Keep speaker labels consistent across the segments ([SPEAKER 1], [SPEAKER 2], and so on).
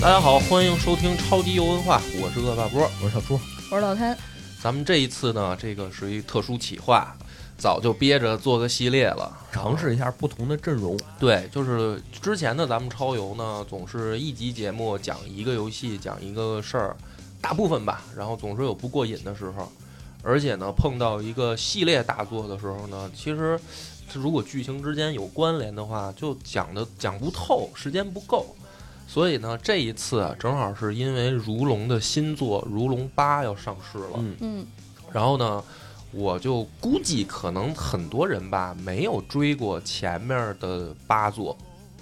[SPEAKER 1] 大家好，欢迎收听超级游文化，我是恶霸波。
[SPEAKER 2] 我是小朱，
[SPEAKER 3] 我是老谭，
[SPEAKER 1] 咱们这一次呢，这个属于特殊企划，早就憋着做个系列了，
[SPEAKER 2] 尝试一下不同的阵容。
[SPEAKER 1] 对，就是之前的咱们超游呢，总是一集节目讲一个游戏，讲一个事儿，大部分吧，然后总是有不过瘾的时候，而且呢，碰到一个系列大作的时候呢，其实如果剧情之间有关联的话，就讲的讲不透，时间不够。所以呢，这一次啊，正好是因为如龙的新作《如龙八》要上市了，
[SPEAKER 2] 嗯，
[SPEAKER 3] 嗯，
[SPEAKER 1] 然后呢，我就估计可能很多人吧没有追过前面的八座，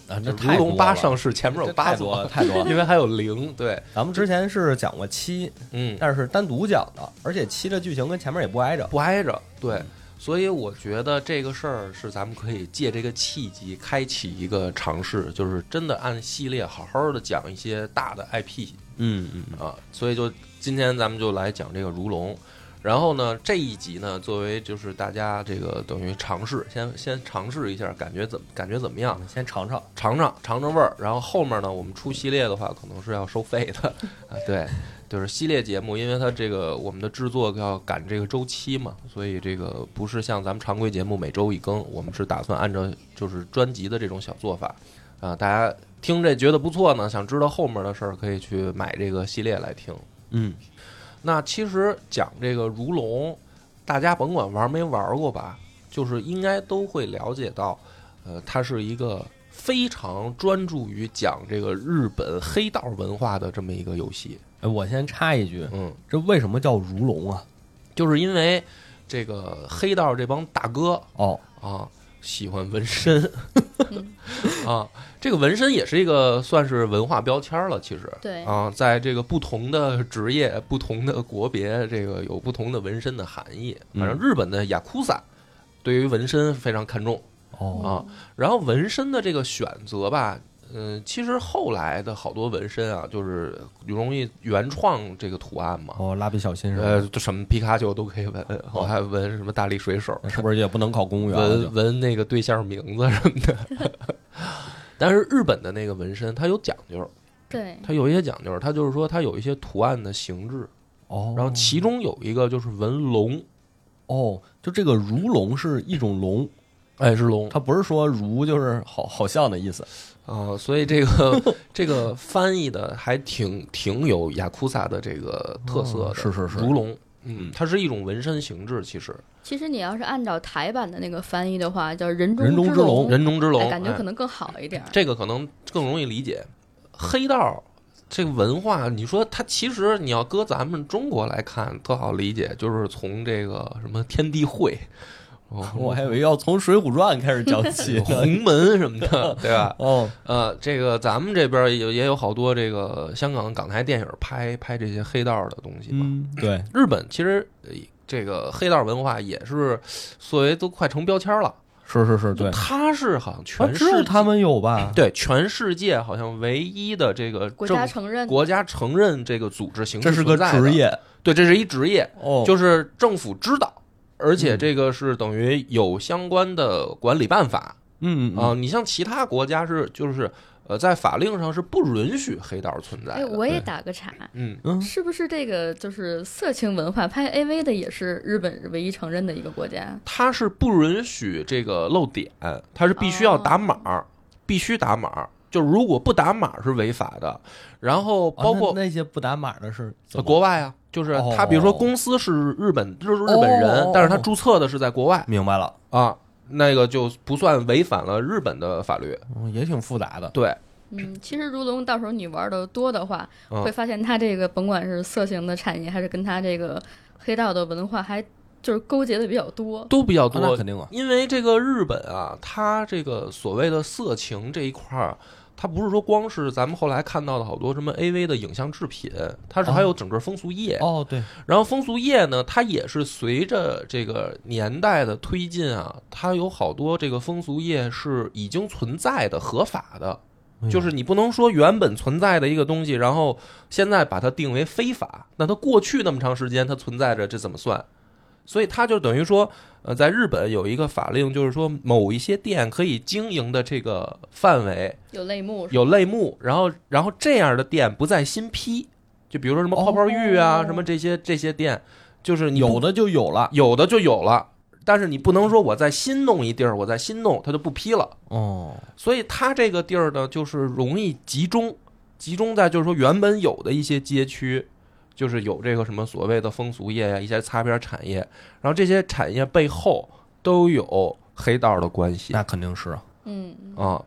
[SPEAKER 2] 啊，
[SPEAKER 1] 就
[SPEAKER 2] 这
[SPEAKER 1] 如龙八上市前面有
[SPEAKER 2] 这
[SPEAKER 1] 八
[SPEAKER 2] 太多
[SPEAKER 1] 座
[SPEAKER 2] 了，，太多了。
[SPEAKER 1] 因为还有零，对，
[SPEAKER 2] 咱们之前是讲过七，
[SPEAKER 1] 嗯，
[SPEAKER 2] 但是单独讲的，而且七的剧情跟前面也不挨着。
[SPEAKER 1] 不挨着，
[SPEAKER 2] 嗯
[SPEAKER 1] 对。所以我觉得这个事儿是咱们可以借这个契机开启一个尝试，就是真的按系列好好的讲一些大的 IP，
[SPEAKER 2] 嗯嗯，
[SPEAKER 1] 啊，所以就今天咱们就来讲这个如龙。然后呢，这一集呢，作为就是大家这个等于尝试，先先尝试一下，感觉怎么感觉怎么样
[SPEAKER 2] 我？们先尝尝。
[SPEAKER 1] 尝尝尝尝味儿。然后后面呢，我们出系列的话，可能是要收费的 啊。对，就是系列节目，因为它这个我们的制作要赶这个周期嘛，所以这个不是像咱们常规节目每周一更，我们是打算按照就是专辑的这种小做法啊。大家听这觉得不错呢，想知道后面的事儿，可以去买这个系列来听。
[SPEAKER 2] 嗯，
[SPEAKER 1] 那其实讲这个如龙，大家甭管玩没玩过吧，就是应该都会了解到，呃，它是一个非常专注于讲这个日本黑道文化的这么一个游戏。
[SPEAKER 2] 哎，我先插一句，
[SPEAKER 1] 嗯，
[SPEAKER 2] 这为什么叫如龙啊？
[SPEAKER 1] 就是因为这个黑道这帮大哥
[SPEAKER 2] 哦，
[SPEAKER 1] 啊。喜欢纹身
[SPEAKER 3] 嗯，
[SPEAKER 1] 啊，这个纹身也是一个算是文化标签了。其实，
[SPEAKER 3] 对，
[SPEAKER 1] 啊，在这个不同的职业、不同的国别，这个有不同的纹身的含义。反正
[SPEAKER 2] 嗯
[SPEAKER 1] 日本的雅库萨对于纹身非常看重
[SPEAKER 3] 嗯
[SPEAKER 2] 哦，
[SPEAKER 1] 啊。然后纹身的这个选择吧，嗯、其实后来的好多纹身啊，就是容易原创这个图案嘛。
[SPEAKER 2] 哦，蜡笔小新是吧？
[SPEAKER 1] 呃，就什么皮卡丘都可以纹，我还纹什么大力水手，
[SPEAKER 2] 是不是也不能考公务员了？
[SPEAKER 1] 纹
[SPEAKER 2] 就
[SPEAKER 1] 纹那个对象名字什么的。 但是日本的那个纹身，它有讲究，
[SPEAKER 3] 对，
[SPEAKER 1] 它有一些讲究，它就是说它有一些图案的形制，
[SPEAKER 2] 哦，
[SPEAKER 1] 然后其中有一个就是纹龙，
[SPEAKER 2] 哦，就这个如龙是一种龙，
[SPEAKER 1] 哎，是龙
[SPEAKER 2] 它不是说如就是好好像的意思。
[SPEAKER 1] 啊，所以这个这个翻译的还挺挺有雅库萨的这个特色的，
[SPEAKER 2] 哦是是是
[SPEAKER 1] 如龙，
[SPEAKER 2] 嗯
[SPEAKER 1] 它是一种纹身形制，其实
[SPEAKER 3] 其实你要是按照台版的那个翻译的话，叫人
[SPEAKER 2] 人中
[SPEAKER 3] 之
[SPEAKER 2] 之龙
[SPEAKER 1] 人中之龙，
[SPEAKER 3] 哎感觉
[SPEAKER 1] 哎
[SPEAKER 3] 可能更好一点儿。
[SPEAKER 1] 这个可能更容易理解。黑道这个文化，你说它其实你要搁咱们中国来看，特好理解，就是从这个什么天地会，哦
[SPEAKER 2] 我还以为要从《水浒传》开始讲起 呢。
[SPEAKER 1] 鸿哦门什么的，对吧？
[SPEAKER 2] 哦，
[SPEAKER 1] 呃，这个咱们这边也有也有好多这个香港港台电影拍拍这些黑道的东西嘛。
[SPEAKER 2] 嗯，对，
[SPEAKER 1] 日本其实呃这个黑道文化也是，所谓都快成标签了。
[SPEAKER 2] 是是是，
[SPEAKER 1] 就
[SPEAKER 2] 对，
[SPEAKER 1] 它是好像
[SPEAKER 2] 啊
[SPEAKER 1] 全世哎
[SPEAKER 2] 只有他们啊有吧？
[SPEAKER 1] 对全世界好像唯一的这个
[SPEAKER 3] 国
[SPEAKER 1] 政
[SPEAKER 3] 家承认，
[SPEAKER 1] 国家承认这个组织形式，
[SPEAKER 2] 这是个职，业
[SPEAKER 1] 对，这是一职业，
[SPEAKER 2] 哦，
[SPEAKER 1] 就是政府知道，而且
[SPEAKER 2] 嗯
[SPEAKER 1] 这个是等于有相关的管理办法。
[SPEAKER 2] 嗯
[SPEAKER 1] 啊、
[SPEAKER 2] 啊，
[SPEAKER 1] 你像其他国家是就是呃，在法令上是不允许黑道存在
[SPEAKER 3] 哎，
[SPEAKER 1] 的。
[SPEAKER 3] 我也
[SPEAKER 2] 对
[SPEAKER 3] 打个岔，
[SPEAKER 1] 嗯，
[SPEAKER 2] 嗯，
[SPEAKER 3] 是不是这个就是色情文化拍 AV 的也是日本唯一承认的一个国家？
[SPEAKER 1] 它是不允许这个漏点，它是必须要打码
[SPEAKER 2] 哦
[SPEAKER 1] 儿，必须打码儿。就如果不打码儿是违法的。然后
[SPEAKER 2] 啊
[SPEAKER 1] 包括、
[SPEAKER 2] 那那些不打码的是
[SPEAKER 1] 呃
[SPEAKER 2] 怎么
[SPEAKER 1] 国外啊，就是
[SPEAKER 2] 哦
[SPEAKER 1] 他比如说公司是日本，就是日本人，
[SPEAKER 2] 哦
[SPEAKER 1] 但是他注册的是在国外
[SPEAKER 2] 明白了，
[SPEAKER 1] 啊，那个就不算违反了日本的法律。
[SPEAKER 2] 嗯也挺复杂的。
[SPEAKER 1] 对，
[SPEAKER 3] 嗯，其实如龙到时候你玩的多的话，
[SPEAKER 1] 嗯
[SPEAKER 3] 会发现它这个甭管是色情的产业，还是跟它这个黑道的文化，还就是勾结的比较多。
[SPEAKER 1] 都比较
[SPEAKER 2] 啊
[SPEAKER 1] 多，
[SPEAKER 2] 那肯定啊，
[SPEAKER 1] 因为这个日本啊，它这个所谓的色情这一块儿，它不是说光是咱们后来看到的好多什么 AV 的影像制品，它是还有整个风俗业。
[SPEAKER 2] 哦，对，
[SPEAKER 1] 然后风俗业呢，它也是随着这个年代的推进啊，它有好多这个风俗业是已经存在的合法的，就是
[SPEAKER 2] 嗯
[SPEAKER 1] 你不能说原本存在的一个东西，然后现在把它定为非法，那它过去那么长时间它存在着，这怎么算？所以它就等于说，呃，在日本有一个法令，就是说某一些店可以经营的这个范围
[SPEAKER 3] 有类目是吧，
[SPEAKER 1] 有类目，然后然后这样的店不再新批，就比如说什么泡泡浴啊，
[SPEAKER 3] 哦
[SPEAKER 1] 什么这些这些店，就是你不
[SPEAKER 2] 有的就有了。
[SPEAKER 1] 有的就有了，但是你不能说我再新弄一地儿，我再新弄，它就不批了。
[SPEAKER 2] 哦，
[SPEAKER 1] 所以它这个地儿呢，就是容易集中，集中在就是说原本有的一些街区，就是有这个什么所谓的风俗业呀、一些擦边产业，然后这些产业背后都有黑道的关系
[SPEAKER 2] 那肯定是啊。
[SPEAKER 3] 嗯，
[SPEAKER 1] 啊。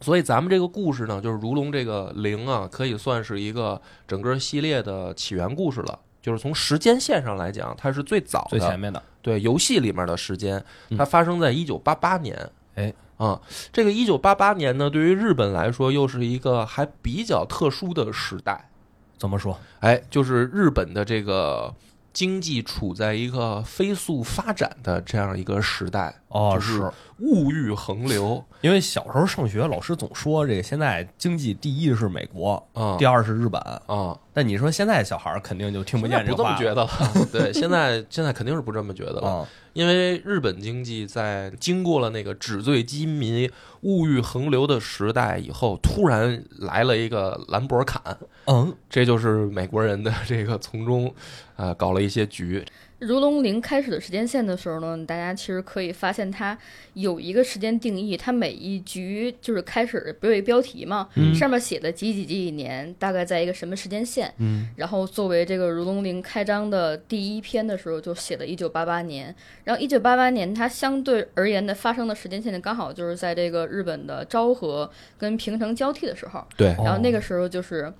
[SPEAKER 1] 所以咱们这个故事呢，就是如龙这个零啊，可以算是一个整个系列的起源故事了。就是从时间线上来讲，它是最早的，
[SPEAKER 2] 最前面的，
[SPEAKER 1] 对游戏里面的时间，
[SPEAKER 2] 嗯
[SPEAKER 1] 它发生在一九八八年。
[SPEAKER 2] 哎，
[SPEAKER 1] 啊，这个一九八八年呢，对于日本来说又是一个还比较特殊的时代。
[SPEAKER 2] 怎么说？
[SPEAKER 1] 哎，就是日本的这个经济处在一个飞速发展的这样一个时代，
[SPEAKER 2] 哦，
[SPEAKER 1] 就是物欲横 流
[SPEAKER 2] 因为小时候上学，老师总说这个现在经济第一是美国，
[SPEAKER 1] 啊
[SPEAKER 2] 第二是日本。
[SPEAKER 1] 啊，
[SPEAKER 2] 但你说现在小孩儿肯定就听不
[SPEAKER 1] 现
[SPEAKER 2] 见
[SPEAKER 1] 在
[SPEAKER 2] 这
[SPEAKER 1] 不这
[SPEAKER 2] 话
[SPEAKER 1] 么觉得 了。对，现在现在肯定是不这么觉得了。
[SPEAKER 2] 啊。
[SPEAKER 1] 因为日本经济在经过了那个纸醉金迷、物欲横流的时代以后，突然来了一个兰博坎，
[SPEAKER 2] 嗯，
[SPEAKER 1] 这就是美国人的这个从中，呃，搞了一些局。
[SPEAKER 3] 如龙零开始的时间线的时候呢，大家其实可以发现它有一个时间定义，它每一局就是开始不有一标题嘛，
[SPEAKER 2] 嗯
[SPEAKER 3] 上面写的几几几几年，大概在一个什么时间线，
[SPEAKER 2] 嗯，
[SPEAKER 3] 然后作为这个如龙零开张的第一篇的时候，就写了一九八八年，然后一九八八年它相对而言的发生的时间线呢，刚好就是在这个日本的昭和跟平成交替的时候，
[SPEAKER 1] 对
[SPEAKER 2] 哦
[SPEAKER 3] 然后那个时候就是，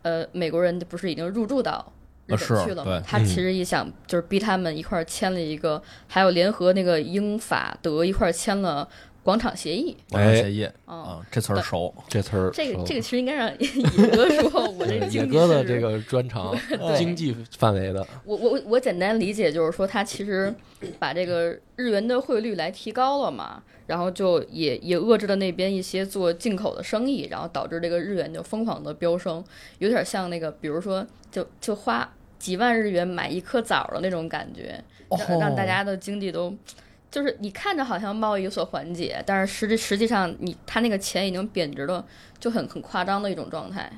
[SPEAKER 3] 呃，美国人不是已经入驻到日
[SPEAKER 2] 呃是
[SPEAKER 3] 本去了
[SPEAKER 2] 对
[SPEAKER 3] 吗？他其实也想就是逼他们一块儿签了一个，还有联合那个英法德一块儿签了广场协议。
[SPEAKER 1] 哎
[SPEAKER 2] 我要协议
[SPEAKER 3] 嗯，
[SPEAKER 2] 啊，这词儿熟。
[SPEAKER 1] 这词儿，
[SPEAKER 3] 这个这
[SPEAKER 1] 个
[SPEAKER 3] 个其实应该让 野哥说，我这个
[SPEAKER 1] 野
[SPEAKER 3] 经济
[SPEAKER 1] 哥的
[SPEAKER 3] 是
[SPEAKER 1] 这个专长，
[SPEAKER 2] 对
[SPEAKER 1] 经济范围的，
[SPEAKER 3] 我我我简单理解就是说，它其实把这个日元的汇率来提高了嘛，然后就也也遏制了那边一些做进口的生意，然后导致这个日元就疯狂的飙升，有点像那个，比如说就就花几万日元买一颗枣的那种感觉，
[SPEAKER 1] 哦
[SPEAKER 3] 让让大家的经济都。就是你看着好像贸易有所缓解，但是实际实际上你它那个钱已经贬值了，就很很夸张的一种状态。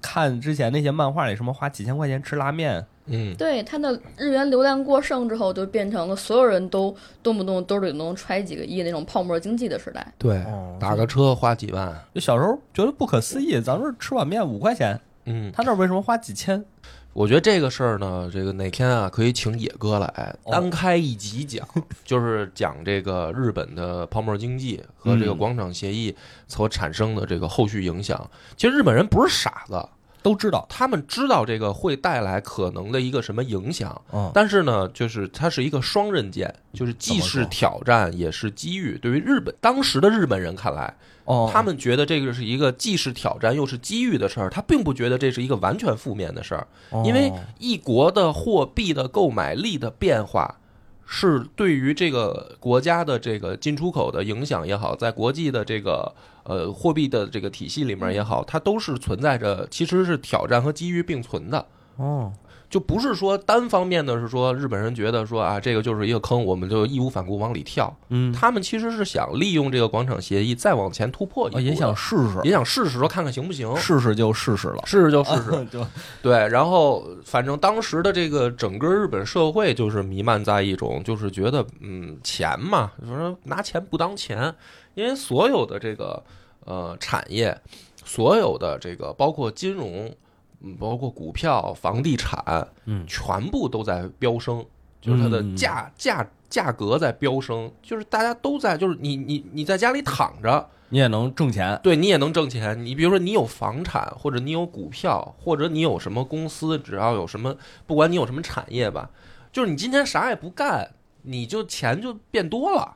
[SPEAKER 2] 看之前那些漫画里，什么花几千块钱吃拉面，
[SPEAKER 1] 嗯，
[SPEAKER 3] 对，它的日元流量过剩之后，就变成了所有人都动不动兜里能揣几个亿那种泡沫经济的时代。
[SPEAKER 1] 对
[SPEAKER 2] 哦
[SPEAKER 1] 哎打个车花几万，
[SPEAKER 2] 就小时候觉得不可思议。咱们这儿吃碗面五块钱，
[SPEAKER 1] 嗯，
[SPEAKER 2] 他那儿为什么花几千？
[SPEAKER 1] 我觉得这个事儿呢，这个哪天啊可以请野哥来
[SPEAKER 2] 哦
[SPEAKER 1] 单开一集 讲，就是讲这个日本的泡沫经济和这个
[SPEAKER 2] 嗯
[SPEAKER 1] 广场协议所产生的这个后续影响。其实日本人不是傻子，
[SPEAKER 2] 都知道。
[SPEAKER 1] 他们知道这个会带来可能的一个什么影响，
[SPEAKER 2] 嗯，
[SPEAKER 1] 但是呢，就是它是一个双刃剑，就是既
[SPEAKER 2] 怎么
[SPEAKER 1] 是
[SPEAKER 2] 说
[SPEAKER 1] 挑战也是机遇。对于日本当时的日本人看来，
[SPEAKER 2] 哦，
[SPEAKER 1] 他们觉得这个是一个既是挑战又是机遇的事儿，他并不觉得这是一个完全负面的事儿。因为
[SPEAKER 2] 哦
[SPEAKER 1] 一国的货币的购买力的变化，是对于这个国家的这个进出口的影响也好，在国际的这个呃货币的这个体系里面也好，它都是存在着其实是挑战和机遇并存的。
[SPEAKER 2] 哦，
[SPEAKER 1] 就不是说单方面的，是说日本人觉得说啊，这个就是一个坑，我们就义无反顾往里跳。
[SPEAKER 2] 嗯，
[SPEAKER 1] 他们其实是想利用这个广场协议再往前突破一步的，
[SPEAKER 2] 哦也想试
[SPEAKER 1] 也
[SPEAKER 2] 试，
[SPEAKER 1] 想试试说看看行不行，
[SPEAKER 2] 试试就试 试了，
[SPEAKER 1] 试试就试试。
[SPEAKER 2] 就
[SPEAKER 1] 对，然后反正当时的这个整个日本社会就是弥漫在一种就是觉得嗯钱嘛，就是说拿钱不当钱，因为所有的这个呃产业，所有的这个包括金融，嗯包括股票、房地产，
[SPEAKER 2] 嗯
[SPEAKER 1] 全部都在飙升，就是它的
[SPEAKER 2] 嗯
[SPEAKER 1] 价价价格在飙升，就是大家都在就是你你你在家里躺着，
[SPEAKER 2] 你也能挣钱。
[SPEAKER 1] 对你也能挣钱。你比如说，你有房产，或者你有股票，或者你有什么公司，只要有什么，不管你有什么产业吧，就是你今天啥也不干，你就钱就变多了。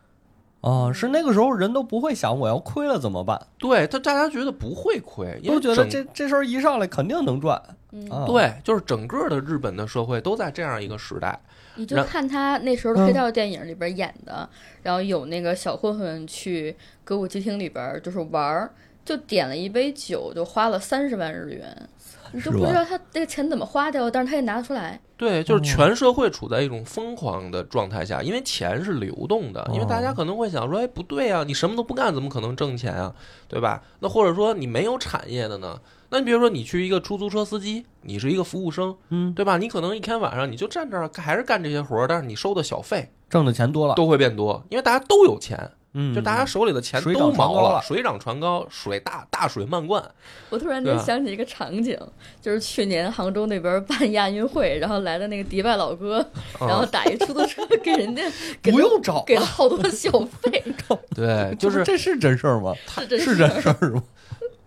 [SPEAKER 2] 哦，是那个时候人都不会想我要亏了怎么办，
[SPEAKER 1] 对他，大家觉得不会亏，因为
[SPEAKER 2] 都觉得
[SPEAKER 1] 整
[SPEAKER 2] 这这事儿一上来肯定能赚。
[SPEAKER 3] 嗯，
[SPEAKER 2] 啊，，
[SPEAKER 1] 对，就是整个的日本的社会都在这样一个时代。
[SPEAKER 3] 你就
[SPEAKER 1] 然
[SPEAKER 3] 看他那时候的黑道电影里边演的，然后有那个小混混去歌舞伎町里边就是玩儿，就点了一杯酒，就花了三十万日元。你就是不
[SPEAKER 2] 吧
[SPEAKER 3] 知道他这个钱怎么花掉，但是他也拿得出来。
[SPEAKER 1] 对，就是
[SPEAKER 2] 哦
[SPEAKER 1] 全社会处在一种疯狂的状态下，因为钱是流动的，因为大家
[SPEAKER 2] 哦
[SPEAKER 1] 可能会想说，哎，不对啊，你什么都不干，怎么可能挣钱啊，对吧？那或者说你没有产业的呢？那你比如说你去一个出租车司机，你是一个服务生，
[SPEAKER 2] 嗯，
[SPEAKER 1] 对吧？你可能一天晚上你就站这儿还是干这些活儿，但是你收的小费
[SPEAKER 2] 挣的钱多了，
[SPEAKER 1] 都会变多，因为大家都有钱，
[SPEAKER 2] 嗯，
[SPEAKER 1] 就大家手里的钱
[SPEAKER 2] 水
[SPEAKER 1] 都
[SPEAKER 2] 涨船
[SPEAKER 1] 毛
[SPEAKER 2] 高了
[SPEAKER 1] 水涨船高，水大大水漫灌，
[SPEAKER 3] 我突然
[SPEAKER 1] 对
[SPEAKER 3] 间
[SPEAKER 1] 啊
[SPEAKER 3] 想起一个场景，就是去年杭州那边办亚运会，然后来的那个迪拜老哥，
[SPEAKER 1] 嗯
[SPEAKER 3] 然后打一出租车 给人家给
[SPEAKER 2] 不
[SPEAKER 3] 了
[SPEAKER 2] 用 找，
[SPEAKER 3] 给了好多小费，
[SPEAKER 1] 对，
[SPEAKER 2] 这
[SPEAKER 1] 就
[SPEAKER 2] 不
[SPEAKER 1] 是
[SPEAKER 2] 这是真事儿吗？
[SPEAKER 3] 是真
[SPEAKER 2] 是
[SPEAKER 3] 事儿
[SPEAKER 2] 真事儿吗？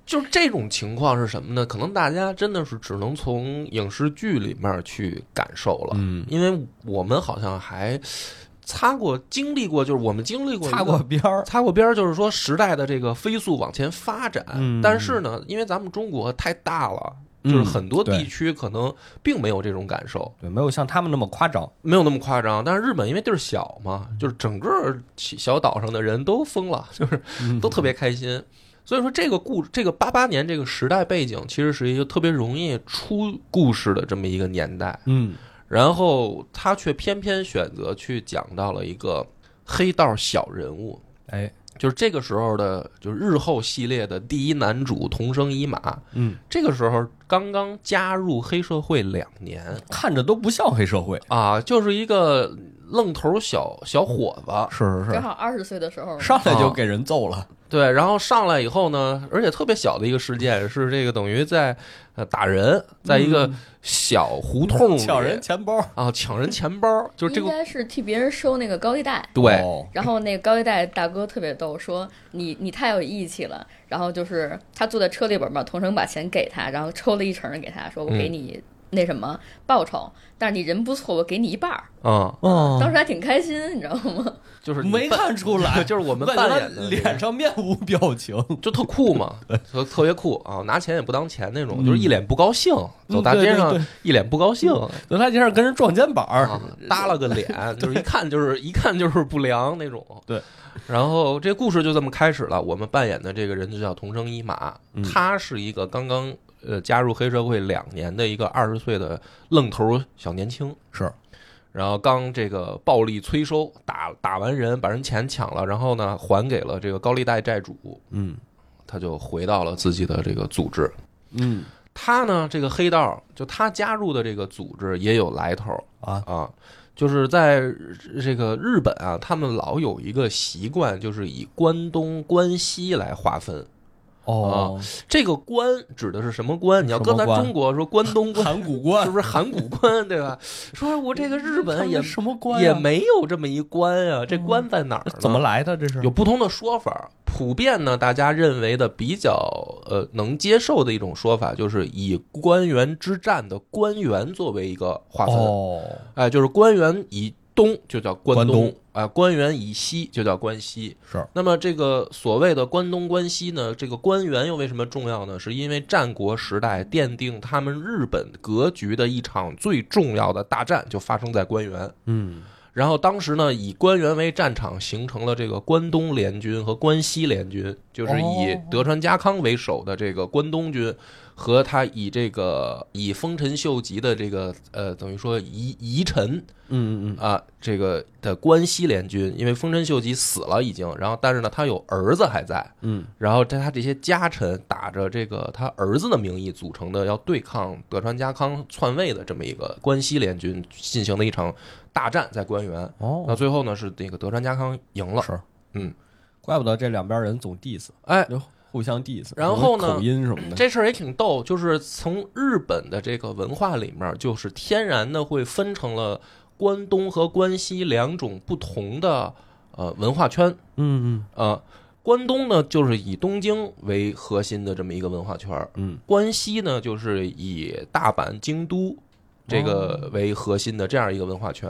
[SPEAKER 1] 就是这种情况是什么呢？可能大家真的是只能从影视剧里面去感受了，
[SPEAKER 2] 嗯，
[SPEAKER 1] 因为我们好像还擦过、经历过，就是我们经历过一个
[SPEAKER 2] 擦过边儿，
[SPEAKER 1] 擦过边儿，就是说时代的这个飞速往前发展，
[SPEAKER 2] 嗯
[SPEAKER 1] 但是呢，因为咱们中国太大了，就是很多地
[SPEAKER 2] 对
[SPEAKER 1] 区可能并没有这种感受，
[SPEAKER 2] 对，没有像他们那么夸张。
[SPEAKER 1] 没有那么夸张。但是日本因为地儿小嘛，就是整个小岛上的人都疯了，就是
[SPEAKER 2] 嗯
[SPEAKER 1] 都特别开心。所以说，这个故这个八八年这个时代背景，其实是一个特别容易出故事的这么一个年代。
[SPEAKER 2] 嗯，
[SPEAKER 1] 然后他却偏偏选择去讲到了一个黑道小人物，
[SPEAKER 2] 哎，
[SPEAKER 1] 就是这个时候的，就是日后系列的第一男主同生一马。
[SPEAKER 2] 嗯，
[SPEAKER 1] 这个时候刚刚加入黑社会两年
[SPEAKER 2] 看着都不像黑社会。
[SPEAKER 1] 啊，就是一个愣头小小伙子。
[SPEAKER 2] 是是啊
[SPEAKER 3] 正好二十岁的时候，
[SPEAKER 2] 上来就给人揍了。
[SPEAKER 1] 对，然后上来以后呢，而且特别小的一个事件是这个等于在呃打人，在一个小胡同里
[SPEAKER 2] 嗯 抢人钱包，
[SPEAKER 1] 啊抢人钱包，就是这
[SPEAKER 3] 应
[SPEAKER 1] 个
[SPEAKER 3] 该是替别人收那个高利贷。
[SPEAKER 1] 对。
[SPEAKER 2] 哦
[SPEAKER 3] 然后那个高利贷大哥特别逗，说你你太有义气了。然后就是他坐在车里边嘛，同城把钱给他，然后抽了一成给他，说我
[SPEAKER 2] 嗯
[SPEAKER 3] 给你那什么报酬，但是你人不错，我给你一半儿。
[SPEAKER 1] 嗯，
[SPEAKER 3] 当
[SPEAKER 2] 哦，
[SPEAKER 3] 时还挺开心，你知道吗？
[SPEAKER 1] 就是你
[SPEAKER 2] 没
[SPEAKER 1] 扮
[SPEAKER 2] 看出 来，
[SPEAKER 1] 就是我们
[SPEAKER 2] 感觉
[SPEAKER 1] 扮
[SPEAKER 2] 他
[SPEAKER 1] 演的这个
[SPEAKER 2] 脸上面无表情，
[SPEAKER 1] 就特酷 嘛，特特别酷啊，拿钱也不当钱那种，
[SPEAKER 2] 嗯
[SPEAKER 1] 就是一脸不高兴，走大街
[SPEAKER 2] 嗯对嗯
[SPEAKER 1] 上
[SPEAKER 2] 对
[SPEAKER 1] 一脸不高兴，
[SPEAKER 2] 对他竟然跟人撞肩膀
[SPEAKER 1] 啊
[SPEAKER 2] 儿，，
[SPEAKER 1] 耷拉个脸，就是一看就是一看就是不良那种。
[SPEAKER 2] 对，
[SPEAKER 1] 然后这故事就这么开始了。我们扮演的这个人就叫童生一马，
[SPEAKER 2] 嗯
[SPEAKER 1] 他是一个刚刚呃加入黑社会两年的一个二十岁的愣头小年轻，
[SPEAKER 2] 是。
[SPEAKER 1] 然后刚这个暴力催收，打打完人，把人钱抢了，然后呢还给了这个高利贷债主，
[SPEAKER 2] 嗯
[SPEAKER 1] 他就回到了自己的这个组织。
[SPEAKER 2] 嗯
[SPEAKER 1] 他呢，这个黑道就他加入的这个组织也有来头
[SPEAKER 2] 啊，
[SPEAKER 1] 啊，就是在这个日本啊，他们老有一个习惯，就是以关东、关西来划分。
[SPEAKER 2] 哦，
[SPEAKER 1] 这个关指的是什么关？你要
[SPEAKER 2] 什么
[SPEAKER 1] 搁咱
[SPEAKER 2] 关
[SPEAKER 1] 中国说关东 关，
[SPEAKER 2] 函谷
[SPEAKER 1] 是
[SPEAKER 2] 关
[SPEAKER 1] 不是函谷关对吧？说我这个日本也
[SPEAKER 2] 他们什么关呀啊
[SPEAKER 1] 也没有这么一关啊，这关在哪儿呢？
[SPEAKER 2] 怎么来的这是
[SPEAKER 1] 有不同的说法。普遍呢，大家认为的比较呃能接受的一种说法，就是以官员之战的官员作为一个划分，
[SPEAKER 2] 哦，
[SPEAKER 1] 哎，就是官员以东就叫关
[SPEAKER 2] 关东
[SPEAKER 1] 啊、官员以西就叫关西。
[SPEAKER 2] 是
[SPEAKER 1] 那么这个所谓的关东关西呢，这个官员又为什么重要呢？是因为战国时代奠定他们日本格局的一场最重要的大战就发生在官员。
[SPEAKER 2] 嗯
[SPEAKER 1] 然后当时呢，以官员为战场，形成了这个关东联军和关西联军，就是以
[SPEAKER 2] 哦
[SPEAKER 1] 德川家康为首的这个关东军，和他以这个以丰臣秀吉的这个呃，等于说遗遗臣
[SPEAKER 2] 嗯嗯
[SPEAKER 1] 啊、这个的关西联军，因为丰臣秀吉死了已经，然后但是呢，他有儿子还在，
[SPEAKER 2] 嗯
[SPEAKER 1] 然后在他这些家臣打着这个他儿子的名义组成的要对抗德川家康篡位的这么一个关西联军进行的一场大战在官员。那
[SPEAKER 2] 哦，
[SPEAKER 1] 最后呢是那个德川家康赢了，
[SPEAKER 2] 是
[SPEAKER 1] 嗯，
[SPEAKER 2] 怪不得这两边人总 diss，
[SPEAKER 1] 哎，
[SPEAKER 2] 互相 diss，
[SPEAKER 1] 然后呢
[SPEAKER 2] 口音什么的，
[SPEAKER 1] 这事儿也挺逗，就是从日本的这个文化里面，就是天然的会分成了关东和关西两种不同的呃文化圈，
[SPEAKER 2] 嗯
[SPEAKER 1] 呃，关东呢就是以东京为核心的这么一个文化圈儿，
[SPEAKER 2] 嗯
[SPEAKER 1] 关西呢就是以大阪、京都这
[SPEAKER 2] 哦
[SPEAKER 1] 个为核心的这样一个文化圈。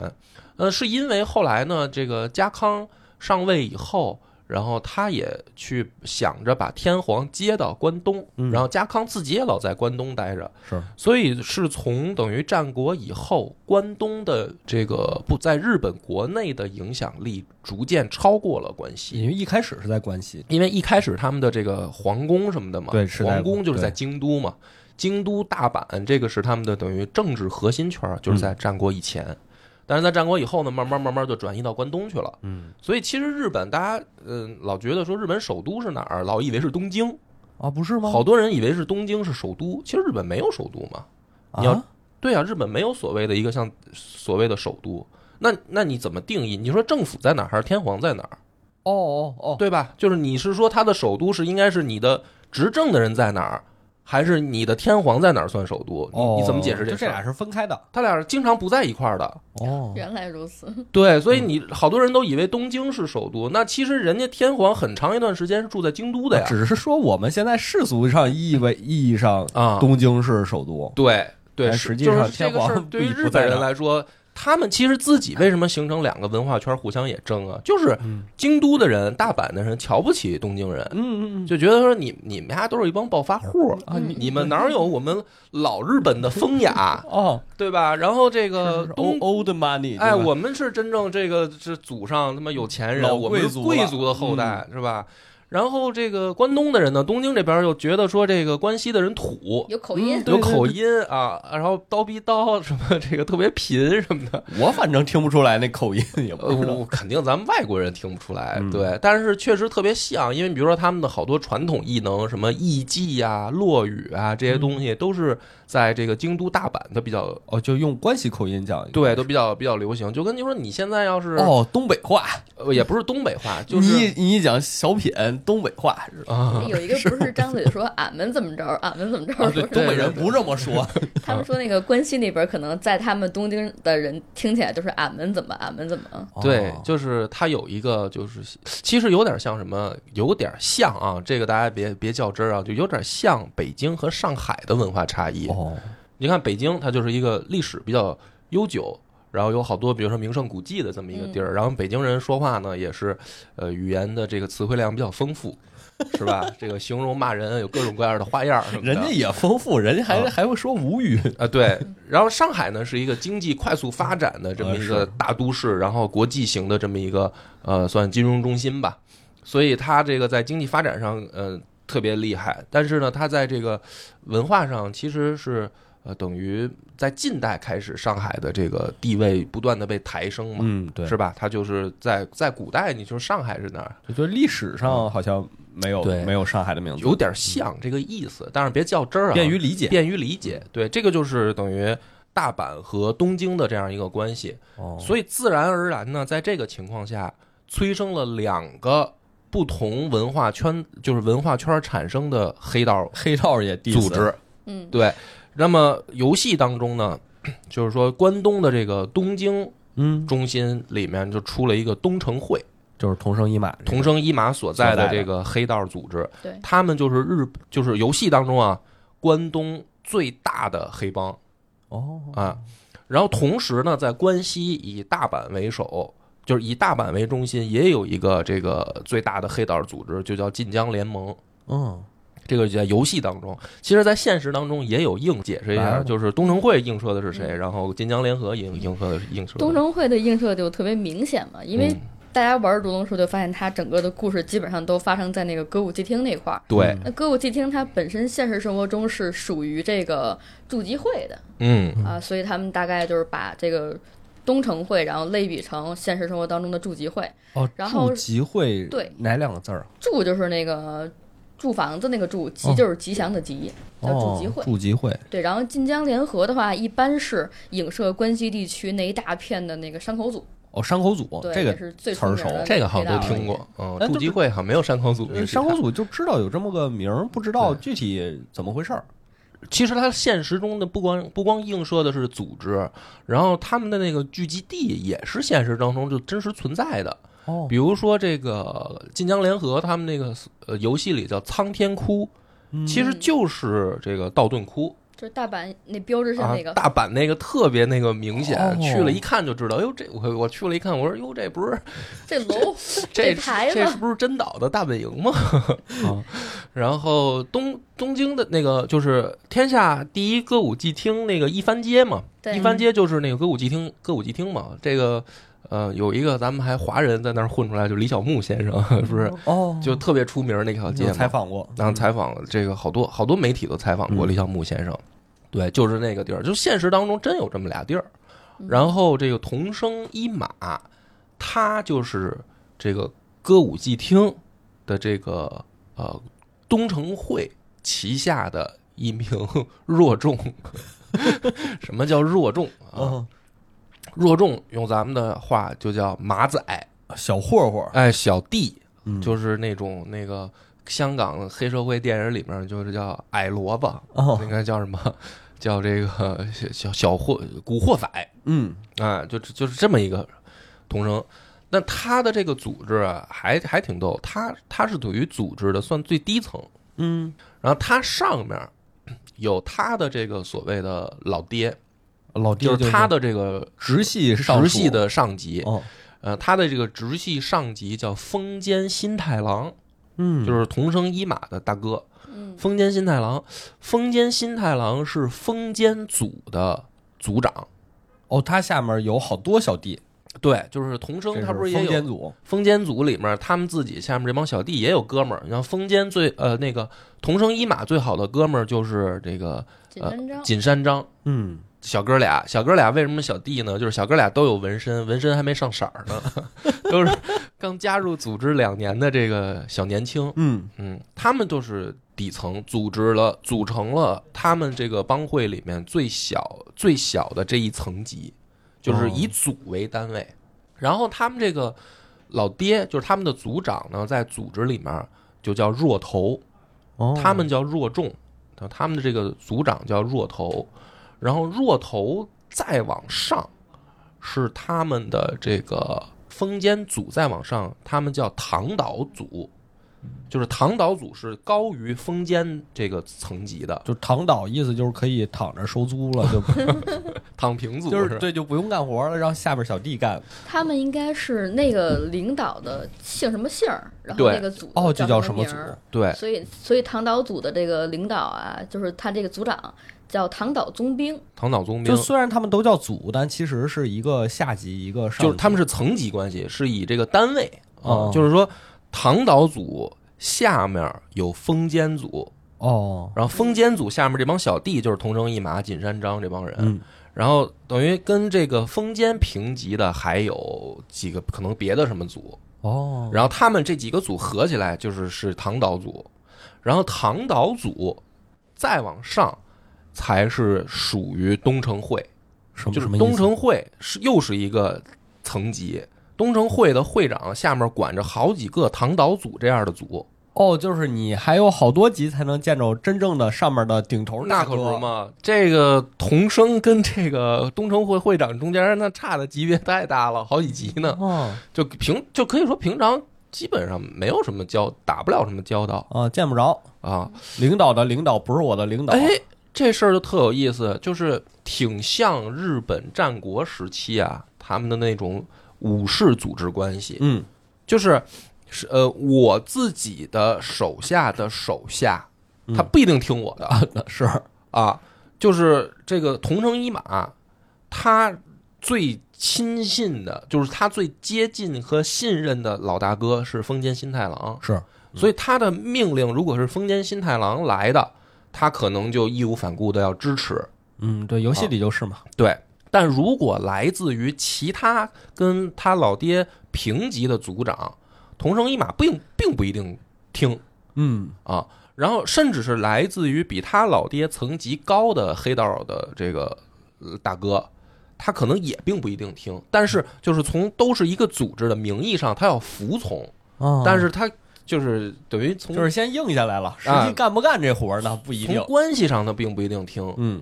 [SPEAKER 1] 呃，是因为后来呢，这个家康上位以后。然后他也去想着把天皇接到关东，
[SPEAKER 2] 嗯
[SPEAKER 1] 然后家康自己也老在关东待着，
[SPEAKER 2] 嗯是
[SPEAKER 1] 所以是从等于战国以后，关东的这个不在日本国内的影响力逐渐超过了关西。
[SPEAKER 2] 因为一开始是在关西，
[SPEAKER 1] 因为一开始他们的这个皇宫什么的嘛，
[SPEAKER 2] 对是在
[SPEAKER 1] 皇宫就是在
[SPEAKER 2] 对
[SPEAKER 1] 京都嘛，京都、大阪，这个是他们的等于政治核心圈儿，就是
[SPEAKER 2] 嗯
[SPEAKER 1] 在战国以前。但是在战国以后呢，慢慢慢慢就转移到关东去了。
[SPEAKER 2] 嗯，
[SPEAKER 1] 所以其实日本大家嗯、老觉得说日本首都是哪儿，老以为是东京，
[SPEAKER 2] 啊，不是吗？
[SPEAKER 1] 好多人以为是东京是首都，其实日本没有首都嘛。你要
[SPEAKER 2] 啊，
[SPEAKER 1] 对啊，日本没有所谓的一个像所谓的首都。那那你怎么定义？你说政府在哪儿还是天皇在哪儿，
[SPEAKER 2] 哦哦哦，
[SPEAKER 1] 对吧？就是你是说它的首都是应该是你的执政的人在哪儿，还是你的天皇在哪儿算首都？你
[SPEAKER 2] 哦
[SPEAKER 1] 你怎么解释
[SPEAKER 2] 就
[SPEAKER 1] 这
[SPEAKER 2] 这
[SPEAKER 1] 事
[SPEAKER 2] 俩
[SPEAKER 1] 儿？啊
[SPEAKER 2] 是分开的
[SPEAKER 1] 他俩经常不在一块儿的，
[SPEAKER 2] 哦
[SPEAKER 3] 原来如此，
[SPEAKER 1] 对，所以
[SPEAKER 2] 嗯
[SPEAKER 1] 你好多人都以为东京是首都，那其实人家天皇很长一段时间是住在京都的呀，
[SPEAKER 2] 啊只是说我们现在世俗上意义为意义上，
[SPEAKER 1] 啊，
[SPEAKER 2] 东京是首都。
[SPEAKER 1] 对对，
[SPEAKER 2] 但
[SPEAKER 1] 是
[SPEAKER 2] 实际
[SPEAKER 1] 就是
[SPEAKER 2] 上
[SPEAKER 1] 这个
[SPEAKER 2] 天
[SPEAKER 1] 事儿
[SPEAKER 2] 皇
[SPEAKER 1] 对于
[SPEAKER 2] 不
[SPEAKER 1] 日
[SPEAKER 2] 在
[SPEAKER 1] 本人
[SPEAKER 2] 那儿
[SPEAKER 1] 来说，他们其实自己为什么形成两个文化圈互相也争啊？就是京都的人、大阪的人瞧不起东京人，
[SPEAKER 2] 嗯嗯嗯
[SPEAKER 1] 就觉得说你你们家都是一帮暴发户。
[SPEAKER 2] 啊，你
[SPEAKER 1] 你们哪有我们老日本的风雅，
[SPEAKER 2] 哦， 呃
[SPEAKER 1] 对吧？然后这
[SPEAKER 2] 是
[SPEAKER 1] 个
[SPEAKER 2] 是是
[SPEAKER 1] 东
[SPEAKER 2] old money，
[SPEAKER 1] 哎，
[SPEAKER 2] 对吧
[SPEAKER 1] 我们是真正这个是祖上他妈有钱人，
[SPEAKER 2] 老
[SPEAKER 1] 我们是
[SPEAKER 2] 贵族了
[SPEAKER 1] 贵族的啊嗯后代、是吧？然后这个关东的人呢，东京这边又觉得说这个关西的人土，
[SPEAKER 3] 有口音
[SPEAKER 2] 嗯，对
[SPEAKER 1] 有口音啊，然后刀逼刀什么这个特别贫什么的，
[SPEAKER 2] 我反正听不出来那口音，也
[SPEAKER 1] 呃，
[SPEAKER 2] 不知道。
[SPEAKER 1] 我肯定咱们外国人听不出来，
[SPEAKER 2] 嗯
[SPEAKER 1] 对，但是确实特别像，因为比如说他们的好多传统艺能，什么艺伎啊、落语啊
[SPEAKER 2] 嗯
[SPEAKER 1] 这些东西，都是在这个京都、大阪它比较
[SPEAKER 2] 哦，就用关西口音讲，
[SPEAKER 1] 对，都比较比较流行。就跟你说，你现在要是、
[SPEAKER 2] 哦，东北话，
[SPEAKER 1] 呃也不是东北话，就
[SPEAKER 2] 你哎
[SPEAKER 1] 是
[SPEAKER 2] 你一讲小品，东北话，
[SPEAKER 1] 啊，
[SPEAKER 3] 有一个不是张嘴说俺们怎么着，俺们怎么着，
[SPEAKER 2] 啊，对，东北人啊不这么说，
[SPEAKER 3] 他们说那个关西那边可能在他们东京的人听起来就是俺们怎么俺们怎么，
[SPEAKER 1] 对
[SPEAKER 2] 哦，
[SPEAKER 1] 就是它有一个，就是其实有点像什么，有点像啊，这个大家别别较真儿啊，就有点像北京和上海的文化差异。
[SPEAKER 2] 哦，
[SPEAKER 1] 你看北京，它就是一个历史比较悠久，然后有好多比如说名胜古迹的这么一个地儿，然后北京人说话呢也是，呃，语言的这个词汇量比较丰富，是吧？这个形容骂人有各种各样的花样儿什么的。
[SPEAKER 2] 人家也丰富，人家还
[SPEAKER 1] 啊
[SPEAKER 2] 还会说吴语，
[SPEAKER 1] 啊，对。然后上海呢是一个经济快速发展的这么一
[SPEAKER 2] 呃
[SPEAKER 1] 个
[SPEAKER 2] 是
[SPEAKER 1] 大都市，然后国际型的这么一个呃算金融中心吧，所以它这个在经济发展上呃特别厉害，但是呢，它在这个文化上其实是。呃，等于在近代开始，上海的这个地位不断的被抬升嘛，
[SPEAKER 2] 嗯，对
[SPEAKER 1] 是吧？它就是在在古代，你说上海是哪儿，
[SPEAKER 2] 就历史上好像没有
[SPEAKER 1] 对
[SPEAKER 2] 没嗯有上海的名字，
[SPEAKER 1] 有点像这个意思，但是别较真儿啊，
[SPEAKER 2] 便于理解。
[SPEAKER 1] 便于理解。嗯对，这个就是等于大阪和东京的这样一个关系。
[SPEAKER 2] 哦
[SPEAKER 1] 所以自然而然呢，在这个情况下，催生了两个不同文化圈，就是文化圈产生的黑道
[SPEAKER 2] 黑道也第一
[SPEAKER 1] 组织。
[SPEAKER 3] 嗯，
[SPEAKER 1] 对，那么游戏当中呢， 就是说关东的这个东京
[SPEAKER 2] 嗯，
[SPEAKER 1] 中心里面就出了一个东城会，
[SPEAKER 2] 就是同生一马，
[SPEAKER 1] 同生一马所在的
[SPEAKER 2] 所在的
[SPEAKER 1] 这个黑道组织，
[SPEAKER 3] 对
[SPEAKER 1] 他们就是日，就是游戏当中啊，关东最大的黑帮。
[SPEAKER 2] 哦，
[SPEAKER 1] 啊。然后同时呢，在关西以大阪为首，就是以大阪为中心，也有一个这个最大的黑道组织，就叫晋江联盟。
[SPEAKER 2] 嗯，
[SPEAKER 1] 这个就在游戏当中，其实，在现实当中也有映解释一
[SPEAKER 2] 来
[SPEAKER 1] 下，
[SPEAKER 2] 吧
[SPEAKER 1] 就是东城会映射的是谁，
[SPEAKER 3] 嗯
[SPEAKER 1] 然后晋江联合映映射的是嗯映射的
[SPEAKER 3] 东城会的映射就特别明显嘛，因为
[SPEAKER 1] 嗯
[SPEAKER 3] 大家玩《如龙》时候就发现，它整个的故事基本上都发生在那个歌舞伎町那块儿。
[SPEAKER 2] 嗯
[SPEAKER 1] 对，
[SPEAKER 3] 那歌舞伎町它本身现实生活中是属于这个住集会的
[SPEAKER 1] 嗯，
[SPEAKER 3] 啊，所以他们大概就是把这个东城会，然后类比成现实生活当中的住集会。
[SPEAKER 2] 哦，
[SPEAKER 3] 然后
[SPEAKER 2] 住集会
[SPEAKER 3] 对
[SPEAKER 2] 哪两个字儿？啊
[SPEAKER 3] 住就是那个住房子那个住，
[SPEAKER 2] 哦
[SPEAKER 3] 吉就是吉祥的吉，叫住集会。
[SPEAKER 2] 住集会，
[SPEAKER 3] 对，然后晋江联合的话，一般是影射关西地区那一大片的那个山口组，
[SPEAKER 2] 哦，山口组
[SPEAKER 3] 对，
[SPEAKER 2] 这
[SPEAKER 3] 也
[SPEAKER 2] 个。
[SPEAKER 3] 是最
[SPEAKER 2] 词
[SPEAKER 3] 出
[SPEAKER 2] 儿
[SPEAKER 3] 名的
[SPEAKER 2] 熟
[SPEAKER 3] 那
[SPEAKER 1] 这个好像都
[SPEAKER 3] 大类
[SPEAKER 1] 听。过，嗯，
[SPEAKER 2] 哎
[SPEAKER 1] 住集会好像没有山口组，
[SPEAKER 2] 呃山口组就知道有这么个名儿，不知道具体怎么回事儿。
[SPEAKER 1] 其实它现实中的不光不光映射的是组织，然后他们的那个聚集地也是现实当中就真实存在的。
[SPEAKER 2] 哦
[SPEAKER 1] 比如说这个呃晋江联合，他们那个呃游戏里叫苍天窟，其实就是这个道顿窟
[SPEAKER 3] 就是大阪那标志性
[SPEAKER 1] 啊
[SPEAKER 3] 那，个，
[SPEAKER 1] 大阪那个特别那个明
[SPEAKER 2] 哦
[SPEAKER 1] 显，去了一看就知道。哟，这我我去了一看，我说哟，这不是
[SPEAKER 3] 这楼
[SPEAKER 1] 这
[SPEAKER 3] 牌
[SPEAKER 1] 这是
[SPEAKER 3] 子，
[SPEAKER 1] 不是真岛的大本营吗？ 然后东东京的那个就是天下第一歌舞伎町那个一番街嘛，
[SPEAKER 3] 对
[SPEAKER 1] 一番街就是那个歌舞伎町歌舞伎町嘛，这个。呃，有一个咱们还华人在那儿混出来，就李小牧先生， 不是
[SPEAKER 2] 哦
[SPEAKER 1] 就特别出名儿那条街
[SPEAKER 2] 有
[SPEAKER 1] 嘛
[SPEAKER 2] 采访过，
[SPEAKER 1] 然后采访了这个好多好多媒体都采访过
[SPEAKER 2] 嗯
[SPEAKER 1] 李小牧先生，对，就是那个地儿，就现实当中真有这么俩地儿。
[SPEAKER 2] 嗯
[SPEAKER 1] 然后这个童生一马，他就是这个歌舞伎厅的这个呃东城会旗下的一名 弱众。 什么叫弱众啊？
[SPEAKER 2] 嗯，
[SPEAKER 1] 弱众用咱们的话就叫马仔，
[SPEAKER 2] 小霍霍，
[SPEAKER 1] 哎，小弟
[SPEAKER 2] 嗯
[SPEAKER 1] 就是那种那个香港黑社会电影里面就是叫矮萝卜，
[SPEAKER 2] 哦
[SPEAKER 1] 应该叫什么？ 叫这个小小小货古惑仔
[SPEAKER 2] 嗯
[SPEAKER 1] 啊，就就是这么一个童生。那他的这个组织啊，还还挺逗，他他是属于组织的算最低层，
[SPEAKER 2] 嗯，
[SPEAKER 1] 然后他上面有他的这个所谓的老爹，
[SPEAKER 2] 老爹
[SPEAKER 1] 就是他的这个
[SPEAKER 2] 直系上
[SPEAKER 1] 直系
[SPEAKER 2] 属
[SPEAKER 1] 的上级，
[SPEAKER 2] 哦，
[SPEAKER 1] 呃，他的这个直系上级叫丰间新太郎，
[SPEAKER 2] 嗯，
[SPEAKER 1] 就是同生一马的大哥
[SPEAKER 3] 嗯
[SPEAKER 1] 丰间新太郎。丰间新太郎是丰间组的组长，
[SPEAKER 2] 哦，他下面有好多小弟，
[SPEAKER 1] 对，就是同
[SPEAKER 2] 这
[SPEAKER 1] 生，他不
[SPEAKER 2] 是
[SPEAKER 1] 是也
[SPEAKER 2] 风间
[SPEAKER 1] 有
[SPEAKER 2] 组，
[SPEAKER 1] 丰间组里面，他们自己下面这帮小弟也有哥们儿。你像丰间最呃那个同生一马最好的哥们儿就是这个
[SPEAKER 3] 紧张张，
[SPEAKER 1] 啊锦山张。
[SPEAKER 2] 嗯，
[SPEAKER 1] 小哥俩，小哥俩为什么小弟呢？就是小哥俩都有纹身，纹身还没上色儿呢， 都是刚加入组织两年的这个小年轻。
[SPEAKER 2] 嗯
[SPEAKER 1] 嗯，他们就是底层组织了，组成了他们这个帮会里面最小最小的这一层级，就是以组为单位。然后他们这个老爹，就是他们的组长呢，在组织里面就叫弱头，
[SPEAKER 2] 哦
[SPEAKER 1] 他们叫弱众，他们的这个组长叫弱头。然后弱头再往上是他们的这个封间组，再往上他们叫唐岛组，就是唐岛组是高于封间这个层级的
[SPEAKER 2] 就躺倒，意思就是可以躺着收租了， 就
[SPEAKER 1] 躺平组，
[SPEAKER 2] 就是对，就不用干活了，让下面小弟干。
[SPEAKER 3] 他们应该是那个领导的姓什么姓儿，然后
[SPEAKER 1] 对
[SPEAKER 3] 那个组
[SPEAKER 2] 哦，就叫什
[SPEAKER 3] 什
[SPEAKER 2] 么
[SPEAKER 3] 么
[SPEAKER 2] 组
[SPEAKER 3] 名？儿
[SPEAKER 1] 对
[SPEAKER 3] 所以，所以唐岛组的这个领导啊，就是他这个组长叫唐岛宗兵，
[SPEAKER 1] 唐岛宗兵
[SPEAKER 2] 就，虽然他们都叫组，但其实是一个下级一个上级，
[SPEAKER 1] 就是他们是层级关系，是以这个单位啊
[SPEAKER 2] 哦，
[SPEAKER 1] 就是说唐岛组下面有封间组，
[SPEAKER 2] 哦，
[SPEAKER 1] 然后封间组下面这帮小弟就是同生一马、锦山张这帮人，
[SPEAKER 2] 嗯
[SPEAKER 1] 然后等于跟这个封间平级的还有几个可能别的什么组，
[SPEAKER 2] 哦，
[SPEAKER 1] 然后他们这几个组合起来就是是唐岛组，然后唐岛组再往上才是属于东城会，
[SPEAKER 2] 什么
[SPEAKER 1] 就是
[SPEAKER 2] 什么意思
[SPEAKER 1] 东城会是又是一个层级。东城会的会长下面管着好几个唐岛组这样的组，
[SPEAKER 2] 哦，就是你还有好多级才能见着真正的上面的顶头
[SPEAKER 1] 那
[SPEAKER 2] 大
[SPEAKER 1] 可
[SPEAKER 2] 哥
[SPEAKER 1] 不是嘛，这个童生跟这个东城会会长中间那差的级别太大了，好几级呢。
[SPEAKER 2] 哦
[SPEAKER 1] 就平就可以说平常基本上没有什么交，打不了什么交道
[SPEAKER 2] 啊，见不着
[SPEAKER 1] 啊。
[SPEAKER 2] 领导的领导不是我的领导，
[SPEAKER 1] 哎，这事儿就特有意思，就是挺像日本战国时期啊，他们的那种武士组织关系，
[SPEAKER 2] 嗯
[SPEAKER 1] 就是是呃我自己的手下的手下，
[SPEAKER 2] 嗯
[SPEAKER 1] 他不一定听我的。
[SPEAKER 2] 是
[SPEAKER 1] 啊，就是这个桐城一马，他最亲信的，就是他最接近和信任的老大哥是丰间新太郎，
[SPEAKER 2] 是，
[SPEAKER 1] 所以他的命令如果是丰间新太郎来的，他可能就义无反顾的要支持。
[SPEAKER 2] 嗯，对，游戏里就是嘛，
[SPEAKER 1] 对，但如果来自于其他跟他老爹平级的组长，桐城一马并并不一定听。
[SPEAKER 2] 嗯
[SPEAKER 1] 啊，然后甚至是来自于比他老爹层级高的黑道的这个呃大哥，他可能也并不一定听，但是就是从都是一个组织的名义上，他要服从，
[SPEAKER 2] 哦
[SPEAKER 1] 但是他就是等于从
[SPEAKER 2] 就是先硬下来了，实
[SPEAKER 1] 啊
[SPEAKER 2] 际干不干这活儿那不一定
[SPEAKER 1] 从，关系上他并不一定听。
[SPEAKER 2] 嗯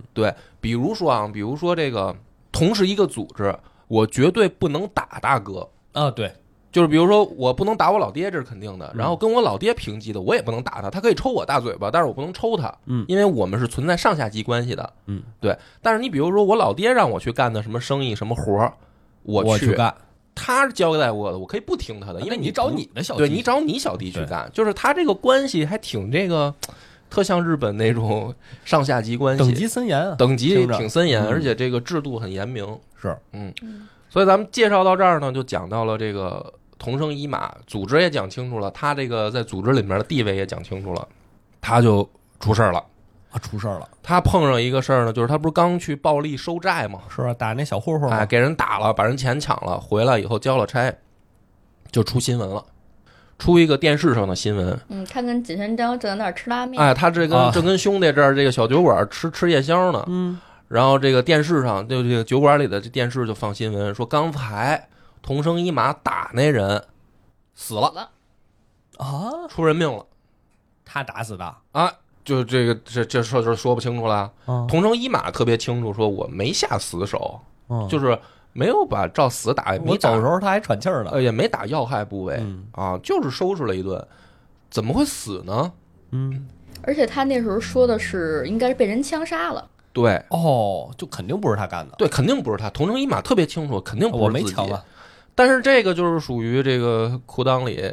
[SPEAKER 1] 比如说啊，比如说这个同是一个组织，我绝对不能打大哥。
[SPEAKER 2] 啊，对，
[SPEAKER 1] 就是比如说，我不能打我老爹，这是肯定的。
[SPEAKER 2] 嗯
[SPEAKER 1] 然后跟我老爹平级的，我也不能打他，他可以抽我大嘴巴，但是我不能抽他，
[SPEAKER 2] 嗯
[SPEAKER 1] 因为我们是存在上下级关系的，
[SPEAKER 2] 嗯，
[SPEAKER 1] 对。但是你比如说，我老爹让我去干的什么生意、什么活儿，我
[SPEAKER 2] 我
[SPEAKER 1] 去，
[SPEAKER 2] 去干，
[SPEAKER 1] 他交代我的，我可以不听他的，因为
[SPEAKER 2] 你找你的小弟，
[SPEAKER 1] 对你找你小弟去干，就是他这个关系还挺这个，特像日本那种上下级关系，
[SPEAKER 2] 等级森严啊，
[SPEAKER 1] 等级
[SPEAKER 2] 听着
[SPEAKER 1] 挺森严，
[SPEAKER 2] 嗯
[SPEAKER 1] 而且这个制度很严明，
[SPEAKER 2] 是
[SPEAKER 1] 嗯
[SPEAKER 3] 嗯，
[SPEAKER 1] 所以咱们介绍到这儿呢，就讲到了这个同生一马，组织也讲清楚了，他这个在组织里面的地位也讲清楚了，他就出事儿了。
[SPEAKER 2] 啊，出事儿了，
[SPEAKER 1] 他碰上一个事儿呢，就是他不是刚去暴力收债吗？
[SPEAKER 2] 是吧？打那小混混
[SPEAKER 1] 哎，
[SPEAKER 2] 嘛，
[SPEAKER 1] 给人打了，把人钱抢了，回来以后交了差，就出新闻了，出一个电视上的新闻。
[SPEAKER 3] 嗯，看看景山章正在那儿吃拉面，
[SPEAKER 1] 哎，他这跟、
[SPEAKER 2] 啊
[SPEAKER 1] 正跟兄弟这儿这个小酒馆吃吃夜宵呢，
[SPEAKER 2] 嗯，
[SPEAKER 1] 然后这个电视上就这个酒馆里的这电视就放新闻说，刚才同生一马打那人死了，
[SPEAKER 3] 了，
[SPEAKER 2] 啊，
[SPEAKER 1] 出人命了
[SPEAKER 2] 他打死的，
[SPEAKER 1] 啊！就这个这这事儿就说不清楚了。
[SPEAKER 2] 啊，
[SPEAKER 1] 同生一马特别清楚，说我没下死手，
[SPEAKER 2] 嗯
[SPEAKER 1] 就是没有把照死打，也没
[SPEAKER 2] 我走
[SPEAKER 1] 打
[SPEAKER 2] 的时候他还喘气儿呢，
[SPEAKER 1] 呃，也没打要害部位、
[SPEAKER 2] 嗯
[SPEAKER 1] 啊，就是收拾了一顿，怎么会死呢？
[SPEAKER 2] 嗯，
[SPEAKER 3] 而且他那时候说的是应该是被人枪杀了，
[SPEAKER 1] 对
[SPEAKER 2] 哦，就肯定不是他干的，
[SPEAKER 1] 对，肯定不是他。同城一马特别清楚，肯定不是
[SPEAKER 2] 我没
[SPEAKER 1] 自己
[SPEAKER 2] 抢啊，
[SPEAKER 1] 但是这个就是属于这个裤裆 里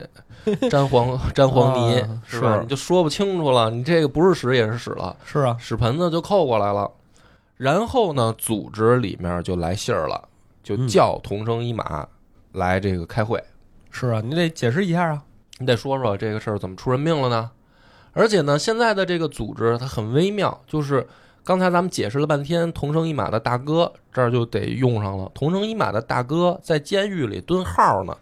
[SPEAKER 1] 沾黄沾黄泥，
[SPEAKER 2] 啊
[SPEAKER 1] 是吧？
[SPEAKER 2] 是
[SPEAKER 1] 你就说不清楚了，你这个不是屎也是屎了，
[SPEAKER 2] 是啊，
[SPEAKER 1] 屎盆子就扣过来了。然后呢，组织里面就来信儿了，就
[SPEAKER 2] 嗯
[SPEAKER 1] 叫同生一马来这个开会。
[SPEAKER 2] 是啊，你得解释一下啊，
[SPEAKER 1] 你得说说这个事儿怎么出人命了呢？而且呢，现在的这个组织它很微妙，就是刚才咱们解释了半天，同生一马的大哥这儿就得用上了。同生一马的大哥在监狱里蹲号呢，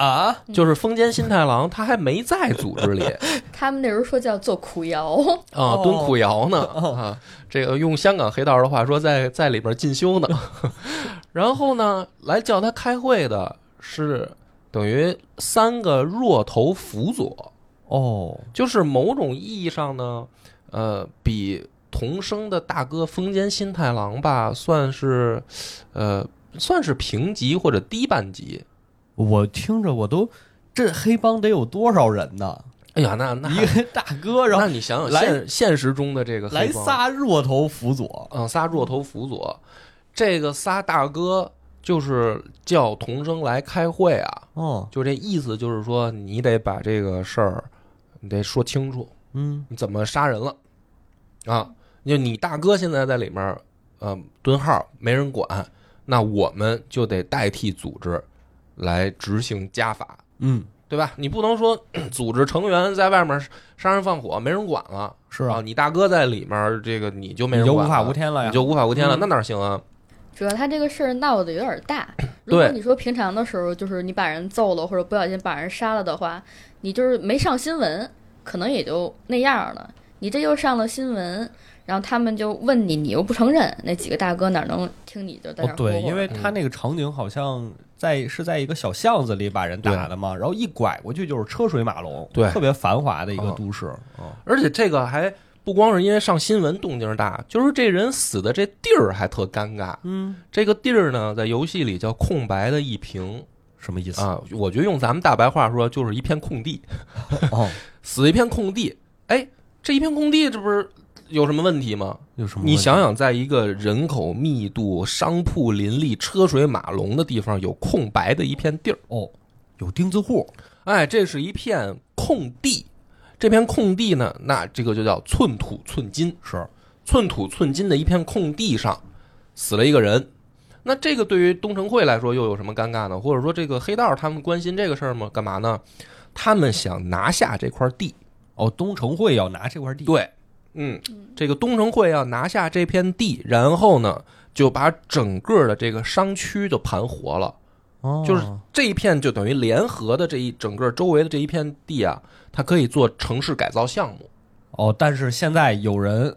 [SPEAKER 2] 啊，
[SPEAKER 1] 就是丰间新太郎，他还没在组织里
[SPEAKER 3] 他们那时候说叫做苦窑，
[SPEAKER 1] 啊，
[SPEAKER 2] 哦
[SPEAKER 1] 蹲苦窑呢啊，这个用香港黑道的话说，在在里边进修 呢。然后呢，来叫他开会的是等于三个弱头辅佐。
[SPEAKER 2] 哦，
[SPEAKER 1] 就是某种意义上呢，呃，比同生的大哥丰间新太郎吧，算是，呃，算是平级或者低半级。
[SPEAKER 2] 我听着我都，这黑帮得有多少人呢？
[SPEAKER 1] 哎呀，那那
[SPEAKER 2] 一个大哥， 然后
[SPEAKER 1] 那你想想
[SPEAKER 2] 来
[SPEAKER 1] 现现实中的这个
[SPEAKER 2] 来
[SPEAKER 1] 黑帮，
[SPEAKER 2] 仨弱头辅佐，
[SPEAKER 1] 嗯，仨弱头辅佐，这个仨大哥就是叫童生来开会啊，
[SPEAKER 2] 哦，
[SPEAKER 1] 就这意思，就是说你得把这个事儿，你得说清楚，
[SPEAKER 2] 嗯，
[SPEAKER 1] 你怎么杀人了啊？就你大哥现在在里面，呃，蹲号没人管，那我们就得代替组织来执行家法，
[SPEAKER 2] 嗯，
[SPEAKER 1] 对吧？你不能说 组织成员在外面杀人放火没人管了，
[SPEAKER 2] 是
[SPEAKER 1] 啊，
[SPEAKER 2] 啊，
[SPEAKER 1] 你大哥在里面，这个你就没
[SPEAKER 2] 你
[SPEAKER 1] 人
[SPEAKER 2] 就无
[SPEAKER 1] 管了，
[SPEAKER 2] 法无天了
[SPEAKER 1] 你
[SPEAKER 2] 呀，
[SPEAKER 1] 就无法无天了，
[SPEAKER 2] 嗯
[SPEAKER 1] 那哪行啊？
[SPEAKER 3] 主要他这个事儿闹得有点大。如果
[SPEAKER 1] 对
[SPEAKER 3] 你说平常的时候，就是你把人揍了或者不小心把人杀了的话，你就是没上新闻，可能也就那样了。你这又上了新闻，然后他们就问你，你又不承认，那几个大哥哪能听你就在那
[SPEAKER 2] 哦
[SPEAKER 3] 儿，
[SPEAKER 2] 对，
[SPEAKER 3] 霍霍
[SPEAKER 2] 因为
[SPEAKER 1] 嗯
[SPEAKER 2] 他那个场景好像在是在一个小巷子里把人打的嘛，然后一拐过去就是车水马龙，
[SPEAKER 1] 对
[SPEAKER 2] 特别繁华的一个
[SPEAKER 1] 啊
[SPEAKER 2] 都市，啊，
[SPEAKER 1] 而且这个还不光是因为上新闻动静大，就是这人死的这地儿还特尴尬。
[SPEAKER 2] 嗯，
[SPEAKER 1] 这个地儿呢，在游戏里叫空白的一平，
[SPEAKER 2] 什么意思？
[SPEAKER 1] 啊，我觉得用咱们大白话说，就是一片空地，
[SPEAKER 2] 哦，
[SPEAKER 1] 死一片空地。哎，这一片空地，这不是有什么问题吗？
[SPEAKER 2] 有什么问题？
[SPEAKER 1] 你想想，在一个人口密度、商铺林立、车水马龙的地方，有空白的一片地儿，
[SPEAKER 2] 哦，有钉子户，
[SPEAKER 1] 哎，这是一片空地。这片空地呢，那这个就叫寸土寸金，
[SPEAKER 2] 是
[SPEAKER 1] 寸土寸金的一片空地上死了一个人。那这个对于东城会来说又有什么尴尬呢？或者说这个黑道他们关心这个事儿吗？干嘛呢？他们想拿下这块地。
[SPEAKER 2] 哦，东城会要拿这块地，
[SPEAKER 1] 对，嗯，这个东城会要拿下这片地，然后呢就把整个的这个商区就盘活了。
[SPEAKER 2] 哦
[SPEAKER 1] 就是这一片就等于联合的这一整个周围的这一片地啊，它可以做城市改造项目。
[SPEAKER 2] 哦，但是现在有人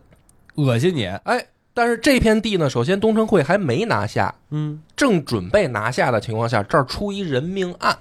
[SPEAKER 2] 恶心你，
[SPEAKER 1] 哎，但是这片地呢，首先东城会还没拿下，
[SPEAKER 2] 嗯，
[SPEAKER 1] 正准备拿下的情况下，这儿出一人命案，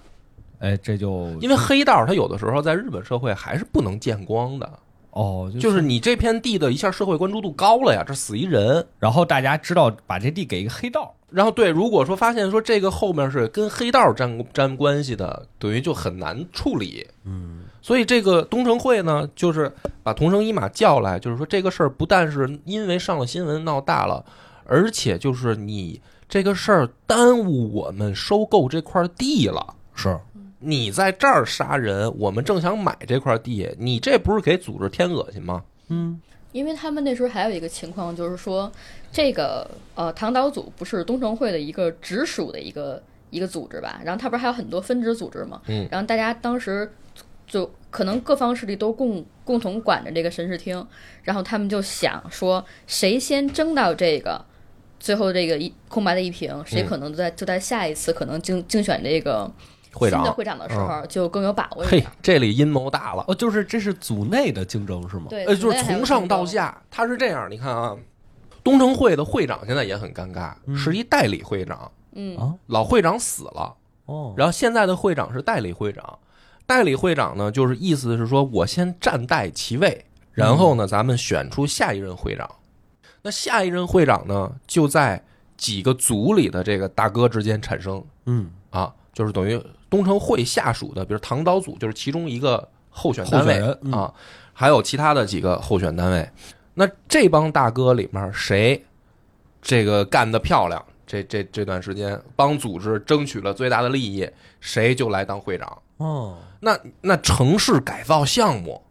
[SPEAKER 2] 哎，这就
[SPEAKER 1] 因为黑道它有的时候在日本社会还是不能见光的，
[SPEAKER 2] 哦，就
[SPEAKER 1] 就是你这片地的一下社会关注度高了呀，这死一人。
[SPEAKER 2] 然后大家知道把这地给一个黑道，
[SPEAKER 1] 然后对，如果说发现说这个后面是跟黑道沾沾关系的，等于就很难处理。
[SPEAKER 2] 嗯，
[SPEAKER 1] 所以这个东城会呢，就是把同生一马叫来，就是说这个事儿不但是因为上了新闻闹大了，而且就是你这个事儿耽误我们收购这块地了。
[SPEAKER 2] 是
[SPEAKER 1] 你在这儿杀人，我们正想买这块地，你这不是给组织添恶心吗？
[SPEAKER 2] 嗯，
[SPEAKER 3] 因为他们那时候还有一个情况，就是说这个呃唐岛组不是东城会的一个直属的一个一个组织吧？然后它不是还有很多分支组织嘛？
[SPEAKER 1] 嗯，
[SPEAKER 3] 然后大家当时就可能各方势力都共共同管着这个神视厅，然后他们就想说谁先争到这个。最后这个一空白的一屏，谁
[SPEAKER 1] 嗯
[SPEAKER 3] 可能在就在下一次可能竞竞选这个
[SPEAKER 1] 会
[SPEAKER 3] 新的
[SPEAKER 1] 长，
[SPEAKER 3] 会长的时候就更有把握一
[SPEAKER 1] 嘿
[SPEAKER 3] 点。，
[SPEAKER 1] 这里阴谋大了。
[SPEAKER 2] 哦，就是这是组内的竞争是吗？
[SPEAKER 3] 对，
[SPEAKER 1] 呃，就是
[SPEAKER 3] 国内还有
[SPEAKER 1] 从上
[SPEAKER 3] 竞
[SPEAKER 1] 到
[SPEAKER 3] 争，
[SPEAKER 1] 下，他是这样。你看啊，东城会的会长现在也很尴尬，是一代理会长，
[SPEAKER 3] 嗯，
[SPEAKER 2] 嗯啊，
[SPEAKER 1] 老会长死了，
[SPEAKER 2] 哦，
[SPEAKER 1] 然后现在的会长是代理会长。代理会长呢，就是意思是说我先暂代其位，然后
[SPEAKER 2] 嗯
[SPEAKER 1] 呢，咱们选出下一任会长。那下一任会长呢，就在几个组里的这个大哥之间产生
[SPEAKER 2] 嗯，
[SPEAKER 1] 啊，就是等于东城会下属的，比如唐岛组就是其中一个候选
[SPEAKER 2] 候
[SPEAKER 1] 单位
[SPEAKER 2] 选人嗯
[SPEAKER 1] 啊，还有其他的几个候选单位。那这帮大哥里面谁这个干得漂亮，这这这段时间帮组织争取了最大的利益，谁就来当会长。
[SPEAKER 2] 哦，
[SPEAKER 1] 那那城市改造项目，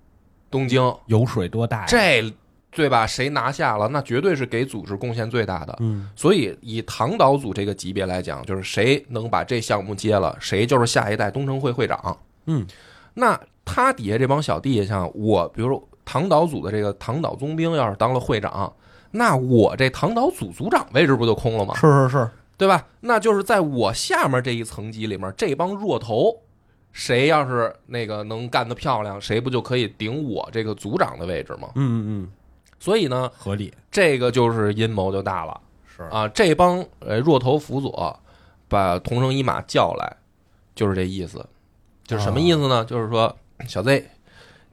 [SPEAKER 1] 东京
[SPEAKER 2] 油水多大呀？
[SPEAKER 1] 这对吧？谁拿下了，那绝对是给组织贡献最大的。
[SPEAKER 2] 嗯，
[SPEAKER 1] 所以以唐岛组这个级别来讲，就是谁能把这项目接了，谁就是下一代东城会会长。
[SPEAKER 2] 嗯，
[SPEAKER 1] 那他底下这帮小弟，像我，比如说唐岛组的这个唐岛宗兵，要是当了会长，那我这唐岛组组长位置不就空了吗？
[SPEAKER 2] 是是是，
[SPEAKER 1] 对吧？那就是在我下面这一层级里面，这帮弱头，谁要是那个能干得漂亮，谁不就可以顶我这个组长的位置吗？
[SPEAKER 2] 嗯嗯
[SPEAKER 1] 所以呢
[SPEAKER 2] 嗯，，合理
[SPEAKER 1] 这个就是阴谋就大了。
[SPEAKER 2] 是
[SPEAKER 1] 啊，这帮呃若头辅佐把同生一马叫来，就是这意思。就是什么意思呢？就是说，小 Z，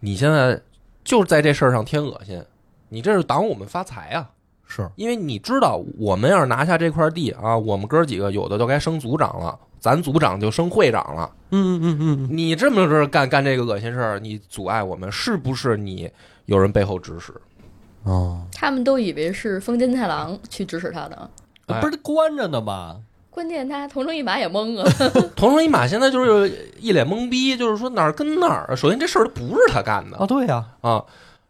[SPEAKER 1] 你现在就是在这事儿上添恶心，你这是挡我们发财啊！
[SPEAKER 2] 是，
[SPEAKER 1] 因为你知道，我们要是拿下这块地啊，我们哥几个有的都该升组长了，咱组长就升会长了。
[SPEAKER 2] 嗯嗯嗯嗯，
[SPEAKER 1] 你这么着干干这个恶心事儿，你阻碍我们，是不是你有人背后指使？
[SPEAKER 2] 哦，
[SPEAKER 3] 他们都以为是丰间太郎去指使他的，
[SPEAKER 1] 哎
[SPEAKER 2] 不是关着呢吗？
[SPEAKER 3] 关键他同城一马也懵啊了。
[SPEAKER 1] 同生一马现在就是一脸懵逼，就是说哪儿跟哪儿啊。首先这事儿不是他干的
[SPEAKER 2] 啊，对呀，
[SPEAKER 1] 啊，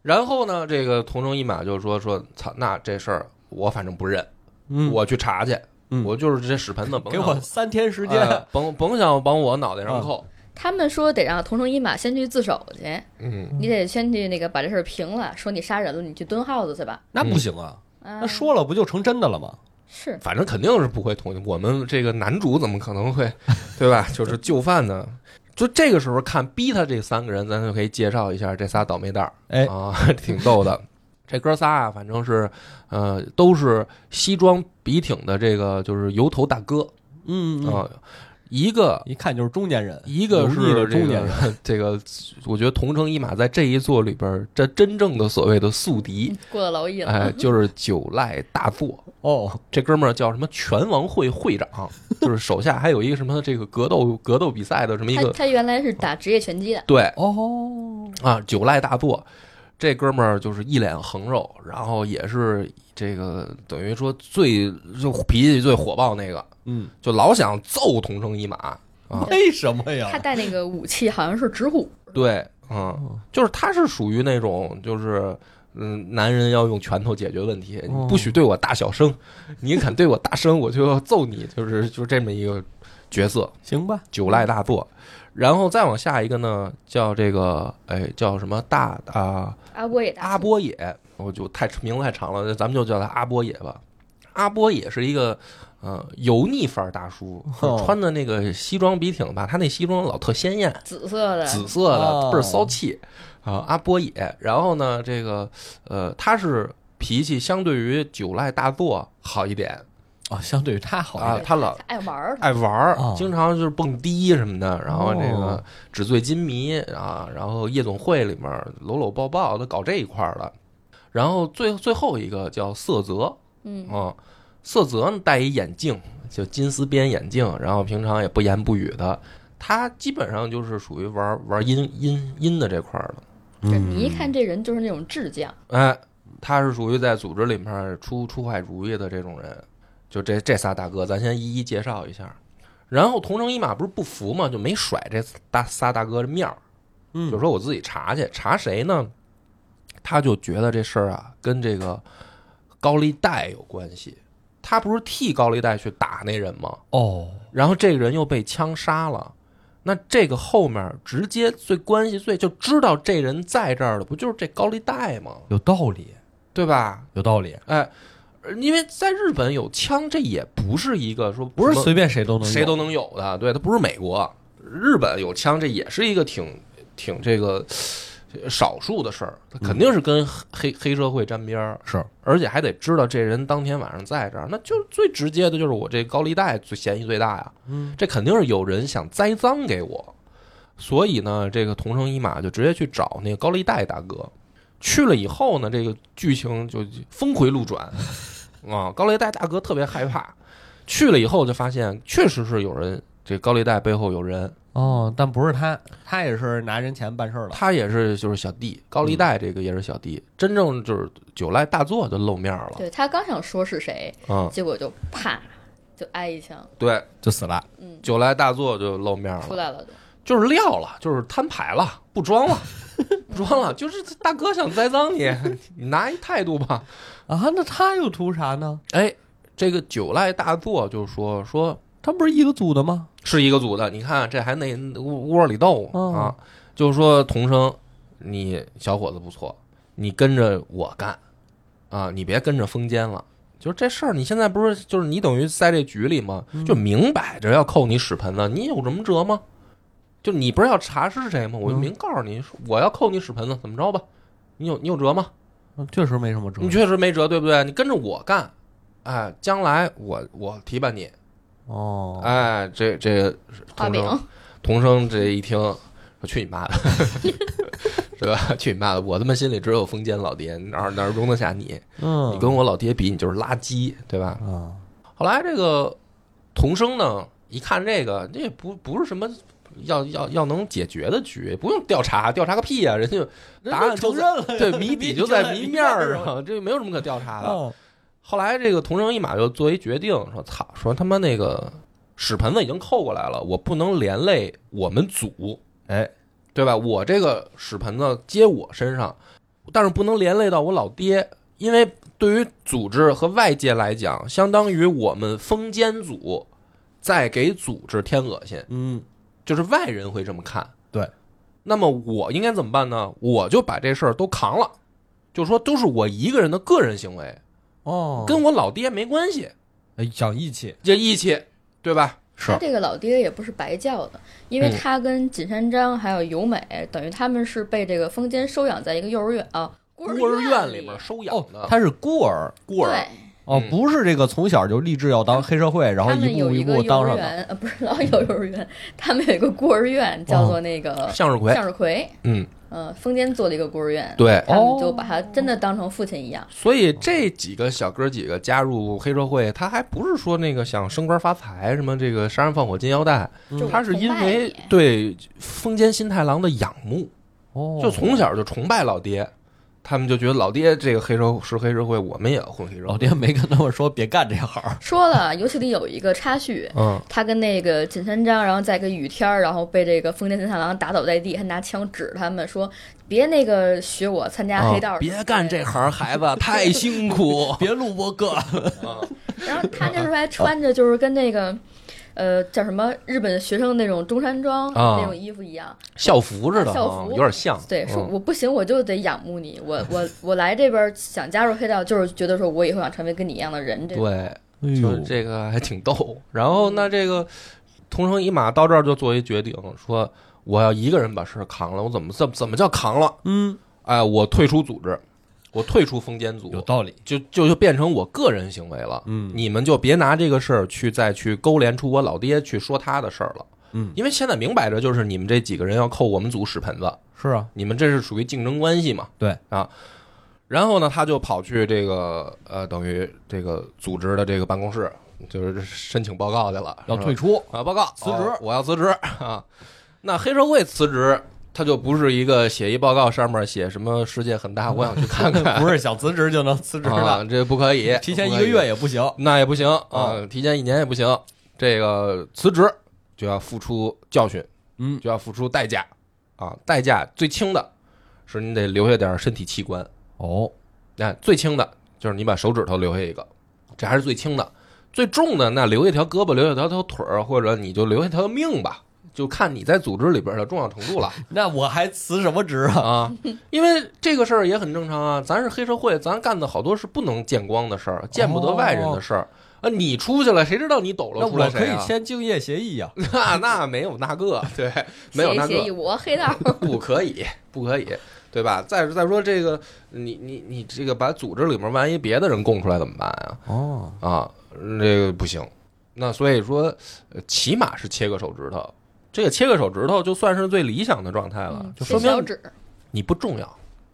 [SPEAKER 1] 然后呢，这个同生一马就说说，操，那这事儿我反正不认，
[SPEAKER 2] 嗯，
[SPEAKER 1] 我去查去，
[SPEAKER 2] 嗯
[SPEAKER 1] 我就是这屎盆子甭
[SPEAKER 2] 给
[SPEAKER 1] 想
[SPEAKER 2] 我三天时
[SPEAKER 1] 哎
[SPEAKER 2] 间，
[SPEAKER 1] 甭甭想往我脑袋上扣，
[SPEAKER 3] 他们说得让同城一马先去自首去，
[SPEAKER 1] 嗯，
[SPEAKER 3] 你得先去那个把这事儿平了，说你杀人了，你去蹲耗子去吧。
[SPEAKER 2] 那不行啊，
[SPEAKER 3] 啊
[SPEAKER 2] 那说了不就成真的了吗？
[SPEAKER 3] 是
[SPEAKER 1] 反正肯定是不会同意。我们这个男主怎么可能会， 对吧？就是就范呢。就这个时候看逼他这三个人，咱就可以介绍一下这仨倒霉蛋儿，
[SPEAKER 2] 哎
[SPEAKER 1] 啊， 挺逗的。这哥仨啊，反正是，呃，都是西装笔挺的这个就是油头大哥
[SPEAKER 2] 嗯，嗯
[SPEAKER 1] 啊、一个
[SPEAKER 2] 一看就是中年人，
[SPEAKER 1] 一个
[SPEAKER 2] 油腻的
[SPEAKER 1] 是这
[SPEAKER 2] 中年
[SPEAKER 1] 个
[SPEAKER 2] 人，
[SPEAKER 1] 这个，我觉得同城一马在这一座里边儿，这真正的所谓的宿敌，
[SPEAKER 3] 过了劳役了，
[SPEAKER 1] 哎，就是九濑大作。
[SPEAKER 2] 哦，
[SPEAKER 1] 这哥们儿叫什么拳王会会长，就是手下还有一个什么这个格斗格斗比赛的这么一
[SPEAKER 3] 他
[SPEAKER 1] 个
[SPEAKER 3] 他原来是打职业拳击的，
[SPEAKER 1] 对
[SPEAKER 2] 哦，
[SPEAKER 1] 啊，九濑大作。这哥们儿就是一脸横肉，然后也是这个等于说最就脾气最火爆那个，
[SPEAKER 2] 嗯，
[SPEAKER 1] 就老想揍同生一马啊。
[SPEAKER 2] 为什么
[SPEAKER 3] 他
[SPEAKER 2] 哎呀？
[SPEAKER 3] 带那个武器好像是纸虎，
[SPEAKER 1] 对，嗯
[SPEAKER 2] 哦，
[SPEAKER 1] 就是他是属于那种就是。嗯，男人要用拳头解决问题，
[SPEAKER 2] 哦
[SPEAKER 1] 你不许对我大小声， 你敢对我大声，我就要揍你，就是就这么一个角色。
[SPEAKER 2] 行吧，
[SPEAKER 1] 九濑大作，然后再往下一个呢，叫这个哎叫什么大啊
[SPEAKER 3] 阿波也打
[SPEAKER 1] 阿波野，我就太名字太长了，咱们就叫他阿波野吧。阿波野是一个呃油腻范儿大叔，
[SPEAKER 2] 哦
[SPEAKER 1] 穿的那个西装笔挺吧，他那西装老特鲜艳，
[SPEAKER 3] 紫色的，
[SPEAKER 1] 紫色的
[SPEAKER 2] 哦
[SPEAKER 1] 倍儿骚气啊，阿波野。然后呢，这个呃他是脾气相对于九濑大作好一点
[SPEAKER 2] 啊，相对于他好一
[SPEAKER 1] 啊，
[SPEAKER 2] 点，
[SPEAKER 1] 他老
[SPEAKER 3] 爱玩儿，
[SPEAKER 1] 爱玩儿
[SPEAKER 2] 哦，
[SPEAKER 1] 经常就是蹦迪什么的，然后这个
[SPEAKER 2] 哦
[SPEAKER 1] 纸醉金迷啊，然后夜总会里面搂搂抱抱的搞这一块儿的。然后最最后一个叫色泽
[SPEAKER 3] 嗯，
[SPEAKER 1] 啊，色泽呢戴一眼镜，就金丝边眼镜，然后平常也不言不语的。他基本上就是属于玩玩阴阴阴的这块儿的，
[SPEAKER 2] 嗯
[SPEAKER 3] 这你一看这人就是那种智将，
[SPEAKER 1] 哎，他是属于在组织里面出出坏主意的这种人。就这这仨大哥，咱先一一介绍一下。然后同城一马不是不服嘛，就没甩这大仨大哥的面儿，
[SPEAKER 2] 嗯
[SPEAKER 1] 就说我自己查去，查谁呢？他就觉得这事儿啊跟这个高利贷有关系。他不是替高利贷去打那人吗？
[SPEAKER 2] 哦，
[SPEAKER 1] 然后这个人又被枪杀了，那这个后面直接最关系最就知道这人在这儿的，不就是这高利贷吗？
[SPEAKER 2] 有道理，
[SPEAKER 1] 对吧？
[SPEAKER 2] 有道理，
[SPEAKER 1] 哎，呃因为在日本有枪，这也不是一个说
[SPEAKER 2] 不是
[SPEAKER 1] 什么
[SPEAKER 2] 随便谁都能有
[SPEAKER 1] 谁都能有的，对，它不是美国，日本有枪，这也是一个挺挺这个呃少数的事儿，它肯定是跟黑黑社会沾边儿，
[SPEAKER 2] 是
[SPEAKER 1] 而且还得知道这人当天晚上在这儿，那就最直接的就是我这高利贷最嫌疑最大呀，
[SPEAKER 2] 嗯，
[SPEAKER 1] 这肯定是有人想栽赃给我，所以呢，这个同生一马就直接去找那个高利贷大哥，去了以后呢，这个剧情就峰回路转啊，高利贷大哥特别害怕，去了以后就发现确实是有人。这高利贷背后有人，
[SPEAKER 2] 哦，但不是他，他也是拿人钱办事儿了，
[SPEAKER 1] 他也是就是小弟，高利贷这个也是小弟，真正就是酒来大作就露面了，
[SPEAKER 3] 对他刚想说是谁，
[SPEAKER 1] 嗯，
[SPEAKER 3] 结果就啪就挨一枪，
[SPEAKER 1] 对，
[SPEAKER 2] 就死了。
[SPEAKER 3] 嗯，
[SPEAKER 1] 酒来大作就露面
[SPEAKER 3] 出
[SPEAKER 1] 了，
[SPEAKER 3] 来了就。
[SPEAKER 1] 就是撂了，就是摊牌了，不装了，不装了，就是大哥想栽赃你， 你拿一态度吧。
[SPEAKER 2] 啊，那他又图啥呢？
[SPEAKER 1] 哎，这个酒来大作就说说
[SPEAKER 2] 他不是一个组的吗？
[SPEAKER 1] 是一个组的，你看这还那窝窝里斗
[SPEAKER 2] 哦
[SPEAKER 1] 啊，就是说童生，你小伙子不错，你跟着我干啊，你别跟着封间了。就是这事儿，你现在不是就是你等于在这局里吗？
[SPEAKER 2] 嗯
[SPEAKER 1] 就明摆着要扣你屎盆子，你有什么辙吗？就你不是要查是谁吗？我就
[SPEAKER 2] 嗯
[SPEAKER 1] 明告诉你，我要扣你屎盆子，怎么着吧？你有你有辙吗？
[SPEAKER 2] 嗯确实没什么辙
[SPEAKER 1] 你。确实没辙，对不对？你跟着我干，哎，将来我我提拔你，
[SPEAKER 2] 哦，
[SPEAKER 1] 哎，这这
[SPEAKER 3] 画
[SPEAKER 1] 童
[SPEAKER 3] 饼
[SPEAKER 1] 生，童生这一听，说去你妈的， 是吧？去你妈的！我他妈心里只有封建老爹，哪哪容得下你？
[SPEAKER 2] 嗯，
[SPEAKER 1] 你跟我老爹比，你就是垃圾，对吧？
[SPEAKER 2] 啊，
[SPEAKER 1] 后来这个童生呢，一看这个，这也不不是什么要要要能解决的局，不用调查，调查个屁啊！人 家答案就
[SPEAKER 2] 承
[SPEAKER 1] 在
[SPEAKER 2] 认了，
[SPEAKER 1] 对谜底就在谜面儿上，这没有什么可调查的。
[SPEAKER 2] 啊。
[SPEAKER 1] 后来这个同生一马就做一决定，说：“操，说他妈那个屎盆子已经扣过来了，我不能连累我们组，
[SPEAKER 2] 哎，
[SPEAKER 1] 对吧？我这个屎盆子接我身上，但是不能连累到我老爹，因为对于组织和外界来讲，相当于我们封建组在给组织添恶心，
[SPEAKER 2] 嗯，
[SPEAKER 1] 就是外人会这么看。
[SPEAKER 2] 对，
[SPEAKER 1] 那么我应该怎么办呢？我就把这事儿都扛了，就说都是我一个人的个人行为，
[SPEAKER 2] 哦，
[SPEAKER 1] 跟我老爹没关系。”
[SPEAKER 2] 哎讲义气哦
[SPEAKER 1] 这义气，对吧？
[SPEAKER 2] 是
[SPEAKER 3] 他这个老爹也不是白叫的，因为
[SPEAKER 1] 嗯
[SPEAKER 3] 他跟锦山张还有由美，等于他们是被这个封间收养在一个幼儿园啊孤
[SPEAKER 1] 孤儿
[SPEAKER 3] 院
[SPEAKER 1] 里面收
[SPEAKER 2] 哦
[SPEAKER 1] 养的，，
[SPEAKER 2] 他是孤儿
[SPEAKER 1] 孤儿
[SPEAKER 3] 对，
[SPEAKER 2] 哦
[SPEAKER 1] 嗯，
[SPEAKER 2] 不是这个从小就立志要当黑社会，然后
[SPEAKER 3] 他们有
[SPEAKER 2] 步一
[SPEAKER 3] 个
[SPEAKER 2] 步
[SPEAKER 3] 幼
[SPEAKER 2] 当
[SPEAKER 3] 儿
[SPEAKER 2] 上的。
[SPEAKER 3] 园，呃，不是老有幼儿园，他们有一个孤儿院，叫做那个
[SPEAKER 1] 向日葵，
[SPEAKER 3] 向日葵，
[SPEAKER 1] 嗯，
[SPEAKER 3] 呃，封间做了一个孤儿院，
[SPEAKER 1] 对。
[SPEAKER 3] 他
[SPEAKER 2] 哦
[SPEAKER 3] 们就把他真的当成父亲一样，
[SPEAKER 1] 所以这几个小哥几个加入黑社会，他还不是说那个想升官发财什么这个杀人放火金腰带，嗯
[SPEAKER 3] 就
[SPEAKER 1] 他是因为
[SPEAKER 3] 嗯崇拜你
[SPEAKER 1] 对封建新太郎的仰慕，
[SPEAKER 2] 哦，
[SPEAKER 1] 就从小就崇拜老爹，他们就觉得老爹这个黑社是黑社会，我们也要混黑社
[SPEAKER 2] 老
[SPEAKER 1] 会。
[SPEAKER 2] 爹没跟他们说别干这行儿。
[SPEAKER 3] 说了，尤其里有一个插叙，
[SPEAKER 1] 嗯，
[SPEAKER 3] 他跟那个锦山张，然后在一个雨天儿，然后被这个封建金太郎打倒在地，还拿枪指他们说：“别那个学我参加黑道、
[SPEAKER 1] 啊别干这。行，孩子太辛苦。
[SPEAKER 2] 别录播哥，
[SPEAKER 3] 然后他那时候还穿着就是跟那个， 呃，叫什么日本学生那种中山装、
[SPEAKER 1] 啊
[SPEAKER 3] 那种衣服一样。
[SPEAKER 1] 校服似的，
[SPEAKER 3] 校
[SPEAKER 1] 啊
[SPEAKER 3] 服
[SPEAKER 1] 有点像。
[SPEAKER 3] 对，说
[SPEAKER 1] 嗯
[SPEAKER 3] 我不行，我就得仰慕你。我我我来这边想加入黑道，就是觉得说我以后想成为跟你一样的人。这种
[SPEAKER 1] 对，
[SPEAKER 2] 哎
[SPEAKER 1] 就
[SPEAKER 2] 呦
[SPEAKER 1] 是，这个还挺逗。然后那这个同生一马到这儿就做一决定，说我要一个人把事儿扛了，我怎么怎么怎么叫扛了？
[SPEAKER 2] 嗯，
[SPEAKER 1] 哎，我退出组织，我退出封建
[SPEAKER 2] 有
[SPEAKER 1] 组，
[SPEAKER 2] 道理。
[SPEAKER 1] 就就就变成我个人行为了。
[SPEAKER 2] 嗯
[SPEAKER 1] 你们就别拿这个事儿去再去勾连出我老爹去说他的事儿了。
[SPEAKER 2] 嗯，
[SPEAKER 1] 因为现在明摆着就是你们这几个人要扣我们组屎盆子，
[SPEAKER 2] 是啊，
[SPEAKER 1] 你们这是属于竞争关系嘛？
[SPEAKER 2] 对
[SPEAKER 1] 啊。然后呢，他就跑去这个呃，等于这个组织的这个办公室，就是申请报告去了，
[SPEAKER 2] 要
[SPEAKER 1] 是吧
[SPEAKER 2] 退出。
[SPEAKER 1] 啊，报告
[SPEAKER 2] 辞职
[SPEAKER 1] 哦我要辞职啊。那黑社会辞职，他就不是一个写一报告上面写什么世界 很大，我想去看看，
[SPEAKER 2] 不是想辞职就能辞职
[SPEAKER 1] 啊
[SPEAKER 2] 的，，
[SPEAKER 1] 这不可以，
[SPEAKER 2] 提前一
[SPEAKER 1] 不
[SPEAKER 2] 个
[SPEAKER 1] 可以
[SPEAKER 2] 月也不行。
[SPEAKER 1] 那也不行啊
[SPEAKER 2] 啊，
[SPEAKER 1] 提前一年也不行。这个辞职就要付出教训，
[SPEAKER 2] 嗯
[SPEAKER 1] 就要付出代价啊，代价最轻的是你得留下点身体器官。
[SPEAKER 2] 哦，
[SPEAKER 1] 那最轻的就是你把手指头留下一个，这还是最轻的。最重的那留下条胳膊，留下条条腿儿，或者你就留下条命吧，就看你在组织里边的重要程度了
[SPEAKER 2] 那我还辞什么职 啊？
[SPEAKER 1] 啊。因为这个事儿也很正常啊，咱是黑社会，咱干的好多是不能见光的事儿，见不得外人的事儿。啊，你出去了，谁知道你抖
[SPEAKER 2] 哦那
[SPEAKER 1] 了出
[SPEAKER 2] 我
[SPEAKER 1] 来
[SPEAKER 2] 可
[SPEAKER 1] 谁
[SPEAKER 2] 以
[SPEAKER 1] 啊？
[SPEAKER 2] 签竞业协议啊呀、
[SPEAKER 1] 那那没有那个，对，没有
[SPEAKER 3] 协议
[SPEAKER 1] 那
[SPEAKER 3] 协
[SPEAKER 1] 个
[SPEAKER 3] 议，，我黑道
[SPEAKER 1] 不可以，不可以，对吧？再再说这个，你你你这个把组织里面万一别的人供出来怎么办啊？
[SPEAKER 2] 哦，
[SPEAKER 1] 啊，这个不行。那所以说，呃起码是切个手指头，这个切个手指头就算是最理想的状态了，
[SPEAKER 3] 嗯
[SPEAKER 1] 就
[SPEAKER 3] 切
[SPEAKER 1] 说
[SPEAKER 3] 小
[SPEAKER 1] 明
[SPEAKER 3] 指，
[SPEAKER 1] 你不重要，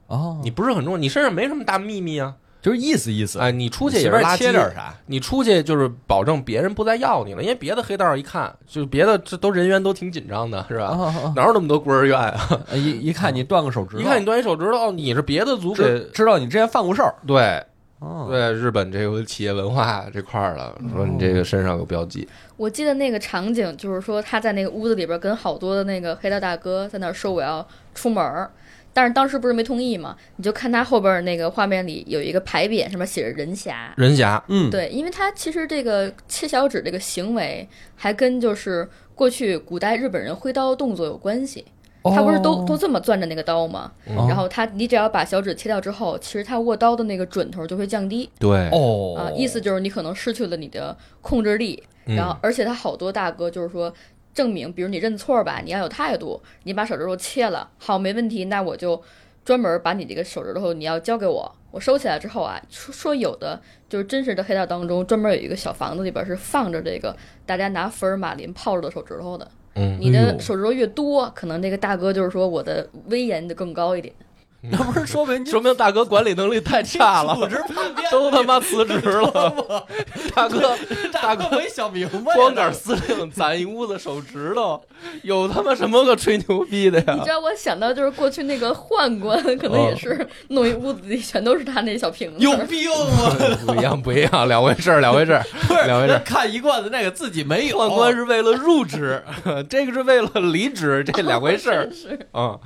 [SPEAKER 3] 嗯
[SPEAKER 2] 哦，
[SPEAKER 1] 你不是很重要，你身上没什么大秘密啊。
[SPEAKER 2] 就是意思意思，
[SPEAKER 1] 哎，你出去也
[SPEAKER 2] 随
[SPEAKER 1] 是
[SPEAKER 2] 便
[SPEAKER 1] 垃
[SPEAKER 2] 切点
[SPEAKER 1] 圾，
[SPEAKER 2] 儿
[SPEAKER 1] 啊
[SPEAKER 2] 啥？
[SPEAKER 1] 你出去就是保证别人不再要你了，因为别的黑道一看，就是别的这都人员都挺紧张的，是
[SPEAKER 3] 哦
[SPEAKER 1] 吧？
[SPEAKER 2] 啊，
[SPEAKER 1] 哪有那么多孤儿院啊？
[SPEAKER 2] 啊一一看你断个手指头，
[SPEAKER 1] 一看你断一手指头，哦你是嗯别的族
[SPEAKER 2] 知
[SPEAKER 1] 给
[SPEAKER 2] 知道你之前犯过事儿。
[SPEAKER 1] 对
[SPEAKER 2] 哦，
[SPEAKER 1] 对日本这个企业文化这块儿了，说你这个身上有标记，
[SPEAKER 3] 我记得那个场景，就是说他在那个屋子里边跟好多的那个黑道大哥在那儿说我要出门儿，但是当时不是没同意嘛？你就看他后边儿那个画面里有一个牌匾，上面写着“人侠”。
[SPEAKER 1] 人侠
[SPEAKER 2] 嗯，
[SPEAKER 3] 对，因为他其实这个切小指这个行为，还跟就是过去古代日本人挥刀的动作有关系。
[SPEAKER 2] 哦
[SPEAKER 3] 他不是都、都这么攥着那个刀吗？
[SPEAKER 1] 嗯
[SPEAKER 3] 然后他，你只要把小指切掉之后，其实他握刀的那个准头就会降低
[SPEAKER 1] 对
[SPEAKER 2] 哦
[SPEAKER 3] 啊、意思就是你可能失去了你的控制力。
[SPEAKER 1] 嗯
[SPEAKER 3] 然后，而且他好多大哥就是说，证明，比如你认错吧，你要有态度，你把手指头切了，好，没问题，那我就专门把你这个手指头你要交给我，我收起来之后啊， 说说有的就是真实的黑道当中，专门有一个小房子里边是放着这个大家拿福尔马林泡着的手指头的，
[SPEAKER 1] 嗯，
[SPEAKER 3] 你
[SPEAKER 2] 哎
[SPEAKER 3] 的
[SPEAKER 2] 呦
[SPEAKER 3] 手指头越多，可能这个大哥就是说我的威严就更高一点。
[SPEAKER 2] 那不是说明你
[SPEAKER 1] 说明大哥管理能力太差了，
[SPEAKER 2] 组织叛 变，
[SPEAKER 1] 都他妈辞职了。 大哥，大
[SPEAKER 2] 哥
[SPEAKER 1] 哥，
[SPEAKER 2] 没想明 白，
[SPEAKER 1] 光杆司令攒一屋子手指头，有他妈什么个吹牛逼的
[SPEAKER 3] 你
[SPEAKER 1] 呀
[SPEAKER 3] 知？道我想到就是过去那个宦官，可能也是弄一屋子里全都是他那小瓶子。
[SPEAKER 2] 有病啊！
[SPEAKER 1] 不一样，不一样，两回事儿，两回事儿，
[SPEAKER 2] 不是
[SPEAKER 1] 两回事儿。
[SPEAKER 2] 看一罐子那个自己没有，
[SPEAKER 1] 宦官是为了入职， 这个是为了离职，这两回事 儿。
[SPEAKER 3] 是
[SPEAKER 1] 啊、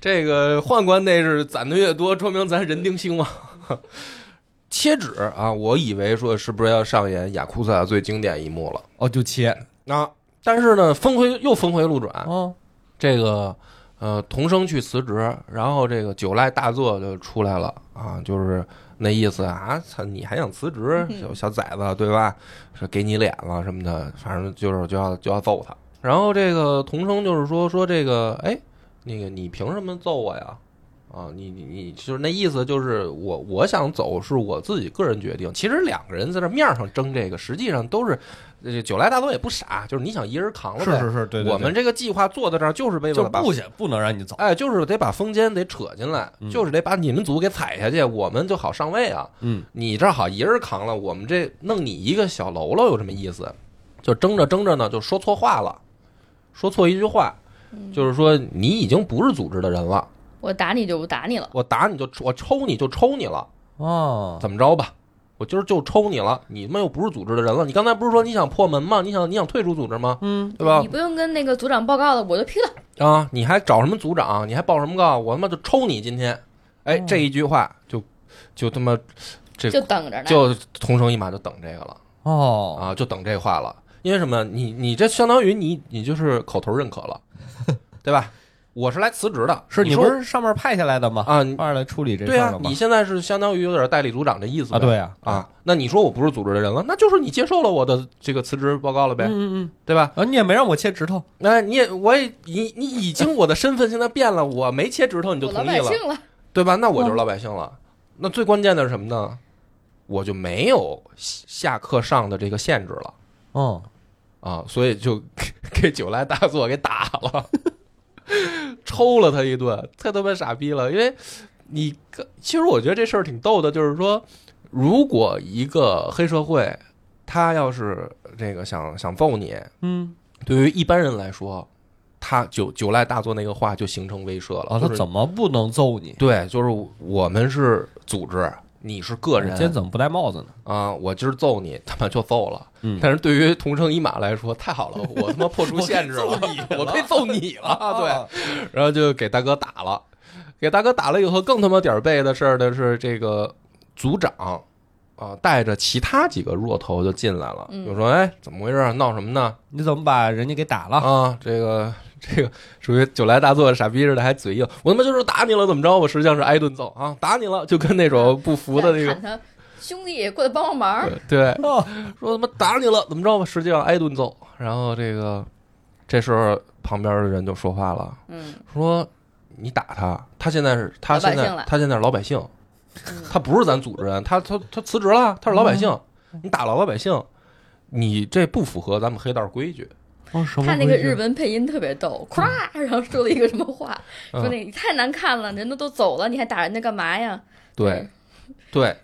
[SPEAKER 1] 这个宦官那是攒的越多，说明咱人丁兴旺。切纸啊，我以为说是不是要上演雅库萨最经典一幕了？
[SPEAKER 2] 哦，就切
[SPEAKER 1] 那、但是呢，峰回又峰回路转，
[SPEAKER 2] 哦，
[SPEAKER 1] 这个呃童生去辞职，然后这个九濑大作就出来了啊，就是那意思啊，操，你还想辞职，小小崽子对吧？是给你脸了什么的，反正就是就要就要揍他。然后这个童生就是说说这个，哎，那个你凭什么揍我呀？啊，你你你，就是那意思，就是我我想走是我自己个人决定。其实两个人在这面上争这个，实际上都是，呃九濑大作也不傻，就是你想一人扛了呗，
[SPEAKER 2] 是，对
[SPEAKER 1] 我们这个计划做到这儿就是为
[SPEAKER 2] 就
[SPEAKER 1] 了把，
[SPEAKER 2] 不想不能让你走，
[SPEAKER 1] 哎，就是得把风间得扯进来，
[SPEAKER 2] 嗯
[SPEAKER 1] 就是得把你们组给踩下去，我们就好上位啊。
[SPEAKER 2] 嗯，
[SPEAKER 1] 你这好一人扛了，我们这弄你一个小喽啰有什么意思？就争着争着呢，就说错话了，说错一句话，就是说你已经不是组织的人了，
[SPEAKER 3] 我打你就不打你了。
[SPEAKER 1] 我打你就我抽你就抽你了，
[SPEAKER 2] 哦，
[SPEAKER 1] 怎么着吧？我今儿就抽你了，你他妈又不是组织的人了。你刚才不是说你想破门吗？你想你想退出组织吗？
[SPEAKER 2] 嗯，
[SPEAKER 1] 对吧
[SPEAKER 3] 你？不用跟那个组长报告了，我就批了。
[SPEAKER 1] 啊，你还找什么组长？你还报什么告？我他妈就抽你今天！
[SPEAKER 2] 哦
[SPEAKER 1] 哎，这一句话就就他妈这
[SPEAKER 3] 就等着呢。
[SPEAKER 1] 就同生一马，就等这个了
[SPEAKER 2] 哦，
[SPEAKER 1] 啊，就等这话了。因为什么？你你这相当于你你就是口头认可 了，对吧？我是来辞职的，
[SPEAKER 2] 是你
[SPEAKER 1] 说
[SPEAKER 2] 不是上面派下来的吗？
[SPEAKER 1] 啊？你
[SPEAKER 2] 二来处理这
[SPEAKER 1] 对
[SPEAKER 2] 事儿
[SPEAKER 1] 啊
[SPEAKER 2] 了，吗
[SPEAKER 1] 你？现在是相当于有点代理组长的意思
[SPEAKER 2] 啊，
[SPEAKER 1] 呗
[SPEAKER 2] 对啊，
[SPEAKER 1] 啊。那你说我不是组织的人了，那就是你接受了我的这个辞职报告了呗，
[SPEAKER 2] 嗯嗯
[SPEAKER 1] 对吧？
[SPEAKER 2] 嗯，啊，你也没让我切指头，
[SPEAKER 1] 那你也我也你你已经我的身份现在变了，我没切指头你就
[SPEAKER 3] 我老
[SPEAKER 1] 同意
[SPEAKER 3] 百
[SPEAKER 1] 了
[SPEAKER 3] 姓。了，
[SPEAKER 1] 对吧？那我就是老百姓了。那最关键的是什么呢？我就没有下下课上的这个限制了
[SPEAKER 2] 嗯，
[SPEAKER 1] 啊，所以就 给九来大作给打了， 抽了他一顿，太他妈傻逼了。因为你其实我觉得这事儿挺逗的，就是说，如果一个黑社会他要是这个想想揍你，
[SPEAKER 2] 嗯，
[SPEAKER 1] 对于一般人来说，他九九来大作那个话就形成威慑了。
[SPEAKER 2] 啊，
[SPEAKER 1] 就
[SPEAKER 2] 他
[SPEAKER 1] 是
[SPEAKER 2] 怎么不能揍你？
[SPEAKER 1] 对，就是我们是组织，你是个
[SPEAKER 2] 我今天
[SPEAKER 1] 人
[SPEAKER 2] 怎么不戴帽子呢？
[SPEAKER 1] 啊！我今儿揍你，他妈就揍了。
[SPEAKER 2] 嗯
[SPEAKER 1] 但是对于同生一马来说，太好了，我他
[SPEAKER 2] 啊哦
[SPEAKER 1] 妈破除限制了，我可以揍你了，对。然后就给大哥打了。给大哥打了以后，更他妈点儿背的事儿的是这个组长啊，带着其他几个弱头就进来了，
[SPEAKER 3] 嗯
[SPEAKER 1] 就说：“哎，怎么回事儿？闹什么呢？
[SPEAKER 2] 你怎么把人家给打了？
[SPEAKER 1] 啊，这个 这个属于酒来大作傻逼似的，还嘴硬。我他妈就是打你了，怎么着？我实际上是挨顿揍啊，打你了，就跟那种不服的那个
[SPEAKER 3] 喊他兄弟过来帮帮忙，
[SPEAKER 1] 对，
[SPEAKER 2] 哦，
[SPEAKER 1] 说他妈打你了，怎么着吧？实际上挨顿揍。然后这个这时候旁边的人就说话了，
[SPEAKER 3] 嗯，
[SPEAKER 1] 说你打他，他现在是他
[SPEAKER 3] 老百
[SPEAKER 1] 现
[SPEAKER 3] 姓
[SPEAKER 1] 在
[SPEAKER 3] 了
[SPEAKER 1] 他现在是老百姓，
[SPEAKER 3] 嗯
[SPEAKER 1] 他不是咱组织人，他他他辞职了，他是老百姓，
[SPEAKER 3] 嗯
[SPEAKER 1] 你打老老百姓，你这不符合咱们黑道规矩。
[SPEAKER 2] 哦什么
[SPEAKER 3] 看那个
[SPEAKER 2] 规矩
[SPEAKER 3] 日文配音特别逗，咵，然后说了一个什么话，
[SPEAKER 1] 嗯
[SPEAKER 3] 说那你太难看了，人都都走了，你还打人家干嘛呀？
[SPEAKER 1] 对，对，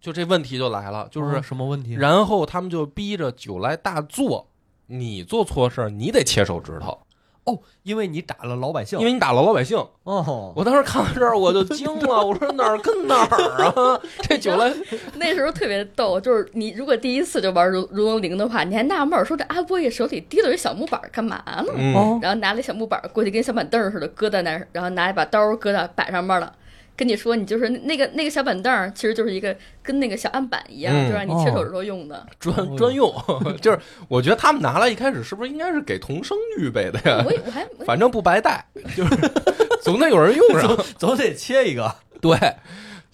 [SPEAKER 1] 就这问题就来了，就是
[SPEAKER 2] 哦什么问题？
[SPEAKER 1] 然后他们就逼着酒来大作，你做错事儿，你得切手指头，
[SPEAKER 2] 哦，因为你打了老百姓
[SPEAKER 1] 因，为你打了老百姓。
[SPEAKER 2] 哦，
[SPEAKER 1] 我当时看完这儿我就惊 了，我说哪儿跟哪儿啊？这酒来，
[SPEAKER 3] 那时候特别逗，就是你如果第一次就玩如如龙零的话，你还纳闷儿说这阿波爷手里提了一小木板儿干嘛呢？
[SPEAKER 1] 嗯，
[SPEAKER 2] 哦，
[SPEAKER 3] 然后拿了一小木板儿过去跟小板凳儿似的搁在那儿，然后拿一把刀儿搁在板上面了。跟你说，你就是那个那个小板凳儿，其实就是一个跟那个小案板一样，
[SPEAKER 1] 嗯
[SPEAKER 3] 就让你切手指头用的。
[SPEAKER 2] 哦
[SPEAKER 1] 专专用， 就是我觉得他们拿来一开始是不是应该是给童生预备的呀
[SPEAKER 3] 我？也我还我
[SPEAKER 1] 哦反正不白带，就是总得有人用上。
[SPEAKER 2] 总得切一个。
[SPEAKER 1] 对，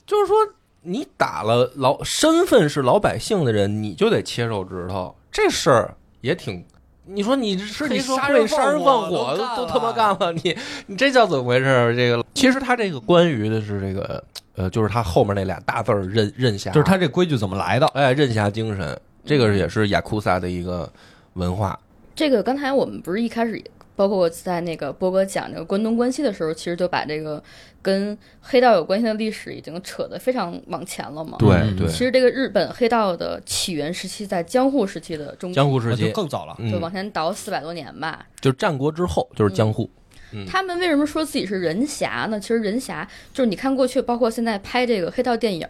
[SPEAKER 1] 就是说你打了老身份是老百姓的人，你就得切手指头，这事儿也挺。你说你是你
[SPEAKER 2] 黑社
[SPEAKER 1] 杀
[SPEAKER 2] 会
[SPEAKER 1] 人杀人放
[SPEAKER 2] 放
[SPEAKER 1] 火都
[SPEAKER 2] 火都干
[SPEAKER 1] 都
[SPEAKER 2] 了
[SPEAKER 1] 他妈干了，你你这叫怎么回事儿？这个其实他这个关于的是这个呃，就是他后面那俩大字儿任任侠，
[SPEAKER 2] 就是他这规矩怎么来的？
[SPEAKER 1] 哎任侠精神，这个也是雅库萨的一个文化。
[SPEAKER 3] 这个刚才我们不是一开始也，包括在那个波哥讲那个关东关系的时候，其实就把这个跟黑道有关系的历史已经扯得非常往前了嘛。
[SPEAKER 1] 对
[SPEAKER 2] 嗯
[SPEAKER 1] 对，
[SPEAKER 3] 其实这个日本黑道的起源时期在江户时期的中国，
[SPEAKER 1] 江户时
[SPEAKER 2] 那啊就
[SPEAKER 1] 期，
[SPEAKER 2] 更早了。
[SPEAKER 3] 就
[SPEAKER 1] 嗯，
[SPEAKER 3] 往前倒四百多年吧。
[SPEAKER 1] 就是战国之后就是江户，嗯
[SPEAKER 3] 他们为什么说自己是人侠呢？其实人侠就是你看过去，包括现在拍这个黑道电影，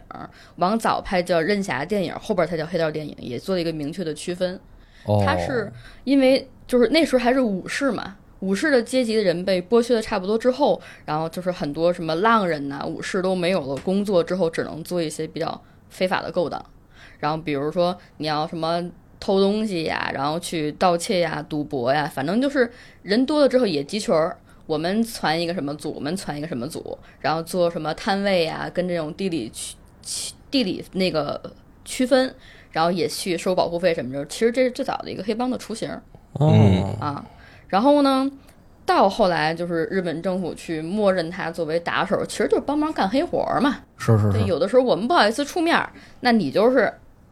[SPEAKER 3] 往早拍叫任侠电影，后边才叫黑道电影，也做了一个明确的区分。
[SPEAKER 2] 哦，
[SPEAKER 3] 他是因为就是那时候还是武士嘛，武士的阶级的人被剥削的差不多之后，然后就是很多什么浪人呐、武士都没有了工作之后，只能做一些比较非法的勾当，然后比如说你要什么。偷东西呀，然后去盗窃呀、赌博呀，反正就是人多了之后也集群儿。我们传一个什么组，我们传一个什么组，然后做什么摊位呀，跟这种地理区区地理那个区分，然后也去收保护费什么的。其实这是最早的一个黑帮的雏形
[SPEAKER 1] 嗯
[SPEAKER 2] 哦，
[SPEAKER 3] 啊。然后呢，到后来就是日本政府去默认他作为打手，其实就是帮忙干黑活儿嘛。
[SPEAKER 2] 是是
[SPEAKER 3] 对，
[SPEAKER 2] 是，
[SPEAKER 3] 有的时候我们不好意思出面儿，那你就是。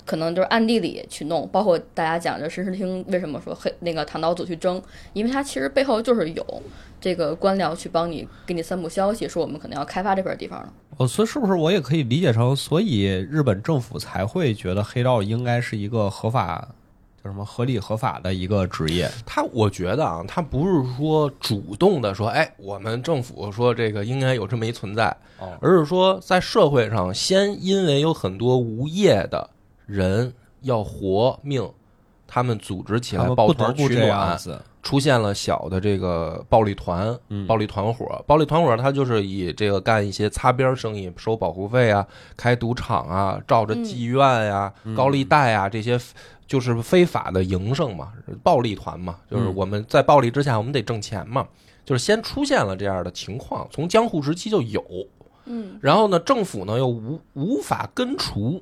[SPEAKER 3] 可能就是暗地里去弄，包括大家讲的绅士厅为什么说黑那个唐岛组去争，因为他其实背后就是有这个官僚去帮你给你散布消息，说我们可能要开发这片地方了。
[SPEAKER 2] 哦，所以是不是我也可以理解成，所以日本政府才会觉得黑道应该是一个合法，叫什么合理合法的一个职业？
[SPEAKER 1] 他我觉得啊，他不是说主动的说，哎，我们政府说这个应该有这么一存在，
[SPEAKER 2] 哦，
[SPEAKER 1] 而是说在社会上，先因为有很多无业的人要活命，他们组织起
[SPEAKER 2] 他
[SPEAKER 1] 来
[SPEAKER 2] 们
[SPEAKER 1] 抱
[SPEAKER 2] 不得
[SPEAKER 1] 团
[SPEAKER 2] 不
[SPEAKER 1] 取
[SPEAKER 2] 这样
[SPEAKER 1] 暖，
[SPEAKER 2] 子。
[SPEAKER 1] 出现了小的这个暴力团、
[SPEAKER 2] 嗯
[SPEAKER 1] 暴力团伙、暴力团伙，他就是以这个干一些擦边生意，收保护费啊、开赌场啊、照着妓院呀、
[SPEAKER 2] 嗯
[SPEAKER 1] 高利贷啊这些，就是非法的营生嘛，暴力团嘛，就是
[SPEAKER 2] 嗯
[SPEAKER 1] 我们在暴力之下，我们得挣钱嘛，就是先出现了这样的情况，从江户时期就有。
[SPEAKER 3] 嗯，
[SPEAKER 1] 然后呢，政府呢又无无法根除，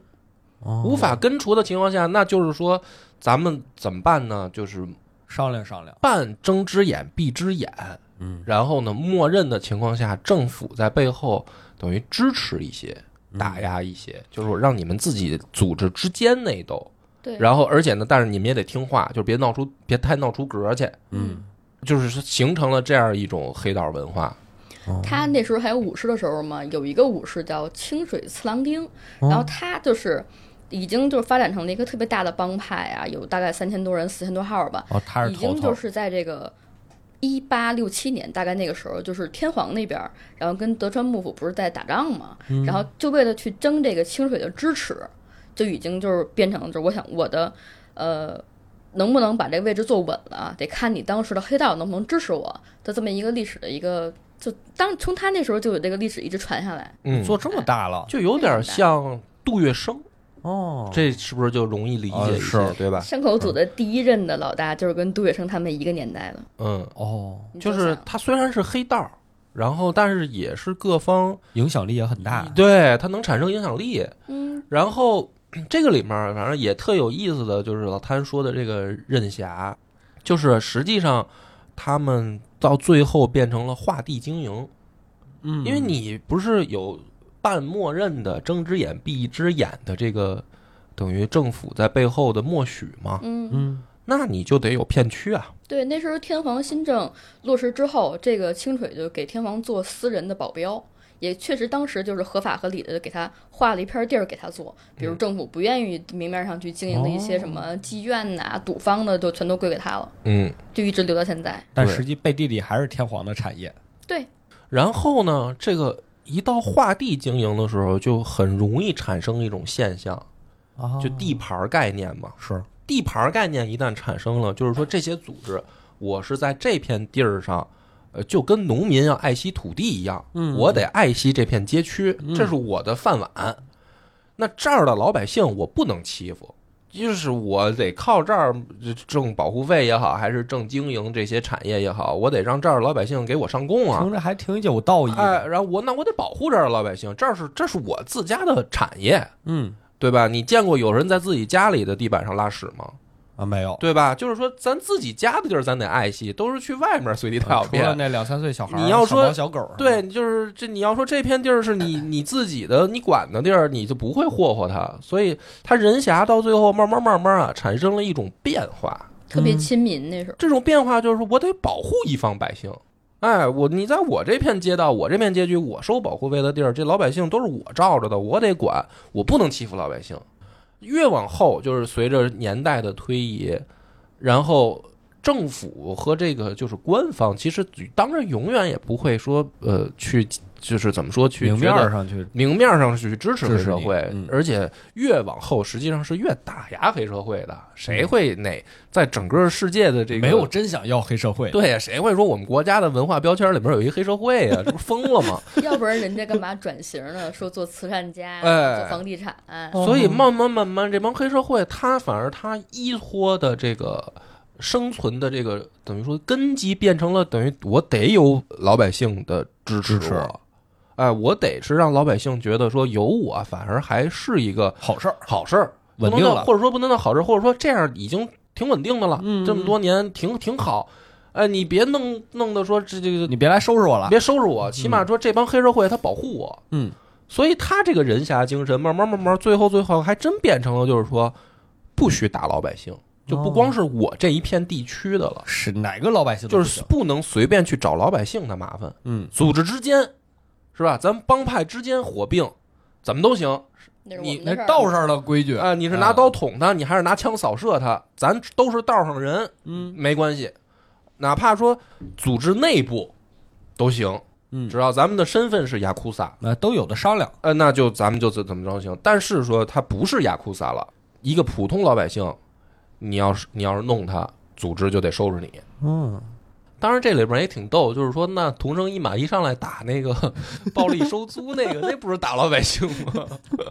[SPEAKER 2] 哦
[SPEAKER 1] 无法根除的情况下，那就是说，咱们怎么办呢？就是
[SPEAKER 2] 商量商量。
[SPEAKER 1] 半睁只眼闭只眼，
[SPEAKER 2] 嗯，
[SPEAKER 1] 然后呢，默认的情况下，政府在背后等于支持一些，
[SPEAKER 2] 嗯
[SPEAKER 1] 打压一些，就是我让你们自己组织之间内斗，
[SPEAKER 3] 对。
[SPEAKER 1] 然后而且呢，但是你们也得听话，就是别闹出别太闹出格去，
[SPEAKER 2] 嗯，
[SPEAKER 1] 就是形成了这样一种黑道文化。
[SPEAKER 3] 他那时候还有武士的时候嘛，有一个武士叫清水次郎町，
[SPEAKER 2] 哦
[SPEAKER 3] 然后他就是已经就是发展成了一个特别大的帮派啊，有大概三千多人、四千多号吧，
[SPEAKER 2] 哦，他是
[SPEAKER 3] 已
[SPEAKER 2] 头
[SPEAKER 3] 经
[SPEAKER 2] 头，
[SPEAKER 3] 就是在这个。一八六七年，大概那个时候，就是天皇那边儿，然后跟德川幕府不是在打仗嘛，
[SPEAKER 2] 嗯
[SPEAKER 3] 然后就为了去争这个清水的支持，就已经就是变成就是我想我的，呃，能不能把这个位置坐稳了啊，得看你当时的黑道能不能支持我的这么一个历史的一个就当从他那时候就有这个历史一直传下来。
[SPEAKER 1] 嗯，
[SPEAKER 2] 做这么大了
[SPEAKER 1] 就有点像杜月笙，
[SPEAKER 2] 哦
[SPEAKER 1] 这是不是就容易理
[SPEAKER 2] 啊嗯
[SPEAKER 1] 解一些，
[SPEAKER 2] 是
[SPEAKER 1] 对吧？
[SPEAKER 3] 山口组的第一任的老大就是跟杜月笙他们一个年代的，
[SPEAKER 1] 嗯，
[SPEAKER 2] 哦，
[SPEAKER 3] 你
[SPEAKER 1] 就
[SPEAKER 3] 想
[SPEAKER 1] 是他虽然是黑道儿，然后但是也是各方
[SPEAKER 2] 影响力也很大。
[SPEAKER 1] 对他能产生影响力。
[SPEAKER 3] 嗯，
[SPEAKER 1] 然后这个里面儿反正也特有意思的就是老谭说的这个任侠，就是实际上他们到最后变成了画地经营，
[SPEAKER 2] 嗯
[SPEAKER 1] 因为你不是有半默认的睁只眼闭一只眼的这个等于政府在背后的默许嘛，
[SPEAKER 3] 嗯，
[SPEAKER 2] 嗯
[SPEAKER 1] 那你就得有片区啊。
[SPEAKER 3] 对，那时候天皇新政落实之后，这个清水就给天皇做私人的保镖，也确实当时就是合法合理的给他划了一片地儿给他做，比
[SPEAKER 2] 嗯
[SPEAKER 3] 如政府不愿意明面上去经营的一些什
[SPEAKER 2] 哦
[SPEAKER 3] 么妓院呐、赌坊的，就全都归给他了，
[SPEAKER 1] 嗯，
[SPEAKER 3] 就一直留到现在。
[SPEAKER 2] 但
[SPEAKER 1] 对
[SPEAKER 2] 实际背地里还是天皇的产业。
[SPEAKER 3] 对，
[SPEAKER 1] 然后呢，这个一到划地经营的时候，就很容易产生一种现象，
[SPEAKER 3] 哦
[SPEAKER 2] 啊
[SPEAKER 1] 就地盘儿概念嘛。
[SPEAKER 2] 是
[SPEAKER 1] 地盘儿概念一旦产生了，就是说这些组织，我是在这片地儿上，呃，就跟农民要爱惜土地一样，
[SPEAKER 2] 嗯
[SPEAKER 1] 我得爱惜这片街区，
[SPEAKER 2] 嗯
[SPEAKER 1] 这是我的饭碗。那这儿的老百姓我不能欺负，就是我得靠这儿挣保护费也好，还是挣经营这些产业也好，我得让这儿老百姓给我上供啊。
[SPEAKER 2] 听着还挺有道义的。
[SPEAKER 1] 哎，然后我那我得保护这儿的老百姓，这儿是这是我自家的产业，
[SPEAKER 2] 嗯
[SPEAKER 1] 对吧？你见过有人在自己家里的地板上拉屎吗？
[SPEAKER 2] 啊，没有，
[SPEAKER 1] 对吧？就是说，咱自己家的地儿咱得爱惜，都是去外面随地大小
[SPEAKER 2] 啊除了
[SPEAKER 1] 便。
[SPEAKER 2] 那两三岁小孩儿，
[SPEAKER 1] 你要说
[SPEAKER 2] 小猫小狗儿，
[SPEAKER 1] 对，就是这。你要说这片地儿是你你自己的，你管的地儿，你就不会霍霍它。所以，他人侠到最后慢慢慢慢啊，产生了一种变化。
[SPEAKER 3] 特别
[SPEAKER 2] 嗯
[SPEAKER 3] 亲民那时候。
[SPEAKER 1] 这种变化就是说我得保护一方百姓。哎，我你在我这片街道，我这片街区，我收保护费的地儿，这老百姓都是我罩着的，我得管，我不能欺负老百姓。越往后，就是随着年代的推移，然后政府和这个就是官方，其实当然永远也不会说呃去就是怎么说去
[SPEAKER 2] 明
[SPEAKER 1] 觉
[SPEAKER 2] 面
[SPEAKER 1] 得
[SPEAKER 2] 儿上去
[SPEAKER 1] 明面上是去支持黑社会，
[SPEAKER 2] 支持你嗯
[SPEAKER 1] 而且越往后实际上是越打压黑社会的。谁会哪在整个世界的嗯这个
[SPEAKER 2] 没有真想要黑社会。
[SPEAKER 1] 对呀？谁会说我们国家的文化标签里面有一黑社会呀、这不是疯了 吗？
[SPEAKER 3] 要不然人家干嘛转型呢？说做慈善家，
[SPEAKER 1] 哎
[SPEAKER 3] 做房地产，
[SPEAKER 2] 哦
[SPEAKER 1] 所以慢慢慢慢，这帮黑社会他反而他依托的这个生存的这个等于说根基变成了等于我得有老百姓的支持我。
[SPEAKER 2] 支持
[SPEAKER 1] 哎，我得是让老百姓觉得说有我，反而还是一个
[SPEAKER 2] 好事儿，
[SPEAKER 1] 好事儿，
[SPEAKER 2] 稳
[SPEAKER 1] 不
[SPEAKER 2] 定
[SPEAKER 1] 能到
[SPEAKER 2] 了
[SPEAKER 1] 或者说不能到好事儿，或者说这样已经挺稳定的了，
[SPEAKER 2] 嗯嗯
[SPEAKER 1] 这么多年挺挺好。哎，你别弄弄的说这这个，
[SPEAKER 2] 你别来收拾我了。
[SPEAKER 1] 别收拾我，起码说这帮黑社会他保护我。
[SPEAKER 2] 嗯，
[SPEAKER 1] 所以他这个人侠精神，慢慢慢慢，最后最后还真变成了就是说，不许打老百姓，就不光是我这一片地区的了，
[SPEAKER 2] 哦是哪个老百姓都
[SPEAKER 1] 就
[SPEAKER 2] 不
[SPEAKER 1] 是
[SPEAKER 2] 行
[SPEAKER 1] 不能随便去找老百姓的麻烦。
[SPEAKER 2] 嗯，
[SPEAKER 1] 组织之间，是吧？咱们帮派之间火并，怎么都行。
[SPEAKER 3] 那是我
[SPEAKER 1] 你
[SPEAKER 3] 们的
[SPEAKER 2] 那
[SPEAKER 3] 事儿。
[SPEAKER 2] 道上的规矩
[SPEAKER 1] 啊，你是拿刀捅他，你还是拿枪扫射他，咱都是道上人，
[SPEAKER 2] 嗯
[SPEAKER 1] 没关系。哪怕说组织内部都行，
[SPEAKER 2] 嗯
[SPEAKER 1] 只，要咱们的身份是雅库萨，
[SPEAKER 2] 那都有的商量。
[SPEAKER 1] 呃，那就咱们就怎怎么着行。但是说他不是雅库萨了，一个普通老百姓，你要是你要是弄他，组织就得收拾你。
[SPEAKER 2] 嗯，
[SPEAKER 1] 当然，这里边也挺逗，就是说，那童生一马一上来打那个 暴力收租那个，那不是打老百姓吗？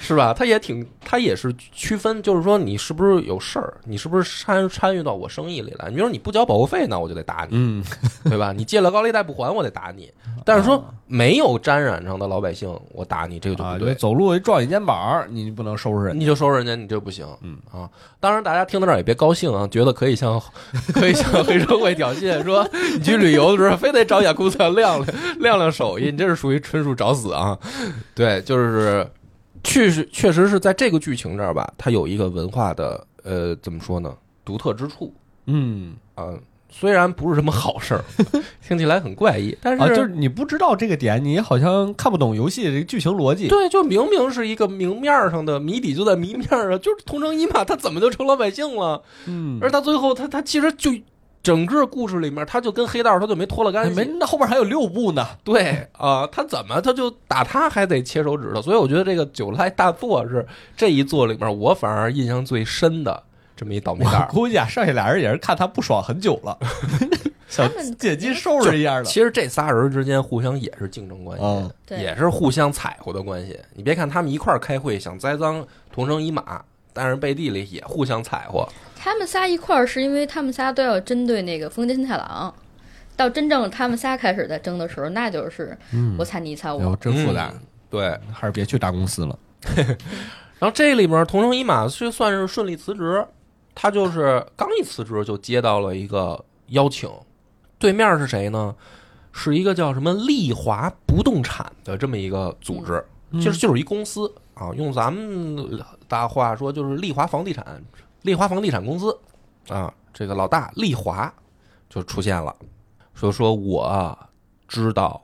[SPEAKER 1] 是吧？他也挺，他也是区分，就是说你是不是有事儿，你是不是参参与到我生意里来？你比如说你不交保护费，那我就得打你，
[SPEAKER 2] 嗯，
[SPEAKER 1] 对吧？你借了高利贷不还，我得打你。但是说没有沾染上的老百姓，我打你这个就
[SPEAKER 2] 啊，
[SPEAKER 1] 不
[SPEAKER 2] 就
[SPEAKER 1] 对，
[SPEAKER 2] 走路一撞你肩膀儿，你不能收拾人。
[SPEAKER 1] 你就收拾人家，你这不行。
[SPEAKER 2] 嗯
[SPEAKER 1] 啊，当然大家听到这儿也别高兴啊，觉得可以向 可以向黑社会挑衅，说你去旅游的时候非得找雅库萨亮亮亮亮手艺，你这是属于纯属找死啊！对，就是确实确实是在这个剧情这儿吧，它有一个文化的呃怎么说呢，独特之处
[SPEAKER 2] 嗯，
[SPEAKER 1] 啊。虽然不是什么好事儿， 听起来很怪异，但是、
[SPEAKER 2] 啊，就是你不知道这个点，你好像看不懂游戏这个剧情逻辑。
[SPEAKER 1] 对，就明明是一个明面儿上的谜底，就在谜面儿上，就是同城一马，他怎么就成老百姓了？
[SPEAKER 2] 嗯，
[SPEAKER 1] 而到最后，他他其实就整个故事里面，他就跟黑道他就没脱了干
[SPEAKER 2] 哎
[SPEAKER 1] 系。
[SPEAKER 2] 没，那后边还有六部呢。
[SPEAKER 1] 对啊、他怎么他就打他还得切手指头，所以我觉得这个九来大作是这一作里面我反而印象最深的这么一倒霉蛋
[SPEAKER 2] 我
[SPEAKER 1] 儿。
[SPEAKER 2] 估计啊，剩下俩人也是看他不爽很久了，像
[SPEAKER 3] 他们
[SPEAKER 2] 借鸡收拾一样的。
[SPEAKER 1] 其实这仨人之间互相也是竞争关系，
[SPEAKER 2] 哦
[SPEAKER 3] 对
[SPEAKER 1] 也是互相踩乎的关系。你别看他们一块儿开会想栽赃同生一马，但是背地里也互相踩乎。
[SPEAKER 3] 他们仨一块儿是因为他们仨都要针对那个丰间新太郎，到真正他们仨开始在争的时候，那就是
[SPEAKER 2] 嗯
[SPEAKER 3] 我，踩你，一踩
[SPEAKER 2] 哎
[SPEAKER 3] 我。
[SPEAKER 2] 呦，真复杂
[SPEAKER 1] 嗯，对，
[SPEAKER 2] 还是别去大公司了。
[SPEAKER 1] 然后这里面同生一马是算是顺利辞职，他就是刚一辞职就接到了一个邀请，对面是谁呢？是一个叫什么丽华不动产的这么一个组织，
[SPEAKER 2] 嗯
[SPEAKER 1] 就是就是一公司啊，用咱们大话说就是丽华房地产，丽华房地产公司啊，这个老大丽华就出现了，说说我啊知道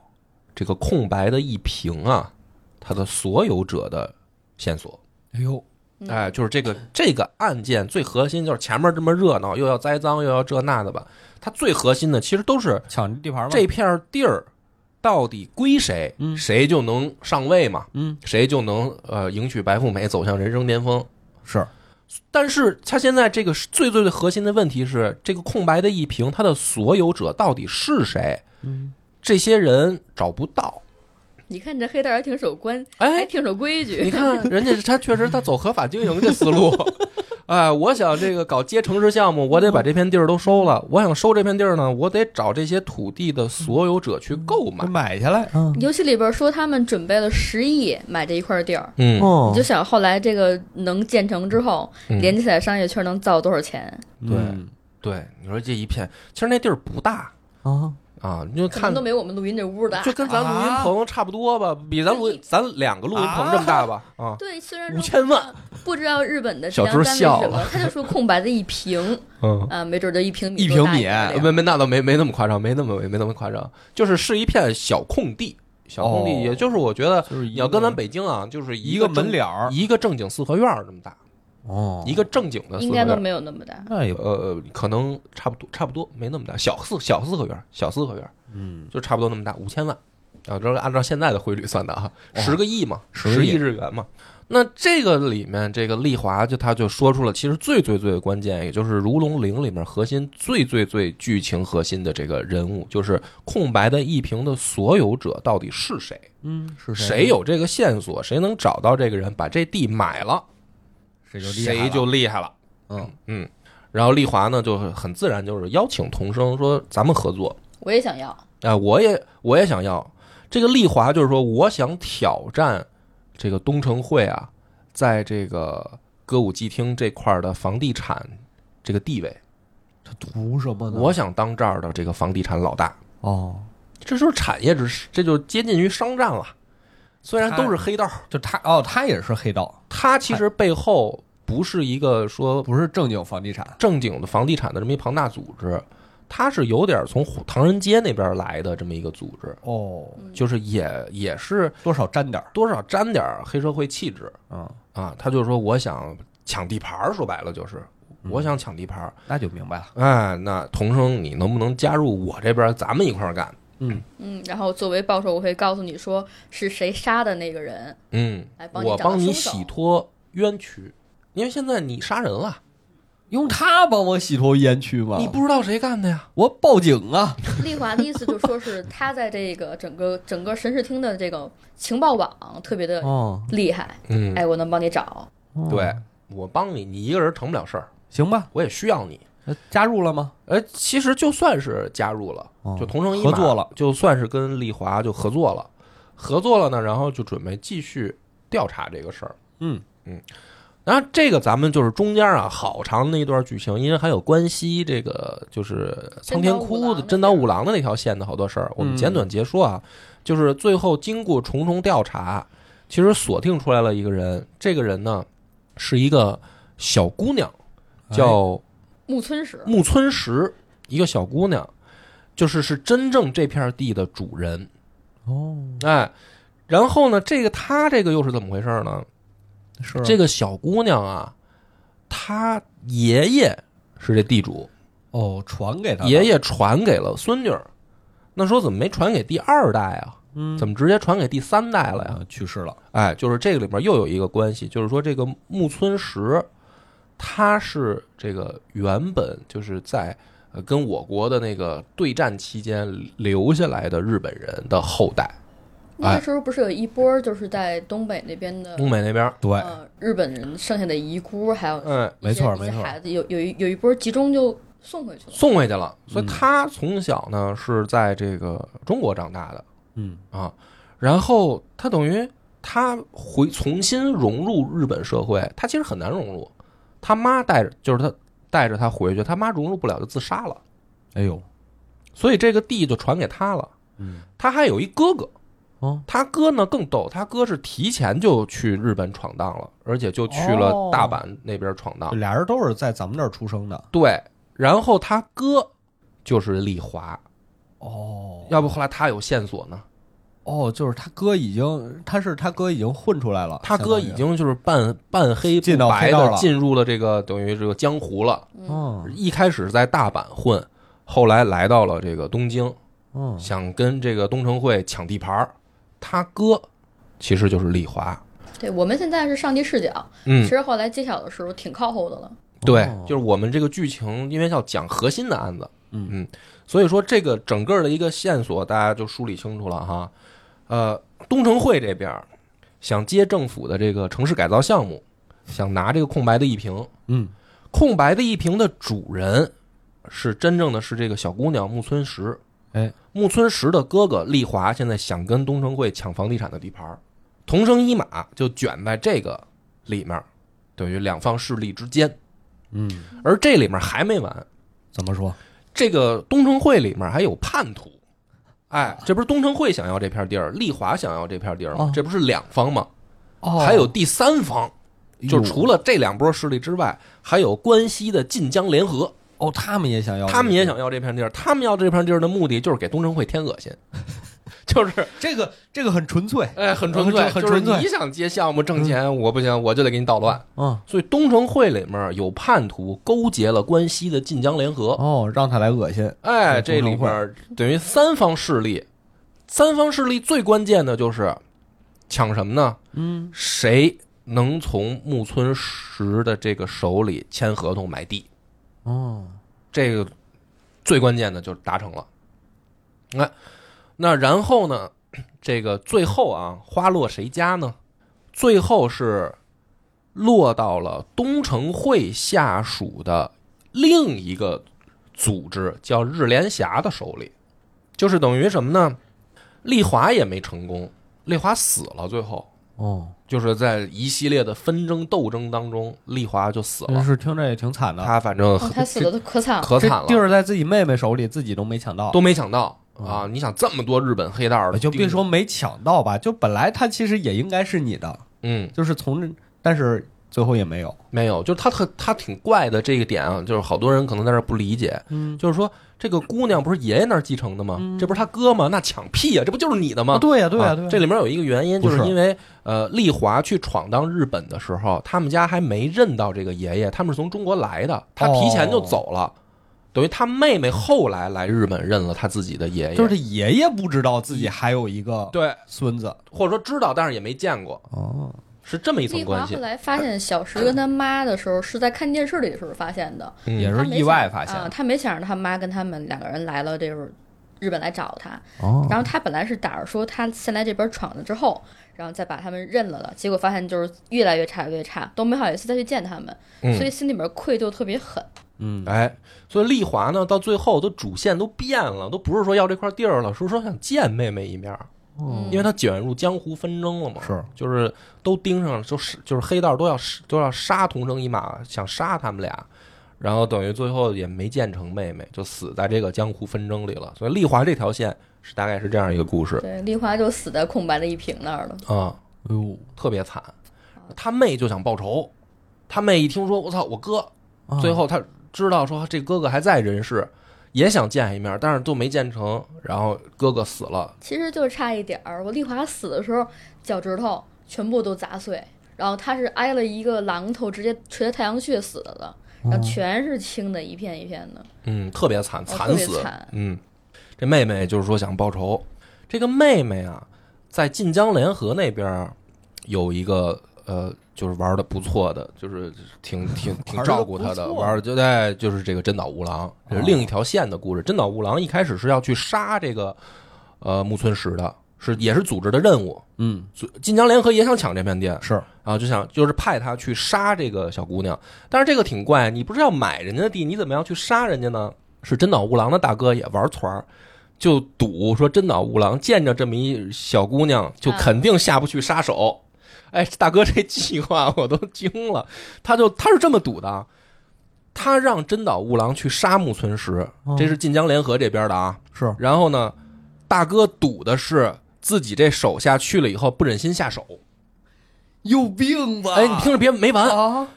[SPEAKER 1] 这个空白的一平啊，它的所有者的线索，
[SPEAKER 2] 哎呦，
[SPEAKER 3] 嗯
[SPEAKER 1] 哎，就是这个这个案件最核心就是前面这么热闹，又要栽赃，又要这那的吧。它最核心的其实都是
[SPEAKER 2] 抢地盘吗？
[SPEAKER 1] 这片地儿到底归谁，
[SPEAKER 2] 嗯
[SPEAKER 1] 谁就能上位嘛，
[SPEAKER 2] 嗯
[SPEAKER 1] 谁就能呃迎娶白富美，走向人生巅峰。
[SPEAKER 2] 是
[SPEAKER 1] 但是它现在这个是最最最核心的问题是，这个空白的一平，它的所有者到底是谁？
[SPEAKER 2] 嗯，
[SPEAKER 1] 这些人找不到。
[SPEAKER 3] 你看你这黑道还挺守关，还
[SPEAKER 1] 哎，
[SPEAKER 3] 挺守规
[SPEAKER 1] 你
[SPEAKER 3] 矩。
[SPEAKER 1] 看人家他确实他走合法经营这思路， 哎，我想这个搞接城市项目，我得把这片地儿都收了。我想收这片地儿呢，我得找这些土地的所有者去购买
[SPEAKER 2] 我。买下来。嗯
[SPEAKER 3] 游戏里边说他们准备了十亿买这一块地儿，
[SPEAKER 1] 嗯，
[SPEAKER 2] 哦
[SPEAKER 3] 你就想后来这个能建成之后，
[SPEAKER 1] 嗯
[SPEAKER 3] 连起来商业圈能造多少钱？
[SPEAKER 1] 对对，你说这一片，其实那地儿不大
[SPEAKER 2] 啊，
[SPEAKER 1] 啊，你就
[SPEAKER 3] 可
[SPEAKER 1] 看
[SPEAKER 3] 能都没我们录音这屋大
[SPEAKER 1] 就。跟咱录音棚差不多吧，比咱录音咱两个录音棚这么大吧 啊，
[SPEAKER 3] 对，虽然
[SPEAKER 1] 五
[SPEAKER 3] 说
[SPEAKER 1] 千万，
[SPEAKER 3] 不知道日本的
[SPEAKER 1] 小
[SPEAKER 3] 这
[SPEAKER 1] 猪
[SPEAKER 3] 张单位是
[SPEAKER 1] 笑
[SPEAKER 3] 什 么，他就说空白的一平
[SPEAKER 1] 嗯。
[SPEAKER 3] 啊，没准就一平米
[SPEAKER 2] 一
[SPEAKER 3] 多
[SPEAKER 2] 平
[SPEAKER 3] 大
[SPEAKER 2] 米
[SPEAKER 3] 点儿
[SPEAKER 1] 呃没没那倒没没那么夸张，没那么没那么夸张，就是是一片小空地，小空
[SPEAKER 2] 哦
[SPEAKER 1] 地，也就是我觉得
[SPEAKER 2] 就是
[SPEAKER 1] 你要跟咱北京啊，就是
[SPEAKER 2] 一
[SPEAKER 1] 个
[SPEAKER 2] 个门
[SPEAKER 1] 脸。
[SPEAKER 2] 脸儿
[SPEAKER 1] 一个正经四合院儿这么大，
[SPEAKER 2] 哦
[SPEAKER 1] 一个正经的四
[SPEAKER 3] 应
[SPEAKER 1] 合
[SPEAKER 3] 该
[SPEAKER 1] 院
[SPEAKER 3] 都
[SPEAKER 1] 儿，
[SPEAKER 3] 没有那么大。
[SPEAKER 2] 那也
[SPEAKER 1] 呃，可能差不多，差不多没那么大，小四小四合院儿，小四合院儿
[SPEAKER 2] 嗯
[SPEAKER 1] 就差不多那么大，五千万啊，这是按照现在的汇率算的啊，
[SPEAKER 2] 哦
[SPEAKER 1] 十个亿嘛，
[SPEAKER 2] 10个
[SPEAKER 1] 十
[SPEAKER 2] 亿
[SPEAKER 1] 亿日元嘛。那这个里面，这个丽华就他就说出了，其实最最最的关键，也就是《如龙零》里面核心最最最剧情核心的这个人物，就是空白的一屏的所有者到底是谁？
[SPEAKER 2] 嗯是
[SPEAKER 1] 谁有这个线索？谁能找到这个人，把这地买了？
[SPEAKER 2] 谁就厉害了
[SPEAKER 1] 谁就厉害了。
[SPEAKER 2] 嗯
[SPEAKER 1] 嗯，然后丽华呢，就是很自然就是邀请童生说咱们合作，
[SPEAKER 3] 我也想要，
[SPEAKER 1] 哎、我也我也想要这个丽华，就是说我想挑战这个东城会啊，在这个歌舞伎町这块儿的房地产这个地位，
[SPEAKER 2] 他图什么呢？
[SPEAKER 1] 我想当这儿的这个房地产老大，
[SPEAKER 2] 哦，
[SPEAKER 1] 这就是产业之势，这就接近于商战了。虽然都是黑道，
[SPEAKER 2] 就他哦，他也是黑道，
[SPEAKER 1] 他其实背后不是一个说
[SPEAKER 2] 不是正经房地产。
[SPEAKER 1] 正经的房地产的这么一庞大组织，它是有点从唐人街那边来的这么一个组织，
[SPEAKER 2] 哦，
[SPEAKER 3] 嗯
[SPEAKER 1] 就是也也是
[SPEAKER 2] 多少沾点儿，
[SPEAKER 1] 多少沾点儿黑社会气质
[SPEAKER 2] 嗯，
[SPEAKER 1] 啊。他就说我想抢地盘儿，说白了就是我想抢地盘儿。
[SPEAKER 2] 那就明白了。
[SPEAKER 1] 哎，那童生，你能不能加入我这边，咱们一块儿干？
[SPEAKER 3] 嗯，然后作为报酬，我会告诉你说是谁杀的那个人，
[SPEAKER 1] 嗯
[SPEAKER 3] 来，帮你
[SPEAKER 1] 我
[SPEAKER 3] 找到
[SPEAKER 1] 帮你
[SPEAKER 3] 凶手
[SPEAKER 1] 洗脱冤屈，因为现在你杀人了，
[SPEAKER 2] 用他帮我洗脱烟区吗？
[SPEAKER 1] 你不知道谁干的呀。
[SPEAKER 2] 我报警啊！
[SPEAKER 3] 丽华的意思就说是他在这个整个整个神视厅的这个情报网特别的
[SPEAKER 2] 哦，
[SPEAKER 3] 厉害，
[SPEAKER 1] 嗯，
[SPEAKER 3] 哎，我能帮你找。
[SPEAKER 1] 对，我帮你，你一个人成不了事儿，
[SPEAKER 2] 行吧，
[SPEAKER 1] 我也需要你。
[SPEAKER 2] 那加入了吗？
[SPEAKER 1] 呃，其实就算是加入了，
[SPEAKER 2] 哦
[SPEAKER 1] 就同城一
[SPEAKER 2] 合
[SPEAKER 1] 马
[SPEAKER 2] 作了，
[SPEAKER 1] 就算是跟丽华就合作了，合作了呢，然后就准备继续调查这个事儿。
[SPEAKER 2] 嗯
[SPEAKER 1] 嗯，然后这个咱们就是中间啊，好长的一段剧情，因为还有关西这个就是苍天窟的真
[SPEAKER 3] 真
[SPEAKER 1] 岛
[SPEAKER 3] 岛
[SPEAKER 1] 五
[SPEAKER 3] 五
[SPEAKER 1] 郎的那条线的好多事儿，我们
[SPEAKER 2] 嗯
[SPEAKER 1] 简短截说啊，就是最后经过重重调查，其实锁定出来了一个人，这个人呢是一个小姑娘，
[SPEAKER 2] 哎
[SPEAKER 1] 叫
[SPEAKER 3] 木村实，
[SPEAKER 1] 木村实，一个小姑娘，就是是真正这片地的主人。
[SPEAKER 2] 哦，
[SPEAKER 1] 哎，然后呢，这个她这个又是怎么回事呢？
[SPEAKER 2] 是啊
[SPEAKER 1] 这个小姑娘啊，她爷爷是这地主，
[SPEAKER 2] 哦，传给他的
[SPEAKER 1] 爷，爷传给了孙女儿。那说怎么没传给第二代啊？
[SPEAKER 2] 嗯，
[SPEAKER 1] 怎么直接传给第三代了呀？
[SPEAKER 2] 啊去世了？
[SPEAKER 1] 哎，就是这个里面又有一个关系，就是说这个木村实，他是这个原本就是在呃跟我国的那个对战期间留下来的日本人的后代，
[SPEAKER 3] 那时候不是有一波就是在东北那边的，
[SPEAKER 1] 哎东北那边儿，
[SPEAKER 2] 对，
[SPEAKER 3] 呃，日本人剩下的遗孤，还有
[SPEAKER 1] 嗯，
[SPEAKER 3] 一
[SPEAKER 2] 没
[SPEAKER 3] 些
[SPEAKER 2] 错
[SPEAKER 3] 一些
[SPEAKER 2] 没错
[SPEAKER 3] 孩子有有一有一波集中就送回去了。
[SPEAKER 1] 送回去了，所以
[SPEAKER 2] 嗯
[SPEAKER 1] 他从小呢是在这个中国长大的
[SPEAKER 2] 嗯，
[SPEAKER 1] 啊，然后他等于他回重新融入日本社会，他其实很难融入，他妈带着就是他带着他回去，他妈融入不了就自杀了，
[SPEAKER 2] 哎呦，
[SPEAKER 1] 所以这个地就传给他了。
[SPEAKER 2] 嗯，
[SPEAKER 1] 他还有一哥哥，
[SPEAKER 2] 哦，
[SPEAKER 1] 他哥呢更逗，他哥是提前就去日本闯荡了，而且就去了
[SPEAKER 2] 哦
[SPEAKER 1] 大阪那边闯荡。
[SPEAKER 2] 这俩人都是在咱们这儿出生的，
[SPEAKER 1] 对，然后他哥就是丽华，
[SPEAKER 2] 哦
[SPEAKER 1] 要不后来他有线索呢？
[SPEAKER 2] 哦，就是他哥已经，他是他哥已经混出来了，
[SPEAKER 1] 他哥已经就是半半黑不
[SPEAKER 2] 进到
[SPEAKER 1] 白
[SPEAKER 2] 黑道
[SPEAKER 1] 的
[SPEAKER 2] 了嗯
[SPEAKER 1] 进入了这个等于这个江湖了。
[SPEAKER 2] 相当于，
[SPEAKER 1] 一开始在大阪混，后来来到了这个东京，
[SPEAKER 2] 嗯嗯，
[SPEAKER 1] 想跟这个东城会抢地盘儿。他哥其实就是丽华，
[SPEAKER 3] 对我们现在是上帝视角，其
[SPEAKER 1] 嗯，
[SPEAKER 3] 实后来揭晓的时候挺靠后的了。
[SPEAKER 1] 对
[SPEAKER 2] 哦，
[SPEAKER 1] 就是我们这个剧情，因为要讲核心的案子，
[SPEAKER 2] 嗯
[SPEAKER 1] 所以说这个整个的一个线索大家就梳理清楚了哈。呃，东城会这边儿想接政府的这个城市改造项目，想拿这个空白的一平，
[SPEAKER 2] 嗯，
[SPEAKER 1] 空白的一平的主人是真正的是这个小姑娘木村实，
[SPEAKER 2] 哎，
[SPEAKER 1] 木村实的哥哥丽华现在想跟东城会抢房地产的地盘儿，同生一马就卷在这个里面儿，等于两方势力之间。
[SPEAKER 2] 嗯，
[SPEAKER 1] 而这里面还没完，
[SPEAKER 2] 怎么说？
[SPEAKER 1] 这个东城会里面还有叛徒，哎，这不是东城会想要这片地儿，丽华想要这片地儿吗
[SPEAKER 2] 哦？
[SPEAKER 1] 这不是两方吗？
[SPEAKER 2] 哦
[SPEAKER 1] 还有第三方，就除
[SPEAKER 2] 了
[SPEAKER 1] 了这两波势力之外，还有关西的晋江联合，
[SPEAKER 2] 哦，他们也想要，
[SPEAKER 1] 他们也想要这片地儿。他们要这片地儿的目的就是给东城会添恶心， 就是
[SPEAKER 2] 这个，这个很纯粹，
[SPEAKER 1] 哎，很纯粹，
[SPEAKER 2] 很纯
[SPEAKER 1] 就是
[SPEAKER 2] 粹
[SPEAKER 1] 你想接项目挣钱，我不行，我就得给你捣乱。
[SPEAKER 2] 嗯，
[SPEAKER 1] 所以东城会里面有叛徒勾结了关西的晋江联合，
[SPEAKER 2] 哦，让他来恶心，
[SPEAKER 1] 哎，这里
[SPEAKER 2] 对东城
[SPEAKER 1] 边儿等于三方势力，三方势力最关键的就是抢什么呢？
[SPEAKER 2] 嗯，
[SPEAKER 1] 谁能从木村实的这个手里签合同买地？
[SPEAKER 2] 哦，
[SPEAKER 1] 这个最关键的就达成了。哎，那然后呢？这个最后啊，花落谁家呢？最后是落到了东城会下属的另一个组织，叫日联侠的手里。就是等于什么呢？丽华也没成功，丽华死了。最后
[SPEAKER 2] 哦，
[SPEAKER 1] 就是在一系列的纷争斗争当中，丽华就死
[SPEAKER 2] 真
[SPEAKER 1] 了。
[SPEAKER 2] 是听着也挺惨的。
[SPEAKER 1] 她反正
[SPEAKER 3] 哦，他死的可惨了。
[SPEAKER 1] 可惨
[SPEAKER 2] 这
[SPEAKER 1] 了，
[SPEAKER 2] 地儿在自己妹妹手里，自己都没抢到，
[SPEAKER 1] 都没抢到
[SPEAKER 2] 嗯
[SPEAKER 1] 啊！你想这么多日本黑道的，
[SPEAKER 2] 就别，说没抢到吧，就本来他其实也应该是你的，
[SPEAKER 1] 嗯，
[SPEAKER 2] 就是从这，但是最后也没有。
[SPEAKER 1] 没有，就是他特他挺怪的这个点啊，就是好多人可能在这儿不理解，
[SPEAKER 2] 嗯，
[SPEAKER 1] 就是说这个姑娘不是爷爷那儿继承的吗？
[SPEAKER 3] 嗯
[SPEAKER 1] 这不是他哥吗？那抢屁呀、这不就是你的吗？
[SPEAKER 2] 啊，对呀，对呀，对呀，
[SPEAKER 1] 这里面有一个原因，就
[SPEAKER 2] 不
[SPEAKER 1] 是
[SPEAKER 2] 是
[SPEAKER 1] 因为呃，丽华去闯荡日本的时候，他们家还没认到这个爷爷，他们是从中国来的，他提前就走了，
[SPEAKER 2] 哦
[SPEAKER 1] 等于他妹妹后来来日本认了他自己的爷爷，
[SPEAKER 2] 就是他爷爷不知道自己还有一个
[SPEAKER 1] 对，
[SPEAKER 2] 孙子。
[SPEAKER 1] 或者说知道，但是也没见过，
[SPEAKER 2] 哦，
[SPEAKER 1] 是这么一层
[SPEAKER 3] 丽
[SPEAKER 1] 关
[SPEAKER 3] 华
[SPEAKER 1] 系
[SPEAKER 3] 后。来发现小石跟他妈的时候，是在看电视里的时候发现的，
[SPEAKER 1] 嗯
[SPEAKER 2] 也是意外发现
[SPEAKER 3] 啊，他没想着他妈跟他们两个人来了这会儿日本来找他，
[SPEAKER 2] 哦
[SPEAKER 3] 然后他本来是打着说他先来这边闯了之后，然后再把他们认了的，结果发现就是越来越差越差，都没好意思再去见他们，
[SPEAKER 1] 嗯
[SPEAKER 3] 所以心里面愧疚特别狠。
[SPEAKER 2] 嗯，
[SPEAKER 1] 哎，所以丽华呢，到最后都主线都变了，都不是说要这块地儿了，是说想见妹妹一面儿，
[SPEAKER 3] 嗯
[SPEAKER 2] 哦
[SPEAKER 1] 因为她卷入江湖纷争了嘛，
[SPEAKER 2] 是
[SPEAKER 1] 就是都盯上了，就是就是黑道都要都要杀同生一马，想杀他们俩，然后等于最后也没见成妹妹，就死在这个江湖纷争里了。所以丽华这条线是大概是这样一个故事
[SPEAKER 3] 对，丽华就死在空白的一瓶那儿了。
[SPEAKER 1] 啊、
[SPEAKER 2] 哎呦，
[SPEAKER 1] 特别惨。他妹就想报仇，他妹一听说我操我哥
[SPEAKER 2] 啊
[SPEAKER 1] 最后他知道说这哥哥还在人世，也想见一面，但是都没见成。然后哥哥死了，
[SPEAKER 3] 其实就差一点儿，我丽华死的时候脚趾头全部都砸碎，然后她是挨了一个榔头，直接捶太阳穴死的了，
[SPEAKER 2] 哦
[SPEAKER 3] 然后全是青的，一片一片的。
[SPEAKER 1] 嗯，特别惨，
[SPEAKER 3] 哦
[SPEAKER 1] 惨
[SPEAKER 3] 特
[SPEAKER 1] 死
[SPEAKER 3] 别惨。
[SPEAKER 1] 嗯，这妹妹就是说想报仇。这个妹妹啊，在晋江联合那边有一个呃，就是玩的不错的，就是挺 挺挺
[SPEAKER 2] 玩得
[SPEAKER 1] 照顾他的，
[SPEAKER 2] 不错哦
[SPEAKER 1] 玩的就在就是这个真岛吾郎，这是另一条线的故事。真岛吾郎一开始是要去杀这个呃木村实的，是也是组织的任务，
[SPEAKER 2] 嗯，
[SPEAKER 1] 组晋江联合也想抢这片店，
[SPEAKER 2] 是
[SPEAKER 1] 然后就想就是派他去杀这个小姑娘，但是这个挺怪，你不是要买人家的地，你怎么样去杀人家呢？是真岛吾郎的大哥也玩团儿，就赌说真岛吾郎见着这么一小姑娘，就肯定下不去杀手。哎，大哥这计划 我都惊了，他就他是这么赌的，啊他让真岛吾郎去杀木村实，这是晋江联合这边的啊。
[SPEAKER 2] 是，
[SPEAKER 1] 然后呢，大哥赌的是自己这手下去了以后不忍心下手。
[SPEAKER 2] 有病吧
[SPEAKER 1] 哎，你听着别没完，
[SPEAKER 2] 啊，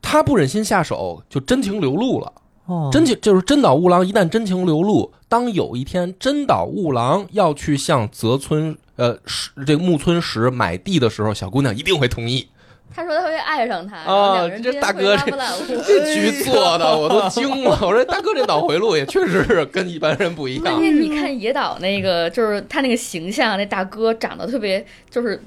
[SPEAKER 1] 他不忍心下手，就真情流露了。
[SPEAKER 2] 哦
[SPEAKER 1] 真情就是真岛悟郎，一旦真情流露，当有一天真岛悟郎要去向泽村呃是这个木村实买地的时候，小姑娘一定会同意。
[SPEAKER 3] 他说他会爱上他，然
[SPEAKER 1] 啊
[SPEAKER 3] 后两个人之
[SPEAKER 1] 这
[SPEAKER 3] 间
[SPEAKER 1] 大
[SPEAKER 3] 会
[SPEAKER 1] 哥
[SPEAKER 3] 拉
[SPEAKER 1] 这
[SPEAKER 3] 不拉
[SPEAKER 2] 哎
[SPEAKER 3] 我
[SPEAKER 1] 这局做的我都惊了，我说大哥这脑回路也确实是跟一般人不一
[SPEAKER 3] 关
[SPEAKER 1] 样。啊
[SPEAKER 3] 键你看野岛那个，就是他那个形象，那大哥长得特别，就是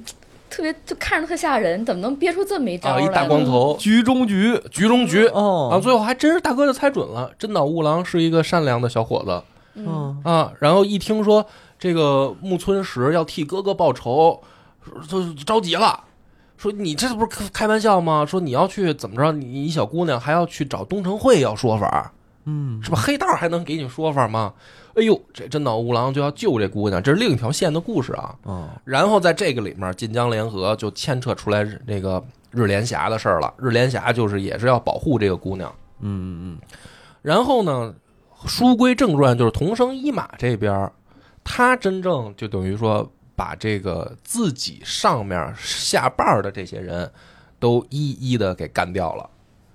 [SPEAKER 3] 特别，就看着特吓人，怎么能憋出这么一招
[SPEAKER 1] 啊，
[SPEAKER 3] 来
[SPEAKER 1] 一
[SPEAKER 3] 呢？
[SPEAKER 1] 大光头，
[SPEAKER 2] 局中局
[SPEAKER 1] 局中局。啊，
[SPEAKER 2] 哦，
[SPEAKER 1] 最后还真是大哥就猜准了，真岛悟郎是一个善良的小伙子。
[SPEAKER 3] 嗯，
[SPEAKER 2] 哦
[SPEAKER 1] 啊，然后一听说这个木村实要替哥哥报仇，就着急了，说你这不是开开玩笑吗？说你要去怎么着？你你小姑娘还要去找东城会要说法，
[SPEAKER 2] 嗯，
[SPEAKER 1] 是吧？黑道还能给你说法吗？哎呦，这真岛吾郎就要救这姑娘，这是另一条线的故事啊。
[SPEAKER 2] 哦，
[SPEAKER 1] 然后在这个里面，晋江联合就牵扯出来这个日联侠的事儿了。日联侠就是也是要保护这个姑娘。
[SPEAKER 2] 嗯嗯
[SPEAKER 1] 然后呢，书归正传，就是同生一马这边儿，他真正就等于说把这个自己上面下半儿的这些人都一一的给干掉了，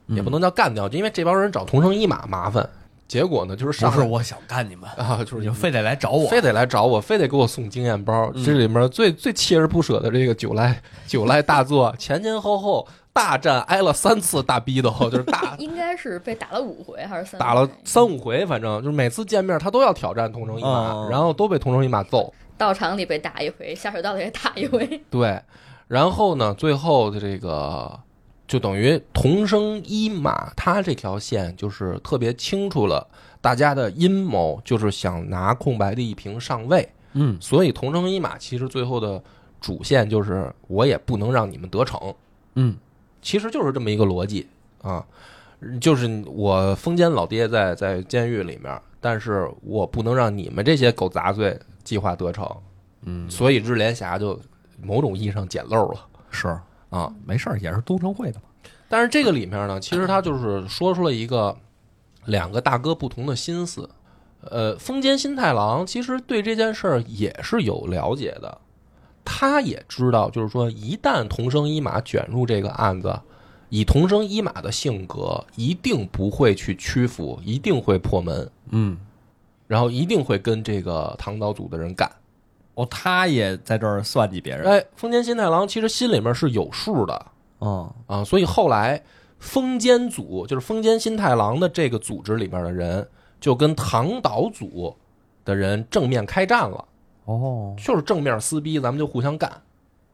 [SPEAKER 2] 嗯，
[SPEAKER 1] 也不能叫干掉，就因为这帮人找同生一马麻烦。结果呢，就是
[SPEAKER 2] 不
[SPEAKER 1] 上
[SPEAKER 2] 是我想干你们，
[SPEAKER 1] 啊，就是
[SPEAKER 2] 你们非得来找我，
[SPEAKER 1] 非得来找我，非得给我送经验包。
[SPEAKER 2] 嗯
[SPEAKER 1] 这里面最最锲而不舍的这个九濑九濑大作，前前后后大战挨了三次大逼斗，就是大
[SPEAKER 3] 应该是被打了五回还是三回？
[SPEAKER 1] 打了三五回，反正就是每次见面他都要挑战同城一马
[SPEAKER 2] 哦，
[SPEAKER 1] 然后都被同城一马揍。
[SPEAKER 3] 道场里被打一回，下水道里也打一回。
[SPEAKER 1] 对，然后呢，最后的这个就等于同生一马，他这条线就是特别清楚了，大家的阴谋就是想拿空白地一平上位，
[SPEAKER 2] 嗯
[SPEAKER 1] 所以同生一马其实最后的主线就是我也不能让你们得逞，
[SPEAKER 2] 嗯
[SPEAKER 1] 其实就是这么一个逻辑啊，就是我封建老爹在在监狱里面，但是我不能让你们这些狗杂碎计划得逞，
[SPEAKER 2] 嗯，
[SPEAKER 1] 所以日联侠就某种意义上捡漏了
[SPEAKER 2] 是
[SPEAKER 1] 啊。
[SPEAKER 2] 没事儿，也是东城会的嘛，
[SPEAKER 1] 但是这个里面呢，其实他就是说出了一个两个大哥不同的心思。呃，封间新太郎其实对这件事儿也是有了解的，他也知道，就是说，一旦同生一马卷入这个案子，以同生一马的性格，一定不会去屈服，一定会破门，
[SPEAKER 2] 嗯。
[SPEAKER 1] 然后一定会跟这个唐岛组的人干。
[SPEAKER 2] 哦，他也在这儿算计别人。
[SPEAKER 1] 哎，丰间新太郎其实心里面是有数的，
[SPEAKER 2] 哦，
[SPEAKER 1] 啊，所以后来封间组就是封间新太郎的这个组织里面的人，就跟唐岛组的人正面开战了，
[SPEAKER 2] 哦，
[SPEAKER 1] 就是正面撕逼，咱们就互相干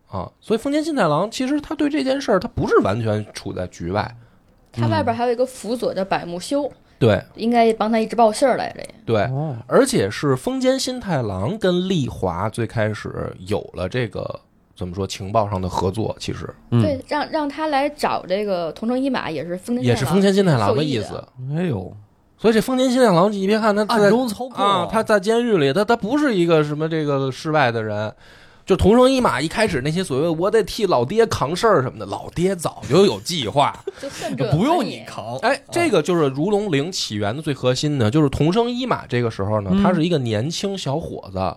[SPEAKER 1] 啊。所以封间新太郎其实他对这件事儿，他不是完全处在局外，
[SPEAKER 3] 他外边还有一个辅佐叫百木修，
[SPEAKER 1] 对
[SPEAKER 3] 应该帮他一直报信儿来着。
[SPEAKER 1] 对，
[SPEAKER 2] 哦，
[SPEAKER 1] 而且是封间新太郎跟丽华最开始有了这个怎么说情报上的合作，其实
[SPEAKER 2] 嗯
[SPEAKER 3] 对，让让他来找这个同城一马也是丰臣
[SPEAKER 1] 也是封间新太郎的
[SPEAKER 3] 受益
[SPEAKER 1] 意
[SPEAKER 3] 的
[SPEAKER 1] 思。
[SPEAKER 2] 哎呦，
[SPEAKER 1] 所以这封间新太郎，你别看他在
[SPEAKER 2] 暗中操控
[SPEAKER 1] 啊，他在监狱里，他他不是一个什么这个世外的人，就同生一马。一开始那些所谓我得替老爹扛事儿什么的，老爹早就有计 划。
[SPEAKER 3] 就恨
[SPEAKER 2] 就
[SPEAKER 3] 着
[SPEAKER 2] 不用
[SPEAKER 3] 你
[SPEAKER 2] 你。扛。
[SPEAKER 1] 哎，这个就是《如龙零》起源的最核心的，就是同生一马这个时候呢，
[SPEAKER 2] 嗯
[SPEAKER 1] 他是一个年轻小伙子。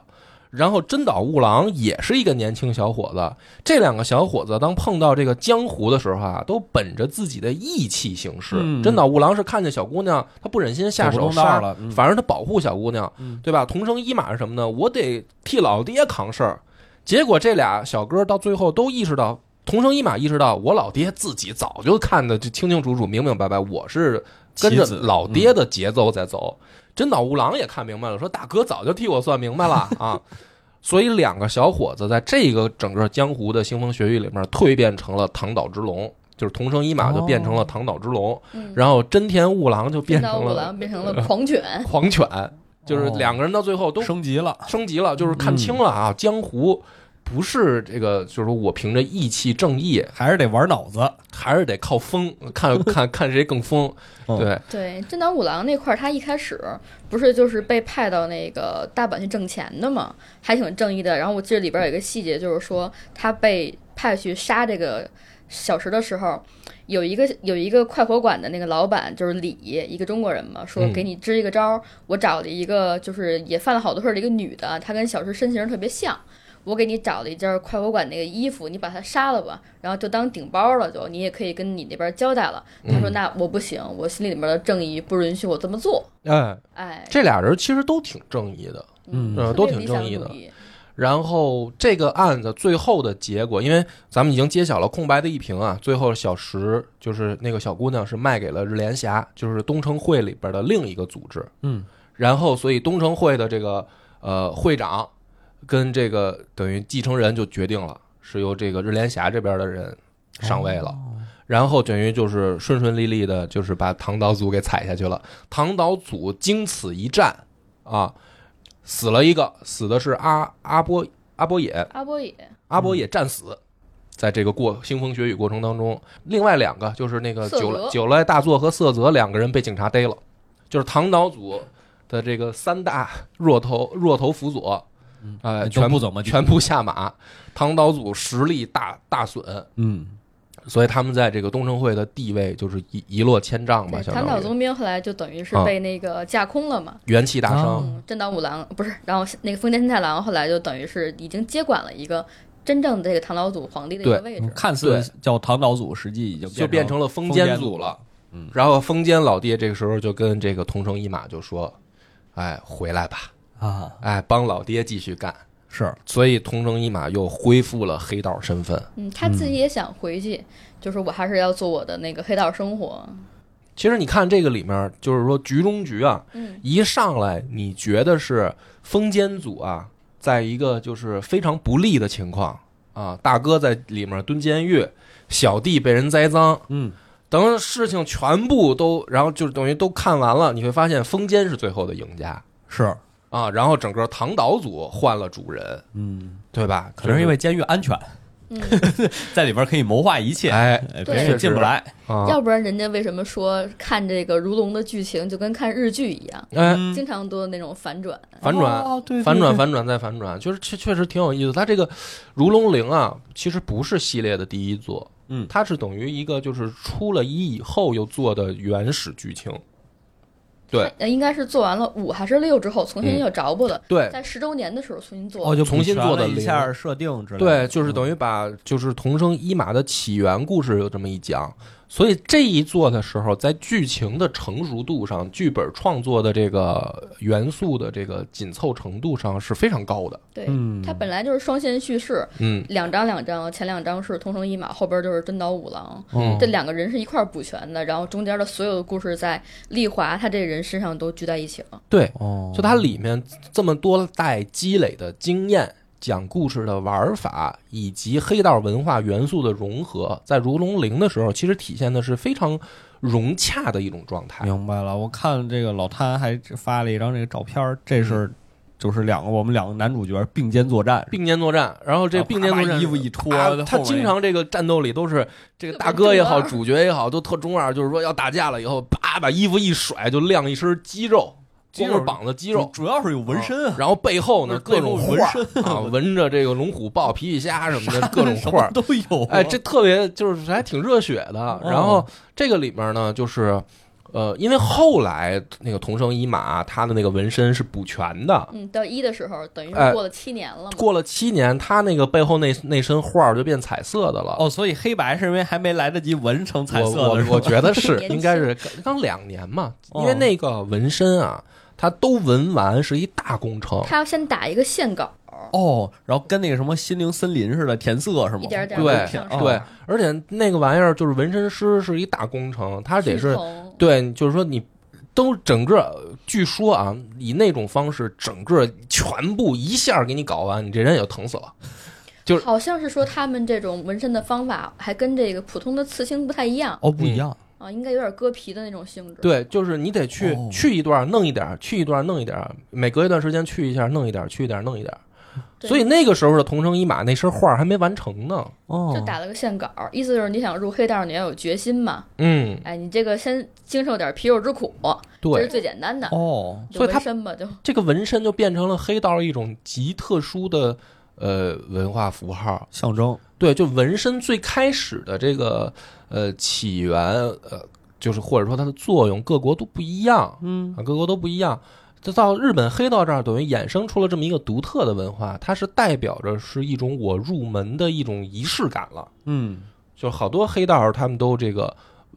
[SPEAKER 1] 然后真岛悟郎也是一个年轻小伙子，这两个小伙子当碰到这个江湖的时候啊，都本着自己的义气行事。
[SPEAKER 2] 嗯
[SPEAKER 1] 真岛悟郎是看见小姑娘，他不忍心下手杀
[SPEAKER 2] 了，嗯
[SPEAKER 1] 反正他保护小姑娘
[SPEAKER 2] 嗯，
[SPEAKER 1] 对吧？同生一马是什么呢？我得替老爹扛事儿。结果这俩小哥到最后都意识到，同生一马意识到，我老爹自己早就看得就清清楚楚、明明白白，我是跟着
[SPEAKER 2] 棋子
[SPEAKER 1] 老爹 的节奏在走。真岛吾郎也看明白了，说大哥早就替我算明白了啊。所以两个小伙子在这个整个江湖的腥风血雨里面蜕变成了唐岛之龙，就是同生一马就变成了唐岛之龙，
[SPEAKER 3] 嗯，
[SPEAKER 1] 然后真田悟郎就变
[SPEAKER 3] 天道
[SPEAKER 1] 成
[SPEAKER 3] 五
[SPEAKER 1] 了
[SPEAKER 3] 郎变成了狂犬，
[SPEAKER 1] 狂犬，就是两个人到最后都
[SPEAKER 2] 升级了，
[SPEAKER 1] 升级了，就是看清了啊，江湖不是这个，就是说我凭着义气正义，
[SPEAKER 2] 还是得玩脑子。
[SPEAKER 1] 还是得靠疯，看看看谁更疯。
[SPEAKER 2] 嗯
[SPEAKER 1] 对，
[SPEAKER 3] 对，真岛五郎那块儿，他一开始不是就是被派到那个大阪去挣钱的嘛，还挺正义的。然后我记得里边有一个细节，就是说他被派去杀这个小石的时候，有一个有一个快活馆的那个老板就是李，一个中国人嘛，说
[SPEAKER 1] 嗯
[SPEAKER 3] 给你支一个招儿，我找了一个就是也犯了好多事儿的一个女的，她跟小石身形特别像。我给你找了一件快活馆那个衣服，你把她杀了吧，然后就当顶包了就，你也可以跟你那边交代了。他说：“
[SPEAKER 1] 嗯
[SPEAKER 3] 那我不行，我心里面的正义不允许我这么做。
[SPEAKER 1] 哎，”
[SPEAKER 3] 哎，
[SPEAKER 1] 这俩人其实都挺正义的。
[SPEAKER 2] 嗯
[SPEAKER 1] 呃
[SPEAKER 3] 特
[SPEAKER 1] 都
[SPEAKER 3] 别
[SPEAKER 1] 挺
[SPEAKER 3] 理
[SPEAKER 1] 正
[SPEAKER 3] 想
[SPEAKER 1] 义
[SPEAKER 3] 主
[SPEAKER 1] 的然后这个案子最后的结果，因为咱们已经揭晓了空白的一屏啊，最后小石就是那个小姑娘是卖给了日联侠，就是东城会里边的另一个组织。
[SPEAKER 2] 嗯，
[SPEAKER 1] 然后所以东城会的这个呃会长跟这个等于继承人就决定了，是由这个日联侠这边的人上位了。
[SPEAKER 2] 哦
[SPEAKER 1] 然后等于就是顺顺利利的，就是把唐岛组给踩下去了。唐岛组经此一战啊，死了一个，死的是阿阿波阿波野，
[SPEAKER 3] 阿波野，
[SPEAKER 1] 阿
[SPEAKER 2] 嗯
[SPEAKER 1] 波野战死，在这个过腥风血雨过程当中，另外两个就是那个
[SPEAKER 3] 色
[SPEAKER 1] 九
[SPEAKER 3] 泽
[SPEAKER 1] 九濑大作和色泽两个人被警察逮了，就是唐岛组的这个三大弱头弱头辅佐，呃，
[SPEAKER 2] 全
[SPEAKER 1] 全
[SPEAKER 2] 嗯不
[SPEAKER 1] 部
[SPEAKER 2] 怎么地
[SPEAKER 1] 全部下马，唐岛组实力大大损，
[SPEAKER 2] 嗯，
[SPEAKER 1] 所以他们在这个东城会的地位就是一一落千丈吧，
[SPEAKER 3] 对
[SPEAKER 1] 相
[SPEAKER 3] 唐岛
[SPEAKER 1] 当于
[SPEAKER 3] 宗兵后来就等于是
[SPEAKER 1] 啊
[SPEAKER 3] 被那个架空了嘛。
[SPEAKER 1] 元气大
[SPEAKER 2] 啊
[SPEAKER 1] 伤。
[SPEAKER 3] 嗯，真岛五郎不是，然后那个丰田新太郎后来就等于是已经接管了一个真正的这个唐岛组皇帝的一个位置。
[SPEAKER 2] 看似叫唐岛组，实际已经
[SPEAKER 1] 就变成了封
[SPEAKER 2] 间
[SPEAKER 1] 间组了
[SPEAKER 2] 了。。嗯
[SPEAKER 1] 然后封间老爹这个时候就跟这个同城一马就说：“哎，回来吧，
[SPEAKER 2] 啊，
[SPEAKER 1] 哎，帮老爹继续干。
[SPEAKER 2] 是”
[SPEAKER 1] 所以同城一马又恢复了黑道身份。
[SPEAKER 3] 嗯，他自己也想回去，就是我还是要做我的那个黑道生活。
[SPEAKER 1] 其实你看这个里面，就是说局中局啊，
[SPEAKER 3] 嗯，
[SPEAKER 1] 一上来你觉得是封间组啊，在一个就是非常不利的情况啊，大哥在里面蹲监狱，小弟被人栽赃，
[SPEAKER 2] 嗯，
[SPEAKER 1] 等事情全部都，然后就是等于都看完了，你会发现封间是最后的赢家
[SPEAKER 2] 是，
[SPEAKER 1] 啊，然后整个唐岛组换了主人，
[SPEAKER 2] 嗯，
[SPEAKER 1] 对吧？
[SPEAKER 2] 可能是因
[SPEAKER 1] 为
[SPEAKER 2] 为监狱安全，
[SPEAKER 3] 嗯
[SPEAKER 2] 在里边可以谋划一切，
[SPEAKER 1] 哎
[SPEAKER 2] 哎别
[SPEAKER 3] 对
[SPEAKER 2] 人也进不来。
[SPEAKER 1] 啊
[SPEAKER 3] 要不然人家为什么说看这个如龙的剧情就跟看日剧一样，
[SPEAKER 1] 哎，
[SPEAKER 2] 嗯
[SPEAKER 3] 经常都有那种反转？
[SPEAKER 1] 反转
[SPEAKER 2] 哦，对，对
[SPEAKER 1] 反转，
[SPEAKER 2] 对
[SPEAKER 1] 反转再反转，就是确确实挺有意思。它这个《如龙零》啊，其实不是系列的第一作，
[SPEAKER 2] 嗯
[SPEAKER 1] 它是等于一个就是出了一以后又做的原始剧情。对
[SPEAKER 3] 呃，应该是做完了五还是六之后，重新
[SPEAKER 1] 嗯
[SPEAKER 3] 又着补了，
[SPEAKER 1] 对
[SPEAKER 3] 在十周年的时候重新做。
[SPEAKER 2] 哦，就
[SPEAKER 1] 重新做的
[SPEAKER 2] 补全了一下设定之类的。
[SPEAKER 1] 对，就是等
[SPEAKER 2] 于
[SPEAKER 1] 于把就是同生一马的起源故事有这么一讲，所以这一做的时候，在剧情的成熟度上、剧本创作的这个元素的这个紧凑程度上是非常高的。
[SPEAKER 3] 对，
[SPEAKER 2] 嗯
[SPEAKER 3] 它本来就是双线叙事，
[SPEAKER 1] 嗯，
[SPEAKER 3] 两章两章，前两章是同生一马，后边就是真岛五郎。
[SPEAKER 2] 哦
[SPEAKER 1] 嗯
[SPEAKER 3] 这两个人是一块儿补全的，然后中间的所有的故事在丽华他这人身上都聚在一起了。
[SPEAKER 1] 对，
[SPEAKER 2] 哦，
[SPEAKER 1] 就它里面这么多代积累的经验、讲故事的玩法，以及黑道文化元素的融合，在《如龙零》的时候，其实体现的是非常融洽的一种状态。
[SPEAKER 2] 明白了。我看这个老谭还发了一张这个照片儿，
[SPEAKER 1] 嗯
[SPEAKER 2] 这是就是两个我们两个男主角并肩作战，
[SPEAKER 1] 并肩作战，然后这
[SPEAKER 2] 啊
[SPEAKER 1] 并肩
[SPEAKER 2] 啪
[SPEAKER 1] 作
[SPEAKER 2] 把
[SPEAKER 1] 战，
[SPEAKER 2] 衣服一脱
[SPEAKER 1] 啊
[SPEAKER 2] 后面
[SPEAKER 1] 他经常这个战斗里都是这个大哥也好，
[SPEAKER 3] 特别中
[SPEAKER 1] 主角也好，都特中二，就是说要打架了以后，啪把衣服一甩，就亮一身肌肉，
[SPEAKER 2] 肌
[SPEAKER 1] 光
[SPEAKER 2] 肉
[SPEAKER 1] 着膀子肌肉，
[SPEAKER 2] 主主要是有纹身啊，
[SPEAKER 1] 然后背后呢
[SPEAKER 2] 背
[SPEAKER 1] 各
[SPEAKER 2] 后
[SPEAKER 1] 种
[SPEAKER 2] 纹
[SPEAKER 1] 画儿
[SPEAKER 2] 身
[SPEAKER 1] 啊，纹着这个龙虎豹、皮皮虾什么的各种
[SPEAKER 2] 什
[SPEAKER 1] 画
[SPEAKER 2] 么
[SPEAKER 1] 儿，
[SPEAKER 2] 都有。啊
[SPEAKER 1] 哎，这特别就是还挺热血的。
[SPEAKER 2] 哦
[SPEAKER 1] 然后这个里面呢，就是呃，因为后来那个同生一马他的那个纹身是补全的，
[SPEAKER 3] 嗯，到一的时候，等于
[SPEAKER 1] 哎
[SPEAKER 3] 是过了七年了嘛。
[SPEAKER 1] 过了七年，他那个背后那那身画儿就变彩色的了。
[SPEAKER 2] 哦，所以黑白是因为还没来得及纹成彩色
[SPEAKER 1] 我
[SPEAKER 2] 的，
[SPEAKER 1] 我
[SPEAKER 2] 是吧
[SPEAKER 1] 我觉得是
[SPEAKER 3] 年轻
[SPEAKER 1] 应该是刚刚两年嘛，
[SPEAKER 2] 哦
[SPEAKER 1] 因为那个纹身啊，它都纹完是一大工程。
[SPEAKER 3] 他要先打一个线稿，
[SPEAKER 2] 哦，然后跟那个什么心灵森林似的填色是吗？哦
[SPEAKER 3] 一点点
[SPEAKER 1] 对
[SPEAKER 3] 往上上
[SPEAKER 1] 对，而且那个玩意儿就是纹身师是一大工程，他得
[SPEAKER 3] 虚
[SPEAKER 1] 是
[SPEAKER 3] 从
[SPEAKER 1] 对，就是说你都整个，据说啊，以那种方式，整个全部一下给你搞完，你这人也就疼死了。就是
[SPEAKER 3] 好像是说他们这种纹身的方法还跟这个普通的刺青不太一样
[SPEAKER 2] 哦，
[SPEAKER 1] 嗯
[SPEAKER 2] 不一样，
[SPEAKER 3] 啊，应该有点割皮的那种性质。，
[SPEAKER 1] 对，就是你得去、
[SPEAKER 2] 哦
[SPEAKER 1] 去一段弄一点儿，去一段弄一点儿，每隔一段时间去一下弄一点儿，去一点儿弄一点儿。
[SPEAKER 3] 对
[SPEAKER 1] 所以那个时候的同城一马那身画儿还没完成呢。
[SPEAKER 2] 哦
[SPEAKER 3] 就，打了个线稿，意思就是你想入黑道，你要有决心嘛。
[SPEAKER 1] 嗯，
[SPEAKER 3] 哎，你这个先经受点皮肉之苦，这是
[SPEAKER 1] 对，
[SPEAKER 3] 最简单的。
[SPEAKER 2] 哦，
[SPEAKER 3] 就
[SPEAKER 1] 所以他
[SPEAKER 3] 纹身吧，就
[SPEAKER 1] 这个纹身就变成了黑道一种极特殊的呃文化符号。
[SPEAKER 2] 象征
[SPEAKER 1] 对，就纹身最开始的这个呃起源，呃，就是或者说它的作用，各国都不一样，嗯，各国都不一样。这到日本黑到这儿，等于衍生出了这么一个独特的文化，它是代表着是一种我入门的一种仪式感了。
[SPEAKER 2] 嗯，
[SPEAKER 1] 就是好多黑道他们都这个，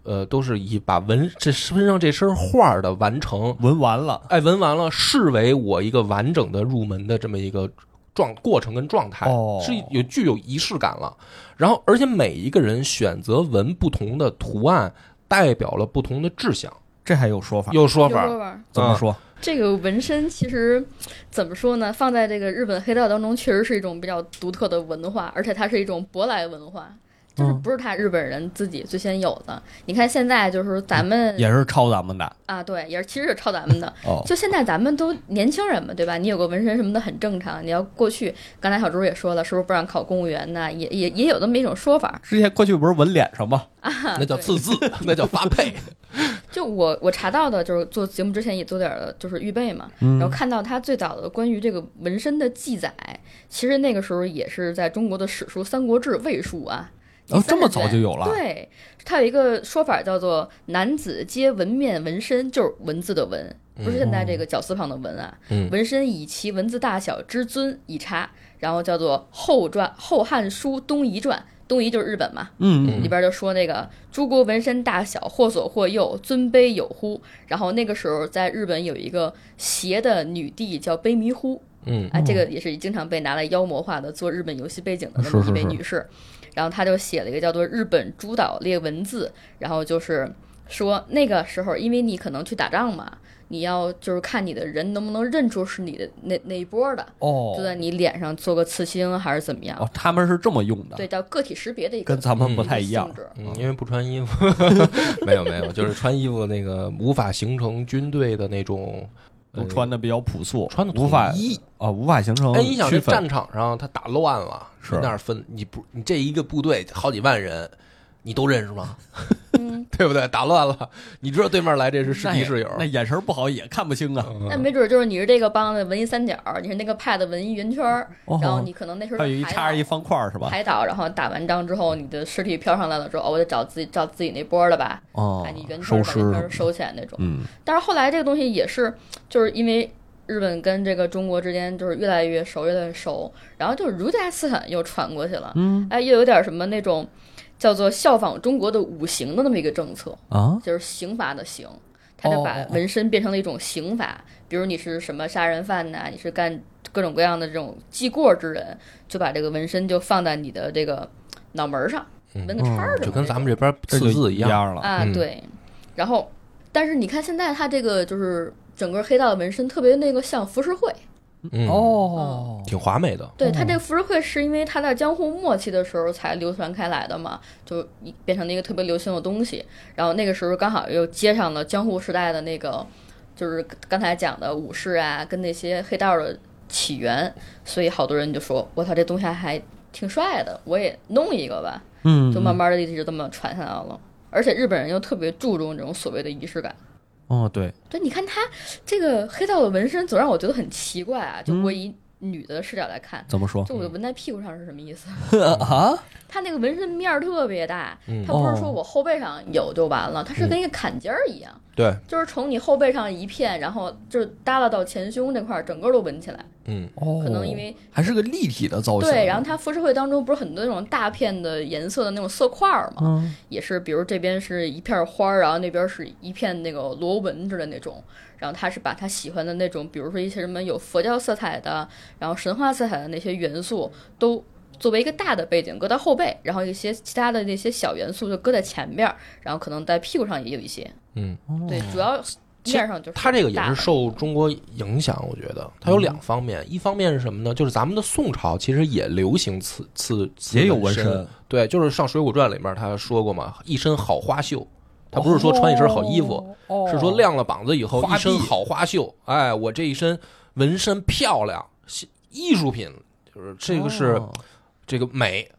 [SPEAKER 1] 呃，都是以把纹这身上这身画儿的完成，
[SPEAKER 2] 纹完了，
[SPEAKER 1] 哎，纹完了视为我一个完整的入门的这么一个状过程跟状态，
[SPEAKER 2] 哦
[SPEAKER 1] 是有具有仪式感了。然后，而且每一个人选择纹不同的图案，代表了不同的志向，
[SPEAKER 2] 这还有说法，
[SPEAKER 1] 有说
[SPEAKER 3] 说
[SPEAKER 1] 法。
[SPEAKER 3] 吧。
[SPEAKER 2] 怎么说？
[SPEAKER 3] 这个纹身其实怎么说呢？放在这个日本黑道当中，确实是一种比较独特的文化，而且它是一种舶来文化，就是
[SPEAKER 2] 嗯
[SPEAKER 3] 不是他日本人自己最先有的。你看现在就是咱们
[SPEAKER 2] 也是抄咱们的
[SPEAKER 3] 啊，对，也是其实是抄咱们的。
[SPEAKER 2] 嗯哦，
[SPEAKER 3] 就现在咱们都年轻人嘛，对吧？你有个纹身什么的很正常。你要过去，刚才小朱也说了，是不是不让考公务员呢？也也也有那么一种说法。
[SPEAKER 2] 之前过去不是纹脸上吗？
[SPEAKER 1] 那叫刺 字，那叫发配。
[SPEAKER 3] 就我我查到的，就是做节目之前也做点儿就是预备嘛，然
[SPEAKER 2] 嗯
[SPEAKER 3] 后看到他最早的关于这个纹身的记载，其实那个时候也是在中国的史书《三国志·魏书》啊。
[SPEAKER 2] 哦，
[SPEAKER 3] 第三
[SPEAKER 2] 这
[SPEAKER 3] 十
[SPEAKER 2] 么早
[SPEAKER 3] 卷
[SPEAKER 2] 就有了，
[SPEAKER 3] 对，它有一个说法叫做“男子皆纹面纹身”，就是文字的纹，不是现在这个绞丝旁的纹啊。
[SPEAKER 1] 嗯
[SPEAKER 3] 纹身以其文字大小之尊以察，然后叫做《后传》《后汉书·东夷传》，东夷就是日本嘛。
[SPEAKER 2] 嗯，
[SPEAKER 1] 嗯
[SPEAKER 3] 里边就说那个诸国纹身大小或左或右，尊卑有乎。然后那个时候在日本有一个邪的女帝叫卑弥呼，
[SPEAKER 1] 嗯
[SPEAKER 3] 啊，这个也是经常被拿来妖魔化的，做日本游戏背景的那
[SPEAKER 2] 是
[SPEAKER 3] 么
[SPEAKER 2] 是
[SPEAKER 3] 一位
[SPEAKER 2] 是
[SPEAKER 3] 女士。然后她就写了一个叫做《日本诸岛列文字》，然后就是说那个时候，因为你可能去打仗嘛，你要就是看你的人能不能认出是你的那那一波的，
[SPEAKER 2] 哦
[SPEAKER 3] 就，在你脸上做个刺青还是怎么样？
[SPEAKER 2] 哦，他们是这么用的，
[SPEAKER 3] 对，叫个体识别的一个
[SPEAKER 2] 跟咱们不
[SPEAKER 3] 一个
[SPEAKER 2] 太一样
[SPEAKER 3] 性。质
[SPEAKER 1] 嗯，因为不穿衣服， 没有没有，就是穿衣服那个无法形成军队的那种，
[SPEAKER 2] 都
[SPEAKER 1] 呃
[SPEAKER 2] 穿的比较朴素，
[SPEAKER 1] 穿的
[SPEAKER 2] 无法
[SPEAKER 1] 一。
[SPEAKER 2] 啊，无法形成
[SPEAKER 1] 哎，你想这
[SPEAKER 2] 区分
[SPEAKER 1] 战场上他打乱了，
[SPEAKER 2] 是
[SPEAKER 1] 那儿分你不你这一个部队好几万人，你都认识吗？ 对不对？打乱了，你知道对面来这是是
[SPEAKER 2] 那
[SPEAKER 1] 敌
[SPEAKER 2] 也
[SPEAKER 1] 是友，嗯
[SPEAKER 2] 那眼神不好也看不清啊。
[SPEAKER 3] 那没准儿就是你是这个帮的文艺三角儿，你是那个派的文艺圆圈儿，
[SPEAKER 2] 哦
[SPEAKER 3] 然后你可能那时候
[SPEAKER 2] 还有一
[SPEAKER 3] 海
[SPEAKER 2] 叉
[SPEAKER 3] 岛
[SPEAKER 2] 一方块儿是吧？
[SPEAKER 3] 海岛，然后打完仗之后，你的尸体飘上来了，说哦，我得找自己找自己那波了吧，
[SPEAKER 2] 哦
[SPEAKER 3] 把你圆，圈
[SPEAKER 2] 收
[SPEAKER 3] 儿把
[SPEAKER 2] 尸
[SPEAKER 3] 圆圈儿收起来那种。
[SPEAKER 2] 嗯，
[SPEAKER 3] 但是后来这个东西也是，就是因为日本跟这个中国之间就是越来越熟，越来越熟，然后就是儒家思想又传过去了，嗯，哎，又有点什么那种叫做效仿中国的五行的那么一个政策，
[SPEAKER 2] 啊，
[SPEAKER 3] 就是刑罚的刑，他就把
[SPEAKER 2] 哦哦哦
[SPEAKER 3] 纹身变成了一种刑罚，比如你是什么杀人犯呐、你是干各种各样的这种记过之人，就把这个纹身就放在你的这个脑门儿上，
[SPEAKER 1] 嗯
[SPEAKER 3] 纹个叉儿什么的、
[SPEAKER 1] 就跟咱们这边刺字
[SPEAKER 2] 一
[SPEAKER 1] 一样。
[SPEAKER 2] 了。
[SPEAKER 3] 啊，
[SPEAKER 1] 嗯
[SPEAKER 3] 对。然后，但是你看现在他这个就是整个黑道的纹身特别那个像浮世绘，
[SPEAKER 1] 嗯，
[SPEAKER 2] 哦，
[SPEAKER 1] 挺华美的。
[SPEAKER 3] 对
[SPEAKER 2] 嗯
[SPEAKER 3] 他这个浮世绘是因为他在江户末期的时候才流传开来的嘛，就一变成了一个特别流行的东西。然后那个时候刚好又接上了江户时代的那个，就是刚才讲的武士啊，跟那些黑道的起源，所以好多人就说：“我操，这东西还挺帅的，我也弄一个吧。”
[SPEAKER 2] 嗯
[SPEAKER 3] 就慢慢的一直这么传下来了。而且日本人又特别注重这种所谓的仪式感。
[SPEAKER 2] 哦，对，
[SPEAKER 3] 对，你看他这个黑道的纹身，总让我觉得很奇怪啊。就
[SPEAKER 2] 嗯
[SPEAKER 3] 我以女的视角来看，
[SPEAKER 2] 怎么说
[SPEAKER 3] 就我纹在屁股上是什么意思？
[SPEAKER 2] 啊？
[SPEAKER 3] 他那个纹身面儿特别大，
[SPEAKER 1] 嗯
[SPEAKER 3] 他不是
[SPEAKER 2] 哦
[SPEAKER 3] 说我后背上有就完了，他是跟一个坎肩儿一样，
[SPEAKER 1] 对，
[SPEAKER 3] 就是从你后背上一片，然后就是耷拉到前胸这块儿，整个都纹起来。
[SPEAKER 1] 嗯，
[SPEAKER 2] 哦，
[SPEAKER 3] 可能因为
[SPEAKER 2] 还是个立体的造型。
[SPEAKER 3] 对，然后它浮世绘当中不是很多那种大片的颜色的那种色块儿嘛，
[SPEAKER 2] 嗯
[SPEAKER 3] 也是，比如这边是一片花儿，然后那边是一片那个螺纹似的那种，然后他是把他喜欢的那种，比如说一些什么有佛教色彩的，然后神话色彩的那些元素都。作为一个大的背景搁到后背，然后一些其他的那些小元素就搁在前面儿，然后可能在屁股上也有一些。
[SPEAKER 1] 嗯，
[SPEAKER 3] 对，主要面上就是
[SPEAKER 1] 它这个也
[SPEAKER 3] 大
[SPEAKER 1] 是
[SPEAKER 3] 的
[SPEAKER 1] 受中国影响，我觉得它有两方面，一方面是什么呢？就是咱们的宋朝其实也流行刺刺，刺
[SPEAKER 2] 也有
[SPEAKER 1] 纹
[SPEAKER 2] 纹身，
[SPEAKER 1] 对，就是上《水浒传》里面他说过嘛，一身好花袖，他不是说穿一身好衣服，
[SPEAKER 2] 哦
[SPEAKER 1] 是说亮了膀子以后
[SPEAKER 2] 花
[SPEAKER 1] 一身
[SPEAKER 2] 臂
[SPEAKER 1] 好花袖。哎，我这一身纹身漂亮，是艺术品，就是这个是、
[SPEAKER 2] 哦
[SPEAKER 1] 这个美，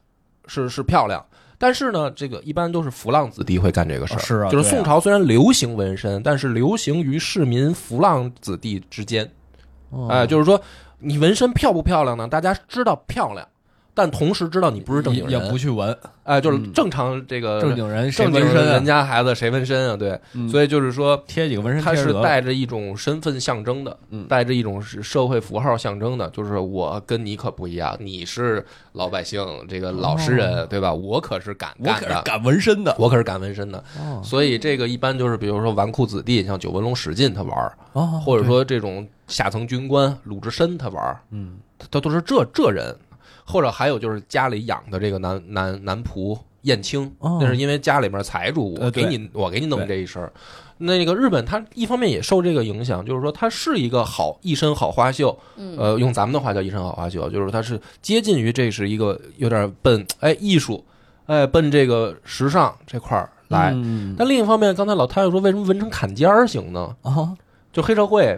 [SPEAKER 1] 是是漂亮。但是呢，这个一般都是浮浪子弟会干这个事儿、
[SPEAKER 2] 啊是啊
[SPEAKER 1] 就是
[SPEAKER 2] 对啊
[SPEAKER 1] 宋朝虽然流行纹身，但是流行于市民浮浪子弟之间。
[SPEAKER 2] 哦
[SPEAKER 1] 哎、就是说你纹身漂不漂亮呢？大家知道漂亮，但同时知道你不是正经
[SPEAKER 2] 也
[SPEAKER 1] 人。
[SPEAKER 2] 也不去纹，
[SPEAKER 1] 哎、就是
[SPEAKER 2] 嗯
[SPEAKER 1] 正常这个
[SPEAKER 2] 正经人谁
[SPEAKER 1] 正经
[SPEAKER 2] 纹身
[SPEAKER 1] 人人
[SPEAKER 2] 啊？
[SPEAKER 1] 家孩子谁纹身啊？对，
[SPEAKER 2] 嗯
[SPEAKER 1] 所以就是说。
[SPEAKER 2] 贴几个纹身
[SPEAKER 1] 它
[SPEAKER 2] 贴
[SPEAKER 1] 是
[SPEAKER 2] 着得了，
[SPEAKER 1] 带着一种身份象征的
[SPEAKER 2] 嗯，
[SPEAKER 1] 带着一种是社会符号象征的，就是我跟你可不一样，你是老百姓，这个老实人，对吧？我可是敢
[SPEAKER 2] 哦我
[SPEAKER 1] 干
[SPEAKER 2] 可是
[SPEAKER 1] 的，
[SPEAKER 2] 敢纹身的。
[SPEAKER 1] 我可是敢纹身的。
[SPEAKER 2] 哦
[SPEAKER 1] 所以这个一般就是，比如说纨绔子弟，像九纹龙史进他玩儿，
[SPEAKER 2] 哦
[SPEAKER 1] 或者说这种下层军官鲁智深他玩儿，
[SPEAKER 2] 嗯，
[SPEAKER 1] 他他都是这这人，或者还有就是家里养的这个男男男仆燕青，
[SPEAKER 2] 哦
[SPEAKER 1] 那是因为家里面财主，我
[SPEAKER 2] 呃
[SPEAKER 1] 给
[SPEAKER 2] 对
[SPEAKER 1] 你我给你弄这一身儿。那个日本，它一方面也受这个影响，就是说它是一个好一身好花袖，
[SPEAKER 3] 嗯
[SPEAKER 1] 呃，用咱们的话叫一身好花袖，就是它是接近于这是一个有点奔哎艺术，哎奔这个时尚这块儿来。
[SPEAKER 2] 嗯
[SPEAKER 1] 但另一方面，刚才老太太说为什么纹成坎肩儿型呢？
[SPEAKER 2] 啊，
[SPEAKER 1] 就黑社会，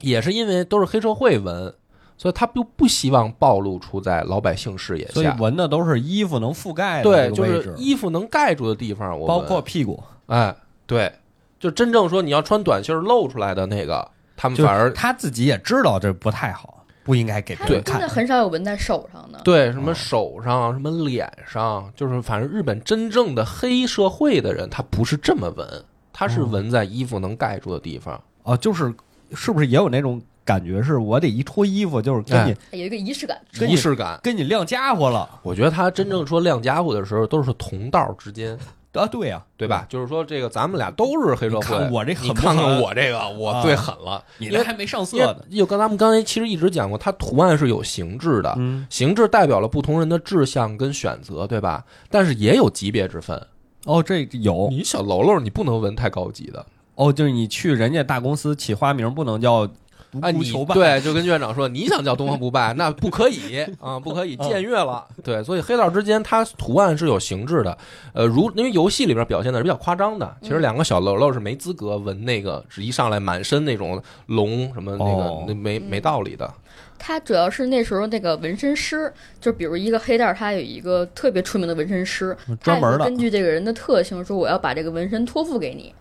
[SPEAKER 1] 也是因为都是黑社会纹，所以他不不希望暴露出在老百姓视野
[SPEAKER 2] 所以
[SPEAKER 1] 下。
[SPEAKER 2] 纹的都是衣服能覆盖
[SPEAKER 1] 对，
[SPEAKER 2] 的
[SPEAKER 1] 就
[SPEAKER 2] 这个位
[SPEAKER 1] 是
[SPEAKER 2] 置，
[SPEAKER 1] 衣服能盖住的地方，我
[SPEAKER 2] 包
[SPEAKER 1] 纹
[SPEAKER 2] 括屁股，
[SPEAKER 1] 哎，对，就真正说你要穿短袖露出来的那个，他们
[SPEAKER 2] 就
[SPEAKER 1] 嗯
[SPEAKER 2] 是
[SPEAKER 1] 反而
[SPEAKER 2] 他自己也知道这不太好，不应该给
[SPEAKER 3] 他
[SPEAKER 2] 别
[SPEAKER 3] 们
[SPEAKER 2] 人
[SPEAKER 3] 真
[SPEAKER 2] 看
[SPEAKER 3] 的。很少有纹在手上的。
[SPEAKER 1] 对什么
[SPEAKER 2] 哦
[SPEAKER 1] 手上、什么脸上，就是反正日本真正的黑社会的人，他不是这么纹，他是
[SPEAKER 2] 哦
[SPEAKER 1] 纹在衣服能盖住的地方。
[SPEAKER 2] 哦，就是是不是也有那种感觉？是我得一脱衣服，就是跟
[SPEAKER 1] 哎
[SPEAKER 2] 你、
[SPEAKER 3] 有一个仪式感。
[SPEAKER 2] 跟
[SPEAKER 1] 仪
[SPEAKER 2] 你
[SPEAKER 1] 式感，
[SPEAKER 2] 跟你亮家伙了
[SPEAKER 1] 我觉得他真正说亮家伙的时候，都是同道之间。
[SPEAKER 2] 啊？对呀、
[SPEAKER 1] 对吧？就是说，这个咱们俩都是黑社会，
[SPEAKER 2] 你看我这狠
[SPEAKER 1] 嗯你
[SPEAKER 2] 不
[SPEAKER 1] 看看
[SPEAKER 2] 狠
[SPEAKER 1] 我这个，我
[SPEAKER 2] 啊
[SPEAKER 1] 最狠了。
[SPEAKER 2] 你
[SPEAKER 1] 因为
[SPEAKER 2] 这还没上色
[SPEAKER 1] 因为
[SPEAKER 2] 呢。
[SPEAKER 1] 就跟咱们刚才其实一直讲过，它图案是有形制的，
[SPEAKER 2] 嗯
[SPEAKER 1] 形制代表了不同人的志向跟选择，对吧？但是也有级别之分。
[SPEAKER 2] 哦，这有
[SPEAKER 1] 你小喽喽，你不能纹太高级的。
[SPEAKER 2] 哦，就是你去人家大公司起花名，不能叫独
[SPEAKER 1] 哎，
[SPEAKER 2] 孤
[SPEAKER 1] 你
[SPEAKER 2] 求败。
[SPEAKER 1] 对，就跟院长说，你想叫东方不败，那不可以啊，不可以
[SPEAKER 2] 嗯
[SPEAKER 1] 僭越了。对，所以黑道之间它图案是有形制的，呃，如因为游戏里边表现的是比较夸张的，其实两个小喽啰是没资格纹那个，只一上来满身那种龙什么那个，
[SPEAKER 2] 哦
[SPEAKER 1] 那没没道理的。
[SPEAKER 3] 他主要是那时候那个纹身师，就比如一个黑道，他有一个特别出名的纹身师，他
[SPEAKER 2] 专
[SPEAKER 3] 也
[SPEAKER 2] 门
[SPEAKER 3] 会
[SPEAKER 2] 的
[SPEAKER 3] 根据这个人的特性说我要把这个纹身托付给你。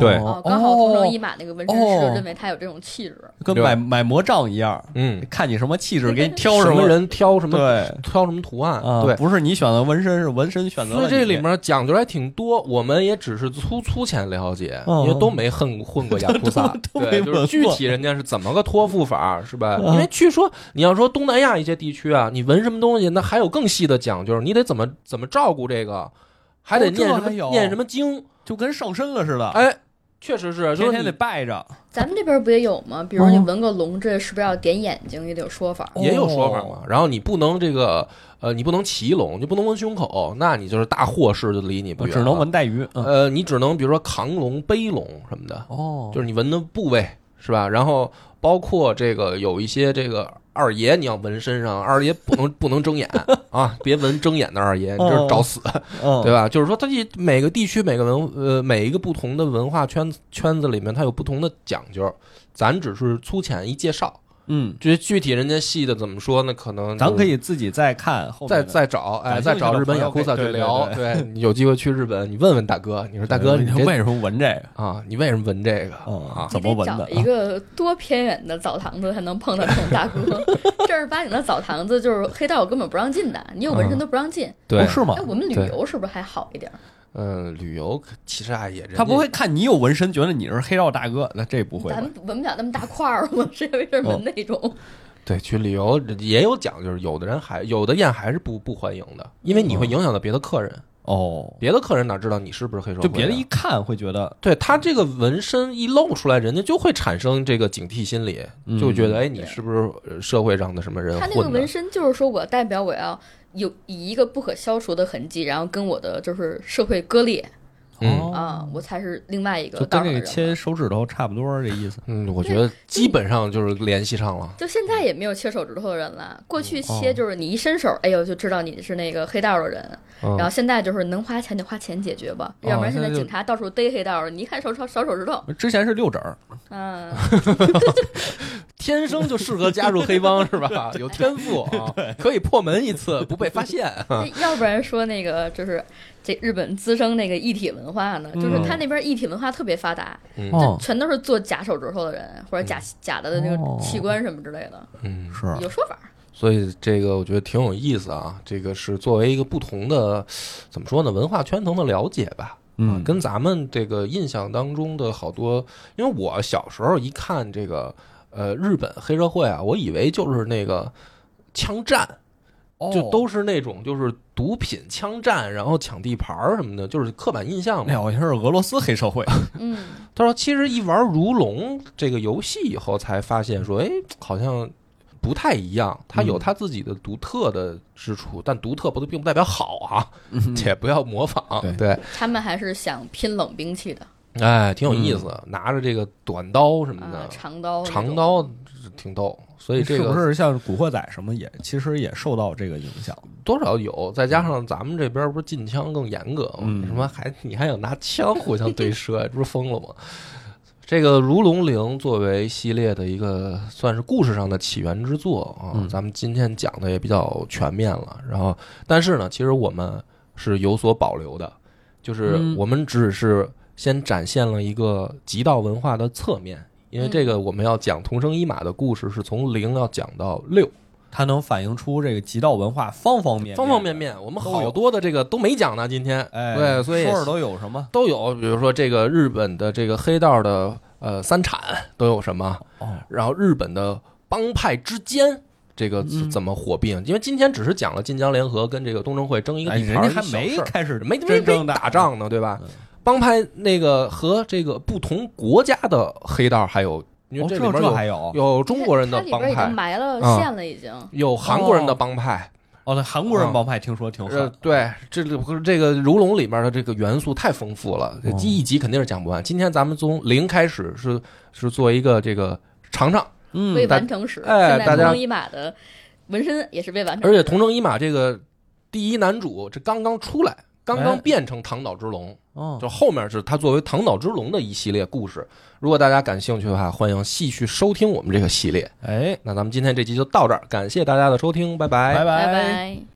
[SPEAKER 1] 对
[SPEAKER 3] 啊
[SPEAKER 2] 哦，
[SPEAKER 3] 刚好同城一
[SPEAKER 2] 哦
[SPEAKER 3] 马那个纹身师
[SPEAKER 2] 哦
[SPEAKER 3] 就认为他有这种气质，
[SPEAKER 2] 跟买买魔杖一样，
[SPEAKER 1] 嗯，
[SPEAKER 2] 看你什么气质，给你挑
[SPEAKER 1] 什
[SPEAKER 2] 么
[SPEAKER 1] 么人挑什么
[SPEAKER 2] 对
[SPEAKER 1] 挑什么图案，
[SPEAKER 2] 啊，
[SPEAKER 1] 对。
[SPEAKER 2] 不是你选的纹身，是纹身选择
[SPEAKER 1] 所
[SPEAKER 2] 了
[SPEAKER 1] 以这
[SPEAKER 2] 你
[SPEAKER 1] 里面讲究还挺多，我们也只是粗粗浅了解，
[SPEAKER 2] 哦，
[SPEAKER 1] 因为都没混混过雅库萨
[SPEAKER 2] 都都
[SPEAKER 1] 对，
[SPEAKER 2] 没
[SPEAKER 1] 就是
[SPEAKER 2] 闻
[SPEAKER 1] 具
[SPEAKER 2] 过
[SPEAKER 1] 体人家是怎么个托付法，是吧？
[SPEAKER 2] 嗯
[SPEAKER 1] 因为据说你要说东南亚一些地区啊，你纹什么东西，那还有更细的讲究，你得怎么怎么照顾这个，还得
[SPEAKER 2] 哦这
[SPEAKER 1] 念什么
[SPEAKER 2] 还有
[SPEAKER 1] 念什么经，
[SPEAKER 2] 就跟上身了似的，
[SPEAKER 1] 哎，确实是，就
[SPEAKER 2] 天
[SPEAKER 1] 是
[SPEAKER 2] 天
[SPEAKER 1] 你
[SPEAKER 2] 得拜着。
[SPEAKER 3] 咱们这边不也有吗？比如你
[SPEAKER 2] 哦
[SPEAKER 3] 纹个龙，这是不是要点眼睛，也得有说法？
[SPEAKER 2] 哦
[SPEAKER 1] 也有说法嘛。然后你不能这个，呃，你不能骑龙，你不能纹胸口，那你就是大祸事就离你不
[SPEAKER 2] 我
[SPEAKER 1] 远
[SPEAKER 2] 哦只能
[SPEAKER 1] 了
[SPEAKER 2] 纹带鱼。嗯
[SPEAKER 1] 呃，你只能比如说扛龙、背龙什么的，
[SPEAKER 2] 哦
[SPEAKER 1] 就是你纹的部位是吧？然后包括这个有一些这个二爷，你要纹身上，二爷不能 不能睁眼啊，别纹睁眼的二爷，你这是找死，
[SPEAKER 2] 嗯
[SPEAKER 1] 对吧？就是说，它这每个地区、每个文呃每一个不同的文化圈圈子里面，它有不同的讲究，咱只是粗浅一介绍，
[SPEAKER 2] 嗯，
[SPEAKER 1] 就是具体人家细的怎么说呢？可能
[SPEAKER 2] 咱
[SPEAKER 1] 就
[SPEAKER 2] 可以自己再看后
[SPEAKER 1] 再
[SPEAKER 2] 面的
[SPEAKER 1] 再找，哎，
[SPEAKER 2] 感
[SPEAKER 1] 再
[SPEAKER 2] 兴趣的
[SPEAKER 1] 找日本
[SPEAKER 2] 朋友
[SPEAKER 1] 雅库萨去
[SPEAKER 2] 可以对对
[SPEAKER 1] 聊。对你有机会去日本，你问问大哥，你说大哥，
[SPEAKER 2] 嗯
[SPEAKER 1] 你这
[SPEAKER 2] 为什么纹这个？
[SPEAKER 1] 啊，你为什么纹这个
[SPEAKER 2] 嗯
[SPEAKER 1] 啊？
[SPEAKER 2] 怎么
[SPEAKER 3] 你得
[SPEAKER 2] 纹
[SPEAKER 3] 找
[SPEAKER 2] 的
[SPEAKER 3] 一个多偏远的澡堂子才能碰到这种大哥， 正儿八经的澡堂子就是黑道根本不让进的，你有纹身都不让进。
[SPEAKER 1] 对
[SPEAKER 2] 哦，是吗
[SPEAKER 3] 哎，？我们旅
[SPEAKER 1] 对
[SPEAKER 3] 游是不是还好一点？
[SPEAKER 1] 嗯，旅游其实啊也人家
[SPEAKER 2] 他不会看你有纹身，觉得你是黑道大哥，那这不会吧哦
[SPEAKER 3] 咱。们纹不了那么大块儿，我 是没事儿纹那种。
[SPEAKER 1] 对去旅游也有讲究，有的人还有的宴还是不不欢迎的，因为你
[SPEAKER 2] 嗯
[SPEAKER 1] 会影响到别的客人，
[SPEAKER 2] 哦，
[SPEAKER 1] 别的客人哪知道你是不是黑社会啊？
[SPEAKER 2] 就别人一看会觉得
[SPEAKER 1] 对他这个纹身一露出来，人家就会产生这个警惕心理，
[SPEAKER 2] 嗯
[SPEAKER 1] 就觉得哎，你
[SPEAKER 3] 对
[SPEAKER 1] 是不是呃社会上的什么人
[SPEAKER 3] 他那个
[SPEAKER 1] 混的
[SPEAKER 3] 纹？身就是说我代表我要有以一个不可消除的痕迹，然后跟我的就是社会割裂，
[SPEAKER 1] 嗯
[SPEAKER 3] 啊，我才是另外一
[SPEAKER 2] 哦
[SPEAKER 3] 个
[SPEAKER 2] 就
[SPEAKER 3] 道
[SPEAKER 2] 跟
[SPEAKER 3] 上
[SPEAKER 2] 这
[SPEAKER 3] 的人
[SPEAKER 2] 个
[SPEAKER 3] 嘛。
[SPEAKER 2] 切手指头差不多这意思。
[SPEAKER 1] 嗯，我觉得基本上就是联系上了。
[SPEAKER 3] 就现在也没有切手指头的人了，过去切
[SPEAKER 2] 哦
[SPEAKER 3] 就是你一伸手，哎呦就知道你是那个黑道的人，
[SPEAKER 1] 嗯
[SPEAKER 3] 然后现在就是能花钱就花钱解决吧，
[SPEAKER 2] 哦
[SPEAKER 3] 要不然
[SPEAKER 2] 现在
[SPEAKER 3] 现在
[SPEAKER 2] 就
[SPEAKER 3] 警察到处逮黑道了，你一看手手手手 指头，
[SPEAKER 2] 之前是六指儿，
[SPEAKER 3] 嗯，
[SPEAKER 1] 天生就适合加入黑帮是 吧？有天赋啊，可以破门一次不被发现。
[SPEAKER 3] 那要不然说那个就是这日本滋生那个一体文化呢，就是
[SPEAKER 2] 嗯
[SPEAKER 3] 他那边一体文化特别发达，
[SPEAKER 1] 嗯
[SPEAKER 2] 哦
[SPEAKER 3] 全都是做假手指头的人
[SPEAKER 1] 哎
[SPEAKER 3] 或者假假的那
[SPEAKER 2] 哦
[SPEAKER 3] 个器官什么之类的，
[SPEAKER 1] 嗯，
[SPEAKER 2] 是
[SPEAKER 3] 有说法。
[SPEAKER 1] 所以这个我觉得挺有意思啊。这个是作为一个不同的怎么说呢，文化圈层的了解吧。啊
[SPEAKER 2] 嗯，
[SPEAKER 1] 跟咱们这个印象当中的好多，因为我小时候一看这个呃日本黑社会啊，我以为就是那个枪战，
[SPEAKER 2] 哦
[SPEAKER 1] 就都是那种就是毒品枪战，然后抢地盘儿什么的，就是刻板印象
[SPEAKER 2] 那
[SPEAKER 1] 嘛。
[SPEAKER 2] 好哎像是俄罗斯黑社会，
[SPEAKER 3] 嗯，
[SPEAKER 1] 他说，其实一玩如龙这个游戏以后，才发现说，哎，好像不太一样，它
[SPEAKER 2] 嗯
[SPEAKER 1] 有它自己的独特的之处，但独特不并不代表好啊，
[SPEAKER 2] 嗯
[SPEAKER 1] 且不要模仿。
[SPEAKER 2] 对
[SPEAKER 1] 对，
[SPEAKER 3] 他们还是想拼冷兵器的
[SPEAKER 1] 哎，挺有意思，
[SPEAKER 2] 嗯
[SPEAKER 1] 拿着这个短刀什么
[SPEAKER 3] 啊，
[SPEAKER 1] 的，
[SPEAKER 3] 长刀那
[SPEAKER 1] 嗯
[SPEAKER 3] 种，
[SPEAKER 1] 长刀挺逗。所以这
[SPEAKER 2] 是
[SPEAKER 1] 个
[SPEAKER 2] 不是像《古惑仔》什么也其实也受到这个影响？
[SPEAKER 1] 多少有，再加上咱们这边不是禁枪更严格吗？
[SPEAKER 2] 嗯
[SPEAKER 1] 你什么还你还想拿枪互相对射，这不是疯了吗？ 这个《如龙零》作为系列的一个算是故事上的起源之作啊，
[SPEAKER 2] 嗯
[SPEAKER 1] 咱们今天讲的也比较全面了。然后，但是呢，其实我们是有所保留的，就是
[SPEAKER 2] 嗯
[SPEAKER 1] 我们只是先展现了一个极道文化的侧面，因为这个
[SPEAKER 2] 嗯
[SPEAKER 1] 我们要讲同生一马的故事是从零要讲到六。
[SPEAKER 2] 它能反映出这个极道文化方方面面
[SPEAKER 1] 方方面。面，我们
[SPEAKER 2] 都有
[SPEAKER 1] 好多的这个都没讲呢。今天，
[SPEAKER 2] 哎，
[SPEAKER 1] 对，所以
[SPEAKER 2] 说说都有什么？
[SPEAKER 1] 都有，比如说这个日本的这个黑道的呃三产都有什么，
[SPEAKER 2] 哦，
[SPEAKER 1] 然后日本的帮派之间。这个
[SPEAKER 2] 嗯
[SPEAKER 1] 怎怎么火并？因为今天只是讲了晋江联合跟这个东正会争一个
[SPEAKER 2] 哎，
[SPEAKER 1] 地
[SPEAKER 2] 人
[SPEAKER 1] 盘儿
[SPEAKER 2] 家
[SPEAKER 1] 的小
[SPEAKER 2] 还
[SPEAKER 1] 事儿，
[SPEAKER 2] 没开始
[SPEAKER 1] 没没
[SPEAKER 2] 真正
[SPEAKER 1] 没
[SPEAKER 2] 的
[SPEAKER 1] 打，仗呢，对吧
[SPEAKER 2] 嗯？
[SPEAKER 1] 帮派那个和这个不同国家的黑道还有，因
[SPEAKER 2] 哦
[SPEAKER 1] 为
[SPEAKER 2] 这
[SPEAKER 1] 这里边
[SPEAKER 2] 这还
[SPEAKER 1] 有
[SPEAKER 2] 有
[SPEAKER 1] 有中国人的
[SPEAKER 3] 它里
[SPEAKER 1] 帮
[SPEAKER 3] 边已经
[SPEAKER 1] 派，
[SPEAKER 3] 埋了
[SPEAKER 1] 啊
[SPEAKER 3] 线了，已经。
[SPEAKER 1] 有韩国人的帮派，
[SPEAKER 2] 哦，那韩国人帮派听说挺
[SPEAKER 1] 呃
[SPEAKER 2] 狠，，
[SPEAKER 1] 对，这里不是这个《如龙》里面的这个元素太丰富了，
[SPEAKER 2] 哦
[SPEAKER 1] 一集肯定是讲不完。今天咱们从零开始是是做一个这个尝尝，
[SPEAKER 2] 嗯
[SPEAKER 3] 未完成时，
[SPEAKER 1] 哎
[SPEAKER 3] 现在
[SPEAKER 1] 大
[SPEAKER 3] 同
[SPEAKER 1] 家
[SPEAKER 3] 生一马的纹身也是未完成
[SPEAKER 1] 而
[SPEAKER 3] 时，
[SPEAKER 1] 且同生一马这个第一男主这刚刚出来，刚
[SPEAKER 2] 哎
[SPEAKER 1] 刚变成唐岛之龙，
[SPEAKER 2] 哦，
[SPEAKER 1] 就后面是他作为唐岛之龙的一系列故事。如果大家感兴趣的话，欢迎继续收听我们这个系列。
[SPEAKER 2] 哎，
[SPEAKER 1] 那咱们今天这集就到这儿，感谢大家的收听，拜拜
[SPEAKER 2] 拜
[SPEAKER 3] 拜拜。